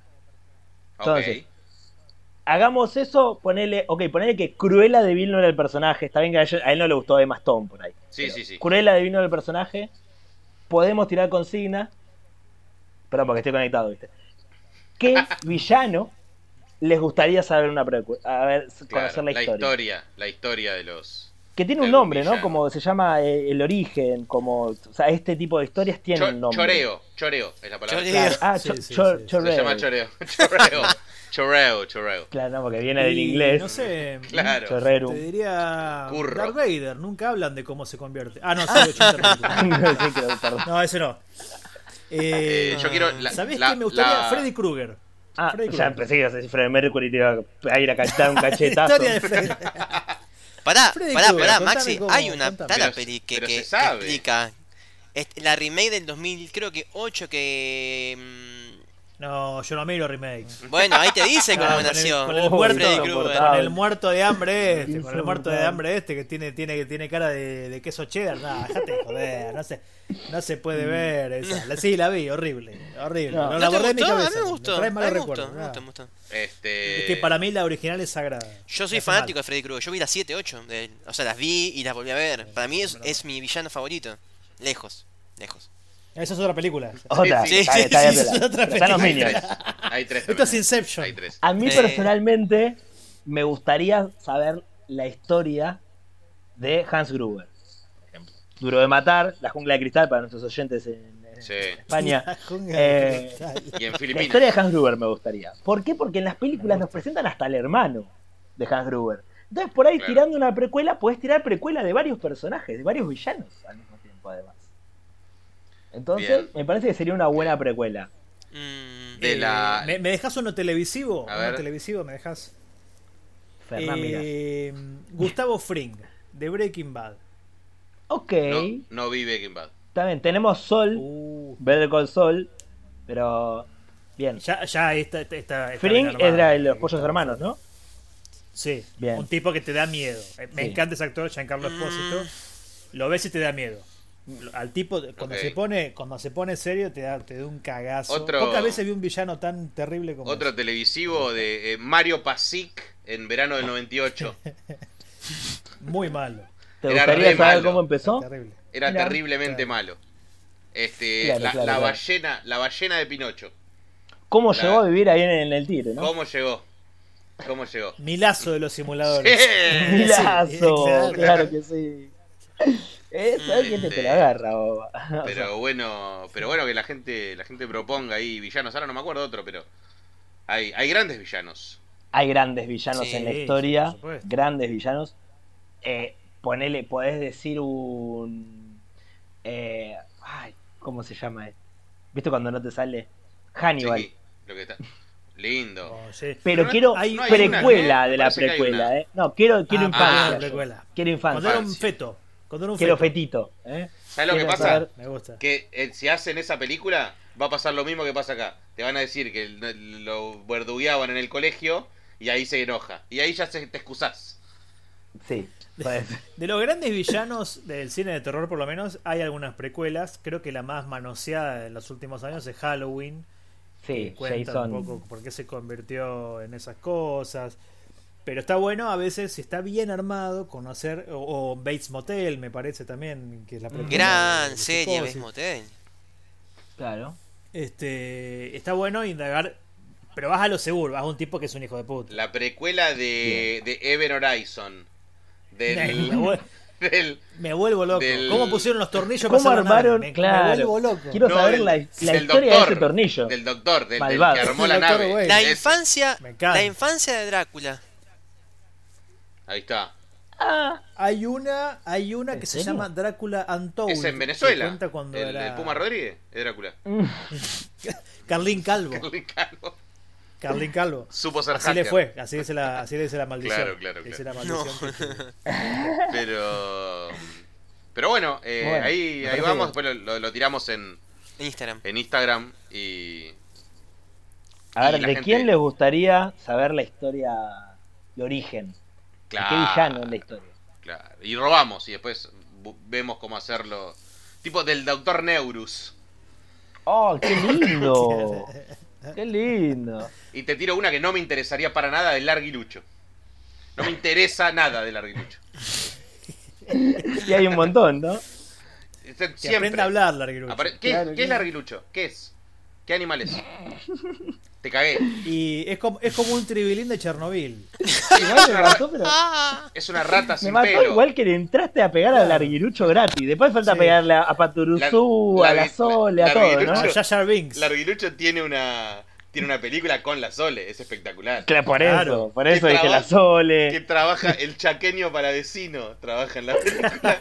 [SPEAKER 4] Entonces, hagamos eso, ponele, ok, ponele que Cruella de Vil no era el personaje, está bien que a él, a él no le gustó de Mastón por ahí.
[SPEAKER 2] Sí,
[SPEAKER 4] pero
[SPEAKER 2] sí, sí.
[SPEAKER 4] Cruella de Vil no era el personaje, podemos tirar consigna, perdón porque estoy conectado, viste. ¿Qué villano les gustaría saber una precu- a ver,
[SPEAKER 2] Claro,
[SPEAKER 4] conocer la historia?
[SPEAKER 2] la historia de los.
[SPEAKER 4] Que tiene un
[SPEAKER 2] de
[SPEAKER 4] nombre, ¿no?
[SPEAKER 2] villano.
[SPEAKER 4] Como se llama eh, el origen, como, o sea, este tipo de historias tienen
[SPEAKER 2] Cho-
[SPEAKER 4] un nombre.
[SPEAKER 2] choreo, choreo es la palabra.
[SPEAKER 3] Choreo.
[SPEAKER 4] Claro, Ah,
[SPEAKER 5] Sí,
[SPEAKER 4] cho-
[SPEAKER 5] sí,
[SPEAKER 4] cho-
[SPEAKER 5] sí, sí.
[SPEAKER 4] choreo.
[SPEAKER 2] Se llama choreo, choreo, choreo, choreo.
[SPEAKER 4] Claro, no, porque viene del
[SPEAKER 5] Y,
[SPEAKER 4] inglés.
[SPEAKER 5] No sé.
[SPEAKER 2] Claro.
[SPEAKER 4] Chorrerum.
[SPEAKER 5] Te diría
[SPEAKER 2] Curro.
[SPEAKER 5] Darth Vader, nunca hablan de cómo se convierte. Ah, no, solo 80 películas.
[SPEAKER 4] Sí, creo, perdón.
[SPEAKER 5] No, ese no. Eh,
[SPEAKER 2] Eh, yo quiero la-
[SPEAKER 5] ¿Sabés
[SPEAKER 2] la-
[SPEAKER 5] qué me gustaría?
[SPEAKER 2] la-
[SPEAKER 5] Freddy Krueger.
[SPEAKER 4] Ah,
[SPEAKER 5] Freddy
[SPEAKER 4] ya
[SPEAKER 5] Krueger.
[SPEAKER 4] pensé que ibas a decir Freddie Mercury y te iba a ir a cantar un cachetazo.
[SPEAKER 5] Historia de Freddy.
[SPEAKER 3] Pará,
[SPEAKER 5] Freddy
[SPEAKER 3] pará,
[SPEAKER 5] Krueger,
[SPEAKER 3] pará,
[SPEAKER 5] contame
[SPEAKER 3] Maxi,
[SPEAKER 5] cómo-
[SPEAKER 3] hay una
[SPEAKER 5] contame.
[SPEAKER 3] tala
[SPEAKER 2] Pero
[SPEAKER 3] peli
[SPEAKER 2] se-
[SPEAKER 3] que,
[SPEAKER 2] pero
[SPEAKER 3] que-
[SPEAKER 2] se
[SPEAKER 3] que
[SPEAKER 2] sabe.
[SPEAKER 3] explica. Est- La remake del 2000, creo que 8 que... mm,
[SPEAKER 5] No, yo no miro remakes.
[SPEAKER 3] Bueno, ahí te dice
[SPEAKER 5] Ah,
[SPEAKER 3] cómo
[SPEAKER 5] con el-
[SPEAKER 3] nació.
[SPEAKER 5] con el
[SPEAKER 4] Oh,
[SPEAKER 5] muerto,
[SPEAKER 3] Freddy
[SPEAKER 4] insoportable.
[SPEAKER 3] Krueger.
[SPEAKER 5] Con el muerto de hambre este, con el
[SPEAKER 4] Insoportable.
[SPEAKER 5] muerto de hambre este que tiene, tiene, que tiene cara de, de queso cheddar. No, déjate de joder, no se, no se puede ver. Esa. La- Sí, la vi, horrible, horrible.
[SPEAKER 4] Mm. No.
[SPEAKER 5] No, la
[SPEAKER 3] ¿No te
[SPEAKER 5] borré de mi
[SPEAKER 3] gustó? A
[SPEAKER 5] cabeza.
[SPEAKER 3] mí me gustó. A
[SPEAKER 5] trae
[SPEAKER 3] mí
[SPEAKER 5] malos
[SPEAKER 3] me
[SPEAKER 5] recuerdos,
[SPEAKER 3] gustó, me
[SPEAKER 5] nada.
[SPEAKER 3] gustó, me gustó.
[SPEAKER 2] Este.
[SPEAKER 5] Es que para mí la original es sagrada.
[SPEAKER 3] Yo soy
[SPEAKER 5] Me hace mal.
[SPEAKER 3] fanático de Freddy Krueger. Yo vi las 7, 8 de él. O sea, las vi y las volví a ver. Para mí es, es mi villano favorito. Lejos, lejos.
[SPEAKER 5] Esa es otra película.
[SPEAKER 4] Otra,
[SPEAKER 2] Sí,
[SPEAKER 3] sí,
[SPEAKER 4] está bien,
[SPEAKER 5] sí,
[SPEAKER 4] está bien,
[SPEAKER 5] sí,
[SPEAKER 4] está bien.
[SPEAKER 5] es otra
[SPEAKER 4] Pero están los
[SPEAKER 2] Hay
[SPEAKER 4] Minions.
[SPEAKER 2] tres. Hay tres.
[SPEAKER 5] Esto es
[SPEAKER 2] también.
[SPEAKER 5] Inception.
[SPEAKER 2] Hay tres.
[SPEAKER 4] A mí
[SPEAKER 3] Sí.
[SPEAKER 4] personalmente me gustaría saber la historia de Hans Gruber. Duro de matar, La jungla de cristal para nuestros oyentes en, en
[SPEAKER 2] Sí.
[SPEAKER 4] España.
[SPEAKER 5] La jungla
[SPEAKER 4] Eh,
[SPEAKER 5] de cristal.
[SPEAKER 2] Y en
[SPEAKER 4] La
[SPEAKER 2] Filipinas.
[SPEAKER 4] historia de Hans Gruber me gustaría. ¿Por qué? Porque en las películas nos presentan hasta el hermano de Hans Gruber. Entonces, por ahí
[SPEAKER 2] Claro.
[SPEAKER 4] tirando una precuela, puedes tirar precuela de varios personajes, de varios villanos al mismo tiempo, además. Entonces,
[SPEAKER 2] Bien.
[SPEAKER 4] me parece que sería una buena precuela.
[SPEAKER 3] Mm,
[SPEAKER 2] De la-
[SPEAKER 5] Eh, ¿Me, me dejas uno televisivo?
[SPEAKER 2] A
[SPEAKER 5] Uno
[SPEAKER 2] ver.
[SPEAKER 5] televisivo me dejas.
[SPEAKER 4] Fernán, mira.
[SPEAKER 5] Eh, Gustavo Fring, de Breaking Bad.
[SPEAKER 4] Ok,
[SPEAKER 2] No, no vi Breaking Bad.
[SPEAKER 4] también tenemos Sol,
[SPEAKER 5] Uh,
[SPEAKER 4] Better Call Sol, pero bien.
[SPEAKER 5] ya, ya está, está, está está bien
[SPEAKER 4] Fring
[SPEAKER 5] armado.
[SPEAKER 4] era el de los pollos hermanos, ¿no?
[SPEAKER 5] Sí,
[SPEAKER 4] Bien.
[SPEAKER 5] un tipo que te da miedo. Eh, Me
[SPEAKER 4] Sí.
[SPEAKER 5] encanta ese actor, Giancarlo Espósito. Lo ves y te da miedo. Al tipo, cuando
[SPEAKER 2] Ok.
[SPEAKER 5] se pone cuando se pone serio, te da, te da un cagazo.
[SPEAKER 2] Otro-
[SPEAKER 5] Pocas veces vi un villano tan terrible como
[SPEAKER 2] Otro
[SPEAKER 5] ese.
[SPEAKER 2] televisivo de eh, Mario Pasic en verano del 98.
[SPEAKER 5] Muy malo.
[SPEAKER 4] ¿Te
[SPEAKER 2] Era
[SPEAKER 4] gustaría
[SPEAKER 2] re
[SPEAKER 4] saber
[SPEAKER 2] malo.
[SPEAKER 4] cómo empezó?
[SPEAKER 5] Terrible.
[SPEAKER 2] Era
[SPEAKER 4] Mirá.
[SPEAKER 2] terriblemente malo. Este,
[SPEAKER 4] Claro,
[SPEAKER 2] la,
[SPEAKER 4] claro,
[SPEAKER 2] la
[SPEAKER 4] claro.
[SPEAKER 2] ballena, la ballena de Pinocho.
[SPEAKER 4] ¿Cómo
[SPEAKER 2] Claro.
[SPEAKER 4] llegó a vivir ahí en, en el tiro, no?
[SPEAKER 2] ¿Cómo llegó? ¿Cómo llegó?
[SPEAKER 5] Milazo de los simuladores.
[SPEAKER 2] Sí.
[SPEAKER 4] Milazo,
[SPEAKER 5] exacto.
[SPEAKER 4] claro que sí.
[SPEAKER 5] Mm.
[SPEAKER 4] Eso es quien te, te lo agarra, boba. O sea,
[SPEAKER 2] Pero bueno, pero bueno que la gente, la gente proponga ahí villanos. Ahora no me acuerdo otro, pero hay, hay grandes villanos.
[SPEAKER 4] hay grandes villanos
[SPEAKER 3] Sí,
[SPEAKER 4] en la
[SPEAKER 5] sí,
[SPEAKER 4] historia,
[SPEAKER 5] por supuesto.
[SPEAKER 4] grandes villanos. Eh, ponele, podés decir un... eh, ay, ¿cómo se llama? eh? ¿Viste cuando no te sale? Hannibal.
[SPEAKER 2] Sí, lo que está. Lindo.
[SPEAKER 5] Oh, sí.
[SPEAKER 4] Pero
[SPEAKER 2] No,
[SPEAKER 4] quiero
[SPEAKER 5] hay- no
[SPEAKER 2] hay
[SPEAKER 4] precuela
[SPEAKER 2] una, ¿no?
[SPEAKER 4] de la
[SPEAKER 2] Parece que hay
[SPEAKER 4] precuela,
[SPEAKER 2] una.
[SPEAKER 4] ¿eh? No, quiero, quiero
[SPEAKER 5] Ah,
[SPEAKER 4] infancia.
[SPEAKER 5] precuela,
[SPEAKER 4] yo.
[SPEAKER 5] precuela.
[SPEAKER 4] Quiero
[SPEAKER 5] Cuando era
[SPEAKER 4] infancia.
[SPEAKER 5] un feto. Cuando era un
[SPEAKER 4] Quiero
[SPEAKER 5] feto.
[SPEAKER 4] fetito, ¿eh?
[SPEAKER 2] ¿Sabes lo que
[SPEAKER 4] Quiero
[SPEAKER 2] pasa?
[SPEAKER 4] saber-
[SPEAKER 5] Me gusta.
[SPEAKER 2] Que eh, si hacen esa película, va a pasar lo mismo que pasa acá. Te van a decir que el- lo verdugueaban en el colegio y ahí se enoja. Y ahí ya se- te excusás.
[SPEAKER 4] Sí. parece.
[SPEAKER 5] De los grandes villanos del cine de terror, por lo menos, hay algunas precuelas. Creo que la más manoseada en los últimos años es Halloween.
[SPEAKER 4] Sí,
[SPEAKER 5] cuenta
[SPEAKER 4] Jason.
[SPEAKER 5] un poco por qué se convirtió en esas cosas. Pero está bueno a veces, si está bien armado, conocer. O, o Bates Motel, me parece también, que es la precuela de-
[SPEAKER 3] gran
[SPEAKER 5] de
[SPEAKER 3] serie,
[SPEAKER 5] Psicosis.
[SPEAKER 3] ves motel.
[SPEAKER 4] Claro.
[SPEAKER 5] Este, está bueno indagar. Pero vas a lo seguro, vas a un tipo que es un hijo de puta.
[SPEAKER 2] La precuela de, de Ever Horizon.
[SPEAKER 5] Me
[SPEAKER 2] Del,
[SPEAKER 5] vuel-
[SPEAKER 2] del-
[SPEAKER 5] me vuelvo loco.
[SPEAKER 2] Del-
[SPEAKER 5] ¿Cómo pusieron los tornillos para
[SPEAKER 4] ¿Cómo
[SPEAKER 5] hacer una
[SPEAKER 4] armaron?
[SPEAKER 5] nave? Me,
[SPEAKER 4] claro.
[SPEAKER 5] me vuelvo loco.
[SPEAKER 4] Quiero
[SPEAKER 2] No,
[SPEAKER 4] saber
[SPEAKER 2] del-
[SPEAKER 4] la, la
[SPEAKER 2] del
[SPEAKER 4] historia de
[SPEAKER 2] doctor.
[SPEAKER 4] ese tornillo.
[SPEAKER 2] del doctor, del, del que
[SPEAKER 4] Malvado.
[SPEAKER 2] armó
[SPEAKER 5] El
[SPEAKER 2] la
[SPEAKER 5] doctor
[SPEAKER 2] nave.
[SPEAKER 5] Wayne.
[SPEAKER 3] La
[SPEAKER 2] Ese.
[SPEAKER 3] infancia,
[SPEAKER 5] Me encanta.
[SPEAKER 3] la infancia de Drácula.
[SPEAKER 2] Ahí está.
[SPEAKER 4] Ah,
[SPEAKER 5] Hay una, hay una
[SPEAKER 4] ¿En
[SPEAKER 5] que se
[SPEAKER 4] serio?
[SPEAKER 5] llama Drácula Antoul.
[SPEAKER 2] Es
[SPEAKER 5] que
[SPEAKER 2] en Venezuela.
[SPEAKER 5] cuenta cuando
[SPEAKER 2] el,
[SPEAKER 5] era
[SPEAKER 2] el Puma Rodríguez es Drácula.
[SPEAKER 5] Carlín Calvo.
[SPEAKER 2] Carlin Calvo.
[SPEAKER 5] Carlín Calvo.
[SPEAKER 2] Supo ser
[SPEAKER 5] Así le
[SPEAKER 2] hacker.
[SPEAKER 5] fue, así dice la, así dice la maldición.
[SPEAKER 2] Claro, claro,
[SPEAKER 5] Dice
[SPEAKER 2] claro.
[SPEAKER 5] la
[SPEAKER 3] No.
[SPEAKER 5] maldición que-
[SPEAKER 2] Pero. Pero bueno, eh,
[SPEAKER 4] Bueno,
[SPEAKER 2] ahí,
[SPEAKER 4] me
[SPEAKER 2] ahí
[SPEAKER 4] parece
[SPEAKER 2] vamos.
[SPEAKER 4] bien.
[SPEAKER 2] Después lo, lo- lo tiramos en,
[SPEAKER 3] En Instagram.
[SPEAKER 2] en Instagram. Y.
[SPEAKER 4] a
[SPEAKER 2] Y
[SPEAKER 4] ver,
[SPEAKER 2] la
[SPEAKER 4] ¿de
[SPEAKER 2] gente-
[SPEAKER 4] quién les gustaría saber la historia de origen? ¿De
[SPEAKER 2] Claro.
[SPEAKER 4] qué villano en la historia?
[SPEAKER 2] Claro. Y robamos y después bu- vemos cómo hacerlo. Tipo del doctor Neurus.
[SPEAKER 4] ¡Oh, qué lindo! Qué lindo.
[SPEAKER 2] Y te tiro una que no me interesaría para nada del larguilucho. No me interesa nada del larguilucho.
[SPEAKER 4] Y hay un montón, ¿no?
[SPEAKER 2] Este Siempre.
[SPEAKER 5] Que aprenda a hablar, Larguirucho.
[SPEAKER 2] Apare- ¿Qué,
[SPEAKER 4] Claro,
[SPEAKER 2] qué
[SPEAKER 4] claro.
[SPEAKER 2] es larguilucho? ¿Qué es? ¿Qué animal es? Te cagué.
[SPEAKER 5] Y es como, es como un tribilín de Chernobyl.
[SPEAKER 4] Igual me mató, pero.
[SPEAKER 2] Es una rata
[SPEAKER 4] Me
[SPEAKER 2] sin
[SPEAKER 4] mató
[SPEAKER 2] pelo.
[SPEAKER 4] igual que le entraste a pegar al arguirucho gratis. Después falta
[SPEAKER 5] Sí.
[SPEAKER 4] pegarle a, a Paturuzú,
[SPEAKER 2] La-
[SPEAKER 4] a
[SPEAKER 2] la-
[SPEAKER 4] la Sole, a
[SPEAKER 2] la-
[SPEAKER 4] todo, ¿no?
[SPEAKER 5] A
[SPEAKER 2] Larguirucho.
[SPEAKER 5] Jar Jar Binks.
[SPEAKER 2] Larguilucho tiene una tiene una película con la Sole, es espectacular.
[SPEAKER 4] Claro, por
[SPEAKER 5] Claro.
[SPEAKER 4] eso, por
[SPEAKER 2] Qué
[SPEAKER 4] eso dije la
[SPEAKER 2] trabajo, Que
[SPEAKER 4] Sole.
[SPEAKER 2] trabaja el chaqueño paradesino, trabaja en la película.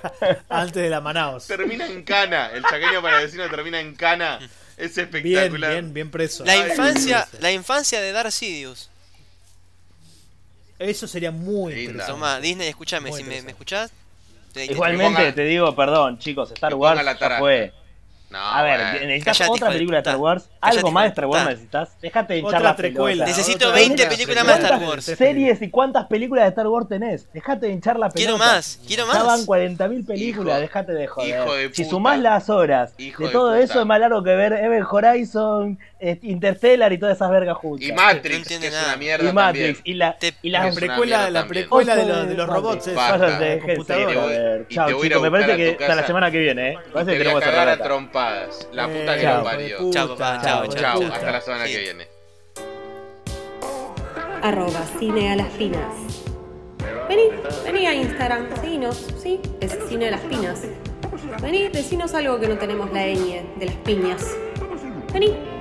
[SPEAKER 5] Antes de la Manaos.
[SPEAKER 2] Termina en cana, el chaqueño paradesino termina en cana. Es
[SPEAKER 5] Bien,
[SPEAKER 2] espectacular.
[SPEAKER 5] bien, bien preso.
[SPEAKER 3] La
[SPEAKER 2] Ay,
[SPEAKER 3] infancia,
[SPEAKER 5] Dios.
[SPEAKER 3] la infancia de Darth Sidious.
[SPEAKER 5] Eso sería muy
[SPEAKER 2] Linda.
[SPEAKER 5] interesante.
[SPEAKER 3] Tomá, Disney, escúchame,
[SPEAKER 5] Muy
[SPEAKER 3] si me,
[SPEAKER 5] interesante.
[SPEAKER 3] me escuchás. te- te-
[SPEAKER 4] Igualmente,
[SPEAKER 2] ponga-
[SPEAKER 4] te digo, perdón, chicos, Star
[SPEAKER 2] que
[SPEAKER 4] Wars
[SPEAKER 2] ponga la
[SPEAKER 4] ya
[SPEAKER 2] tarasca.
[SPEAKER 4] fue.
[SPEAKER 2] No, eh,
[SPEAKER 4] A ver,
[SPEAKER 2] bueno.
[SPEAKER 4] necesitas
[SPEAKER 3] Callate, hijo
[SPEAKER 4] otra
[SPEAKER 3] de
[SPEAKER 4] película de Star
[SPEAKER 3] puta.
[SPEAKER 4] Wars.
[SPEAKER 3] Callate,
[SPEAKER 4] Algo más
[SPEAKER 3] hijo
[SPEAKER 4] de
[SPEAKER 3] de
[SPEAKER 4] Star Wars
[SPEAKER 3] puta.
[SPEAKER 4] necesitas. Déjate de hinchar
[SPEAKER 5] Otra
[SPEAKER 4] la
[SPEAKER 5] precuela.
[SPEAKER 4] pelota.
[SPEAKER 3] Necesito
[SPEAKER 5] otra
[SPEAKER 3] 20
[SPEAKER 5] película.
[SPEAKER 3] películas más de Star
[SPEAKER 4] ¿Cuántas
[SPEAKER 3] Wars.
[SPEAKER 4] series y cuántas películas de Star Wars tenés? Dejate de hinchar la pelota.
[SPEAKER 3] Quiero más, quiero más.
[SPEAKER 4] Ya van 40.000 películas,
[SPEAKER 2] Hijo-
[SPEAKER 4] dejate de joder.
[SPEAKER 2] hijo de
[SPEAKER 4] si
[SPEAKER 2] puta.
[SPEAKER 4] sumás las horas
[SPEAKER 2] Hijo
[SPEAKER 4] de
[SPEAKER 2] de
[SPEAKER 4] todo
[SPEAKER 2] puta.
[SPEAKER 4] eso, es más largo que ver Event Horizon, eh, Interstellar y todas esas vergas juntas.
[SPEAKER 2] Y
[SPEAKER 3] No
[SPEAKER 2] Matrix,
[SPEAKER 3] entiende
[SPEAKER 2] que es
[SPEAKER 3] nada.
[SPEAKER 2] una
[SPEAKER 4] Y
[SPEAKER 2] mierda también.
[SPEAKER 4] Matrix. Y, la,
[SPEAKER 3] Te-
[SPEAKER 4] y
[SPEAKER 5] La
[SPEAKER 4] las
[SPEAKER 2] Es una
[SPEAKER 5] precuela,
[SPEAKER 2] mierda
[SPEAKER 5] la
[SPEAKER 2] también.
[SPEAKER 5] precuela de,
[SPEAKER 4] Ocho
[SPEAKER 5] los- de los
[SPEAKER 4] Matrix.
[SPEAKER 5] robots. eh.
[SPEAKER 2] Basta.
[SPEAKER 5] esa,
[SPEAKER 4] Pásense,
[SPEAKER 5] de la
[SPEAKER 4] déjense,
[SPEAKER 5] computadora.
[SPEAKER 4] a ver.
[SPEAKER 2] Y te
[SPEAKER 4] Chao,
[SPEAKER 2] voy a
[SPEAKER 4] chicos. Me
[SPEAKER 2] buscar
[SPEAKER 4] parece
[SPEAKER 2] a
[SPEAKER 4] que
[SPEAKER 2] tu
[SPEAKER 4] hasta la
[SPEAKER 2] casa.
[SPEAKER 4] semana que viene, ¿eh? Me
[SPEAKER 2] Te
[SPEAKER 4] parece que
[SPEAKER 2] voy a
[SPEAKER 4] tenemos
[SPEAKER 2] cagar
[SPEAKER 4] cerrar
[SPEAKER 2] a
[SPEAKER 4] acá.
[SPEAKER 2] trompadas. La puta
[SPEAKER 5] Eh,
[SPEAKER 2] que
[SPEAKER 4] chao.
[SPEAKER 2] lo parió.
[SPEAKER 3] Chao, papá, chao,
[SPEAKER 5] hijo de
[SPEAKER 2] Eh, Chao,
[SPEAKER 5] puta.
[SPEAKER 2] hasta la semana que
[SPEAKER 3] Sí.
[SPEAKER 2] viene.
[SPEAKER 1] Arroba Cine a las Pinas. Vení, vení a Instagram, seguinos, ¿sí? Es Cine a las Pinas. Vení, decinos algo que no tenemos la ñ de las piñas. Vení.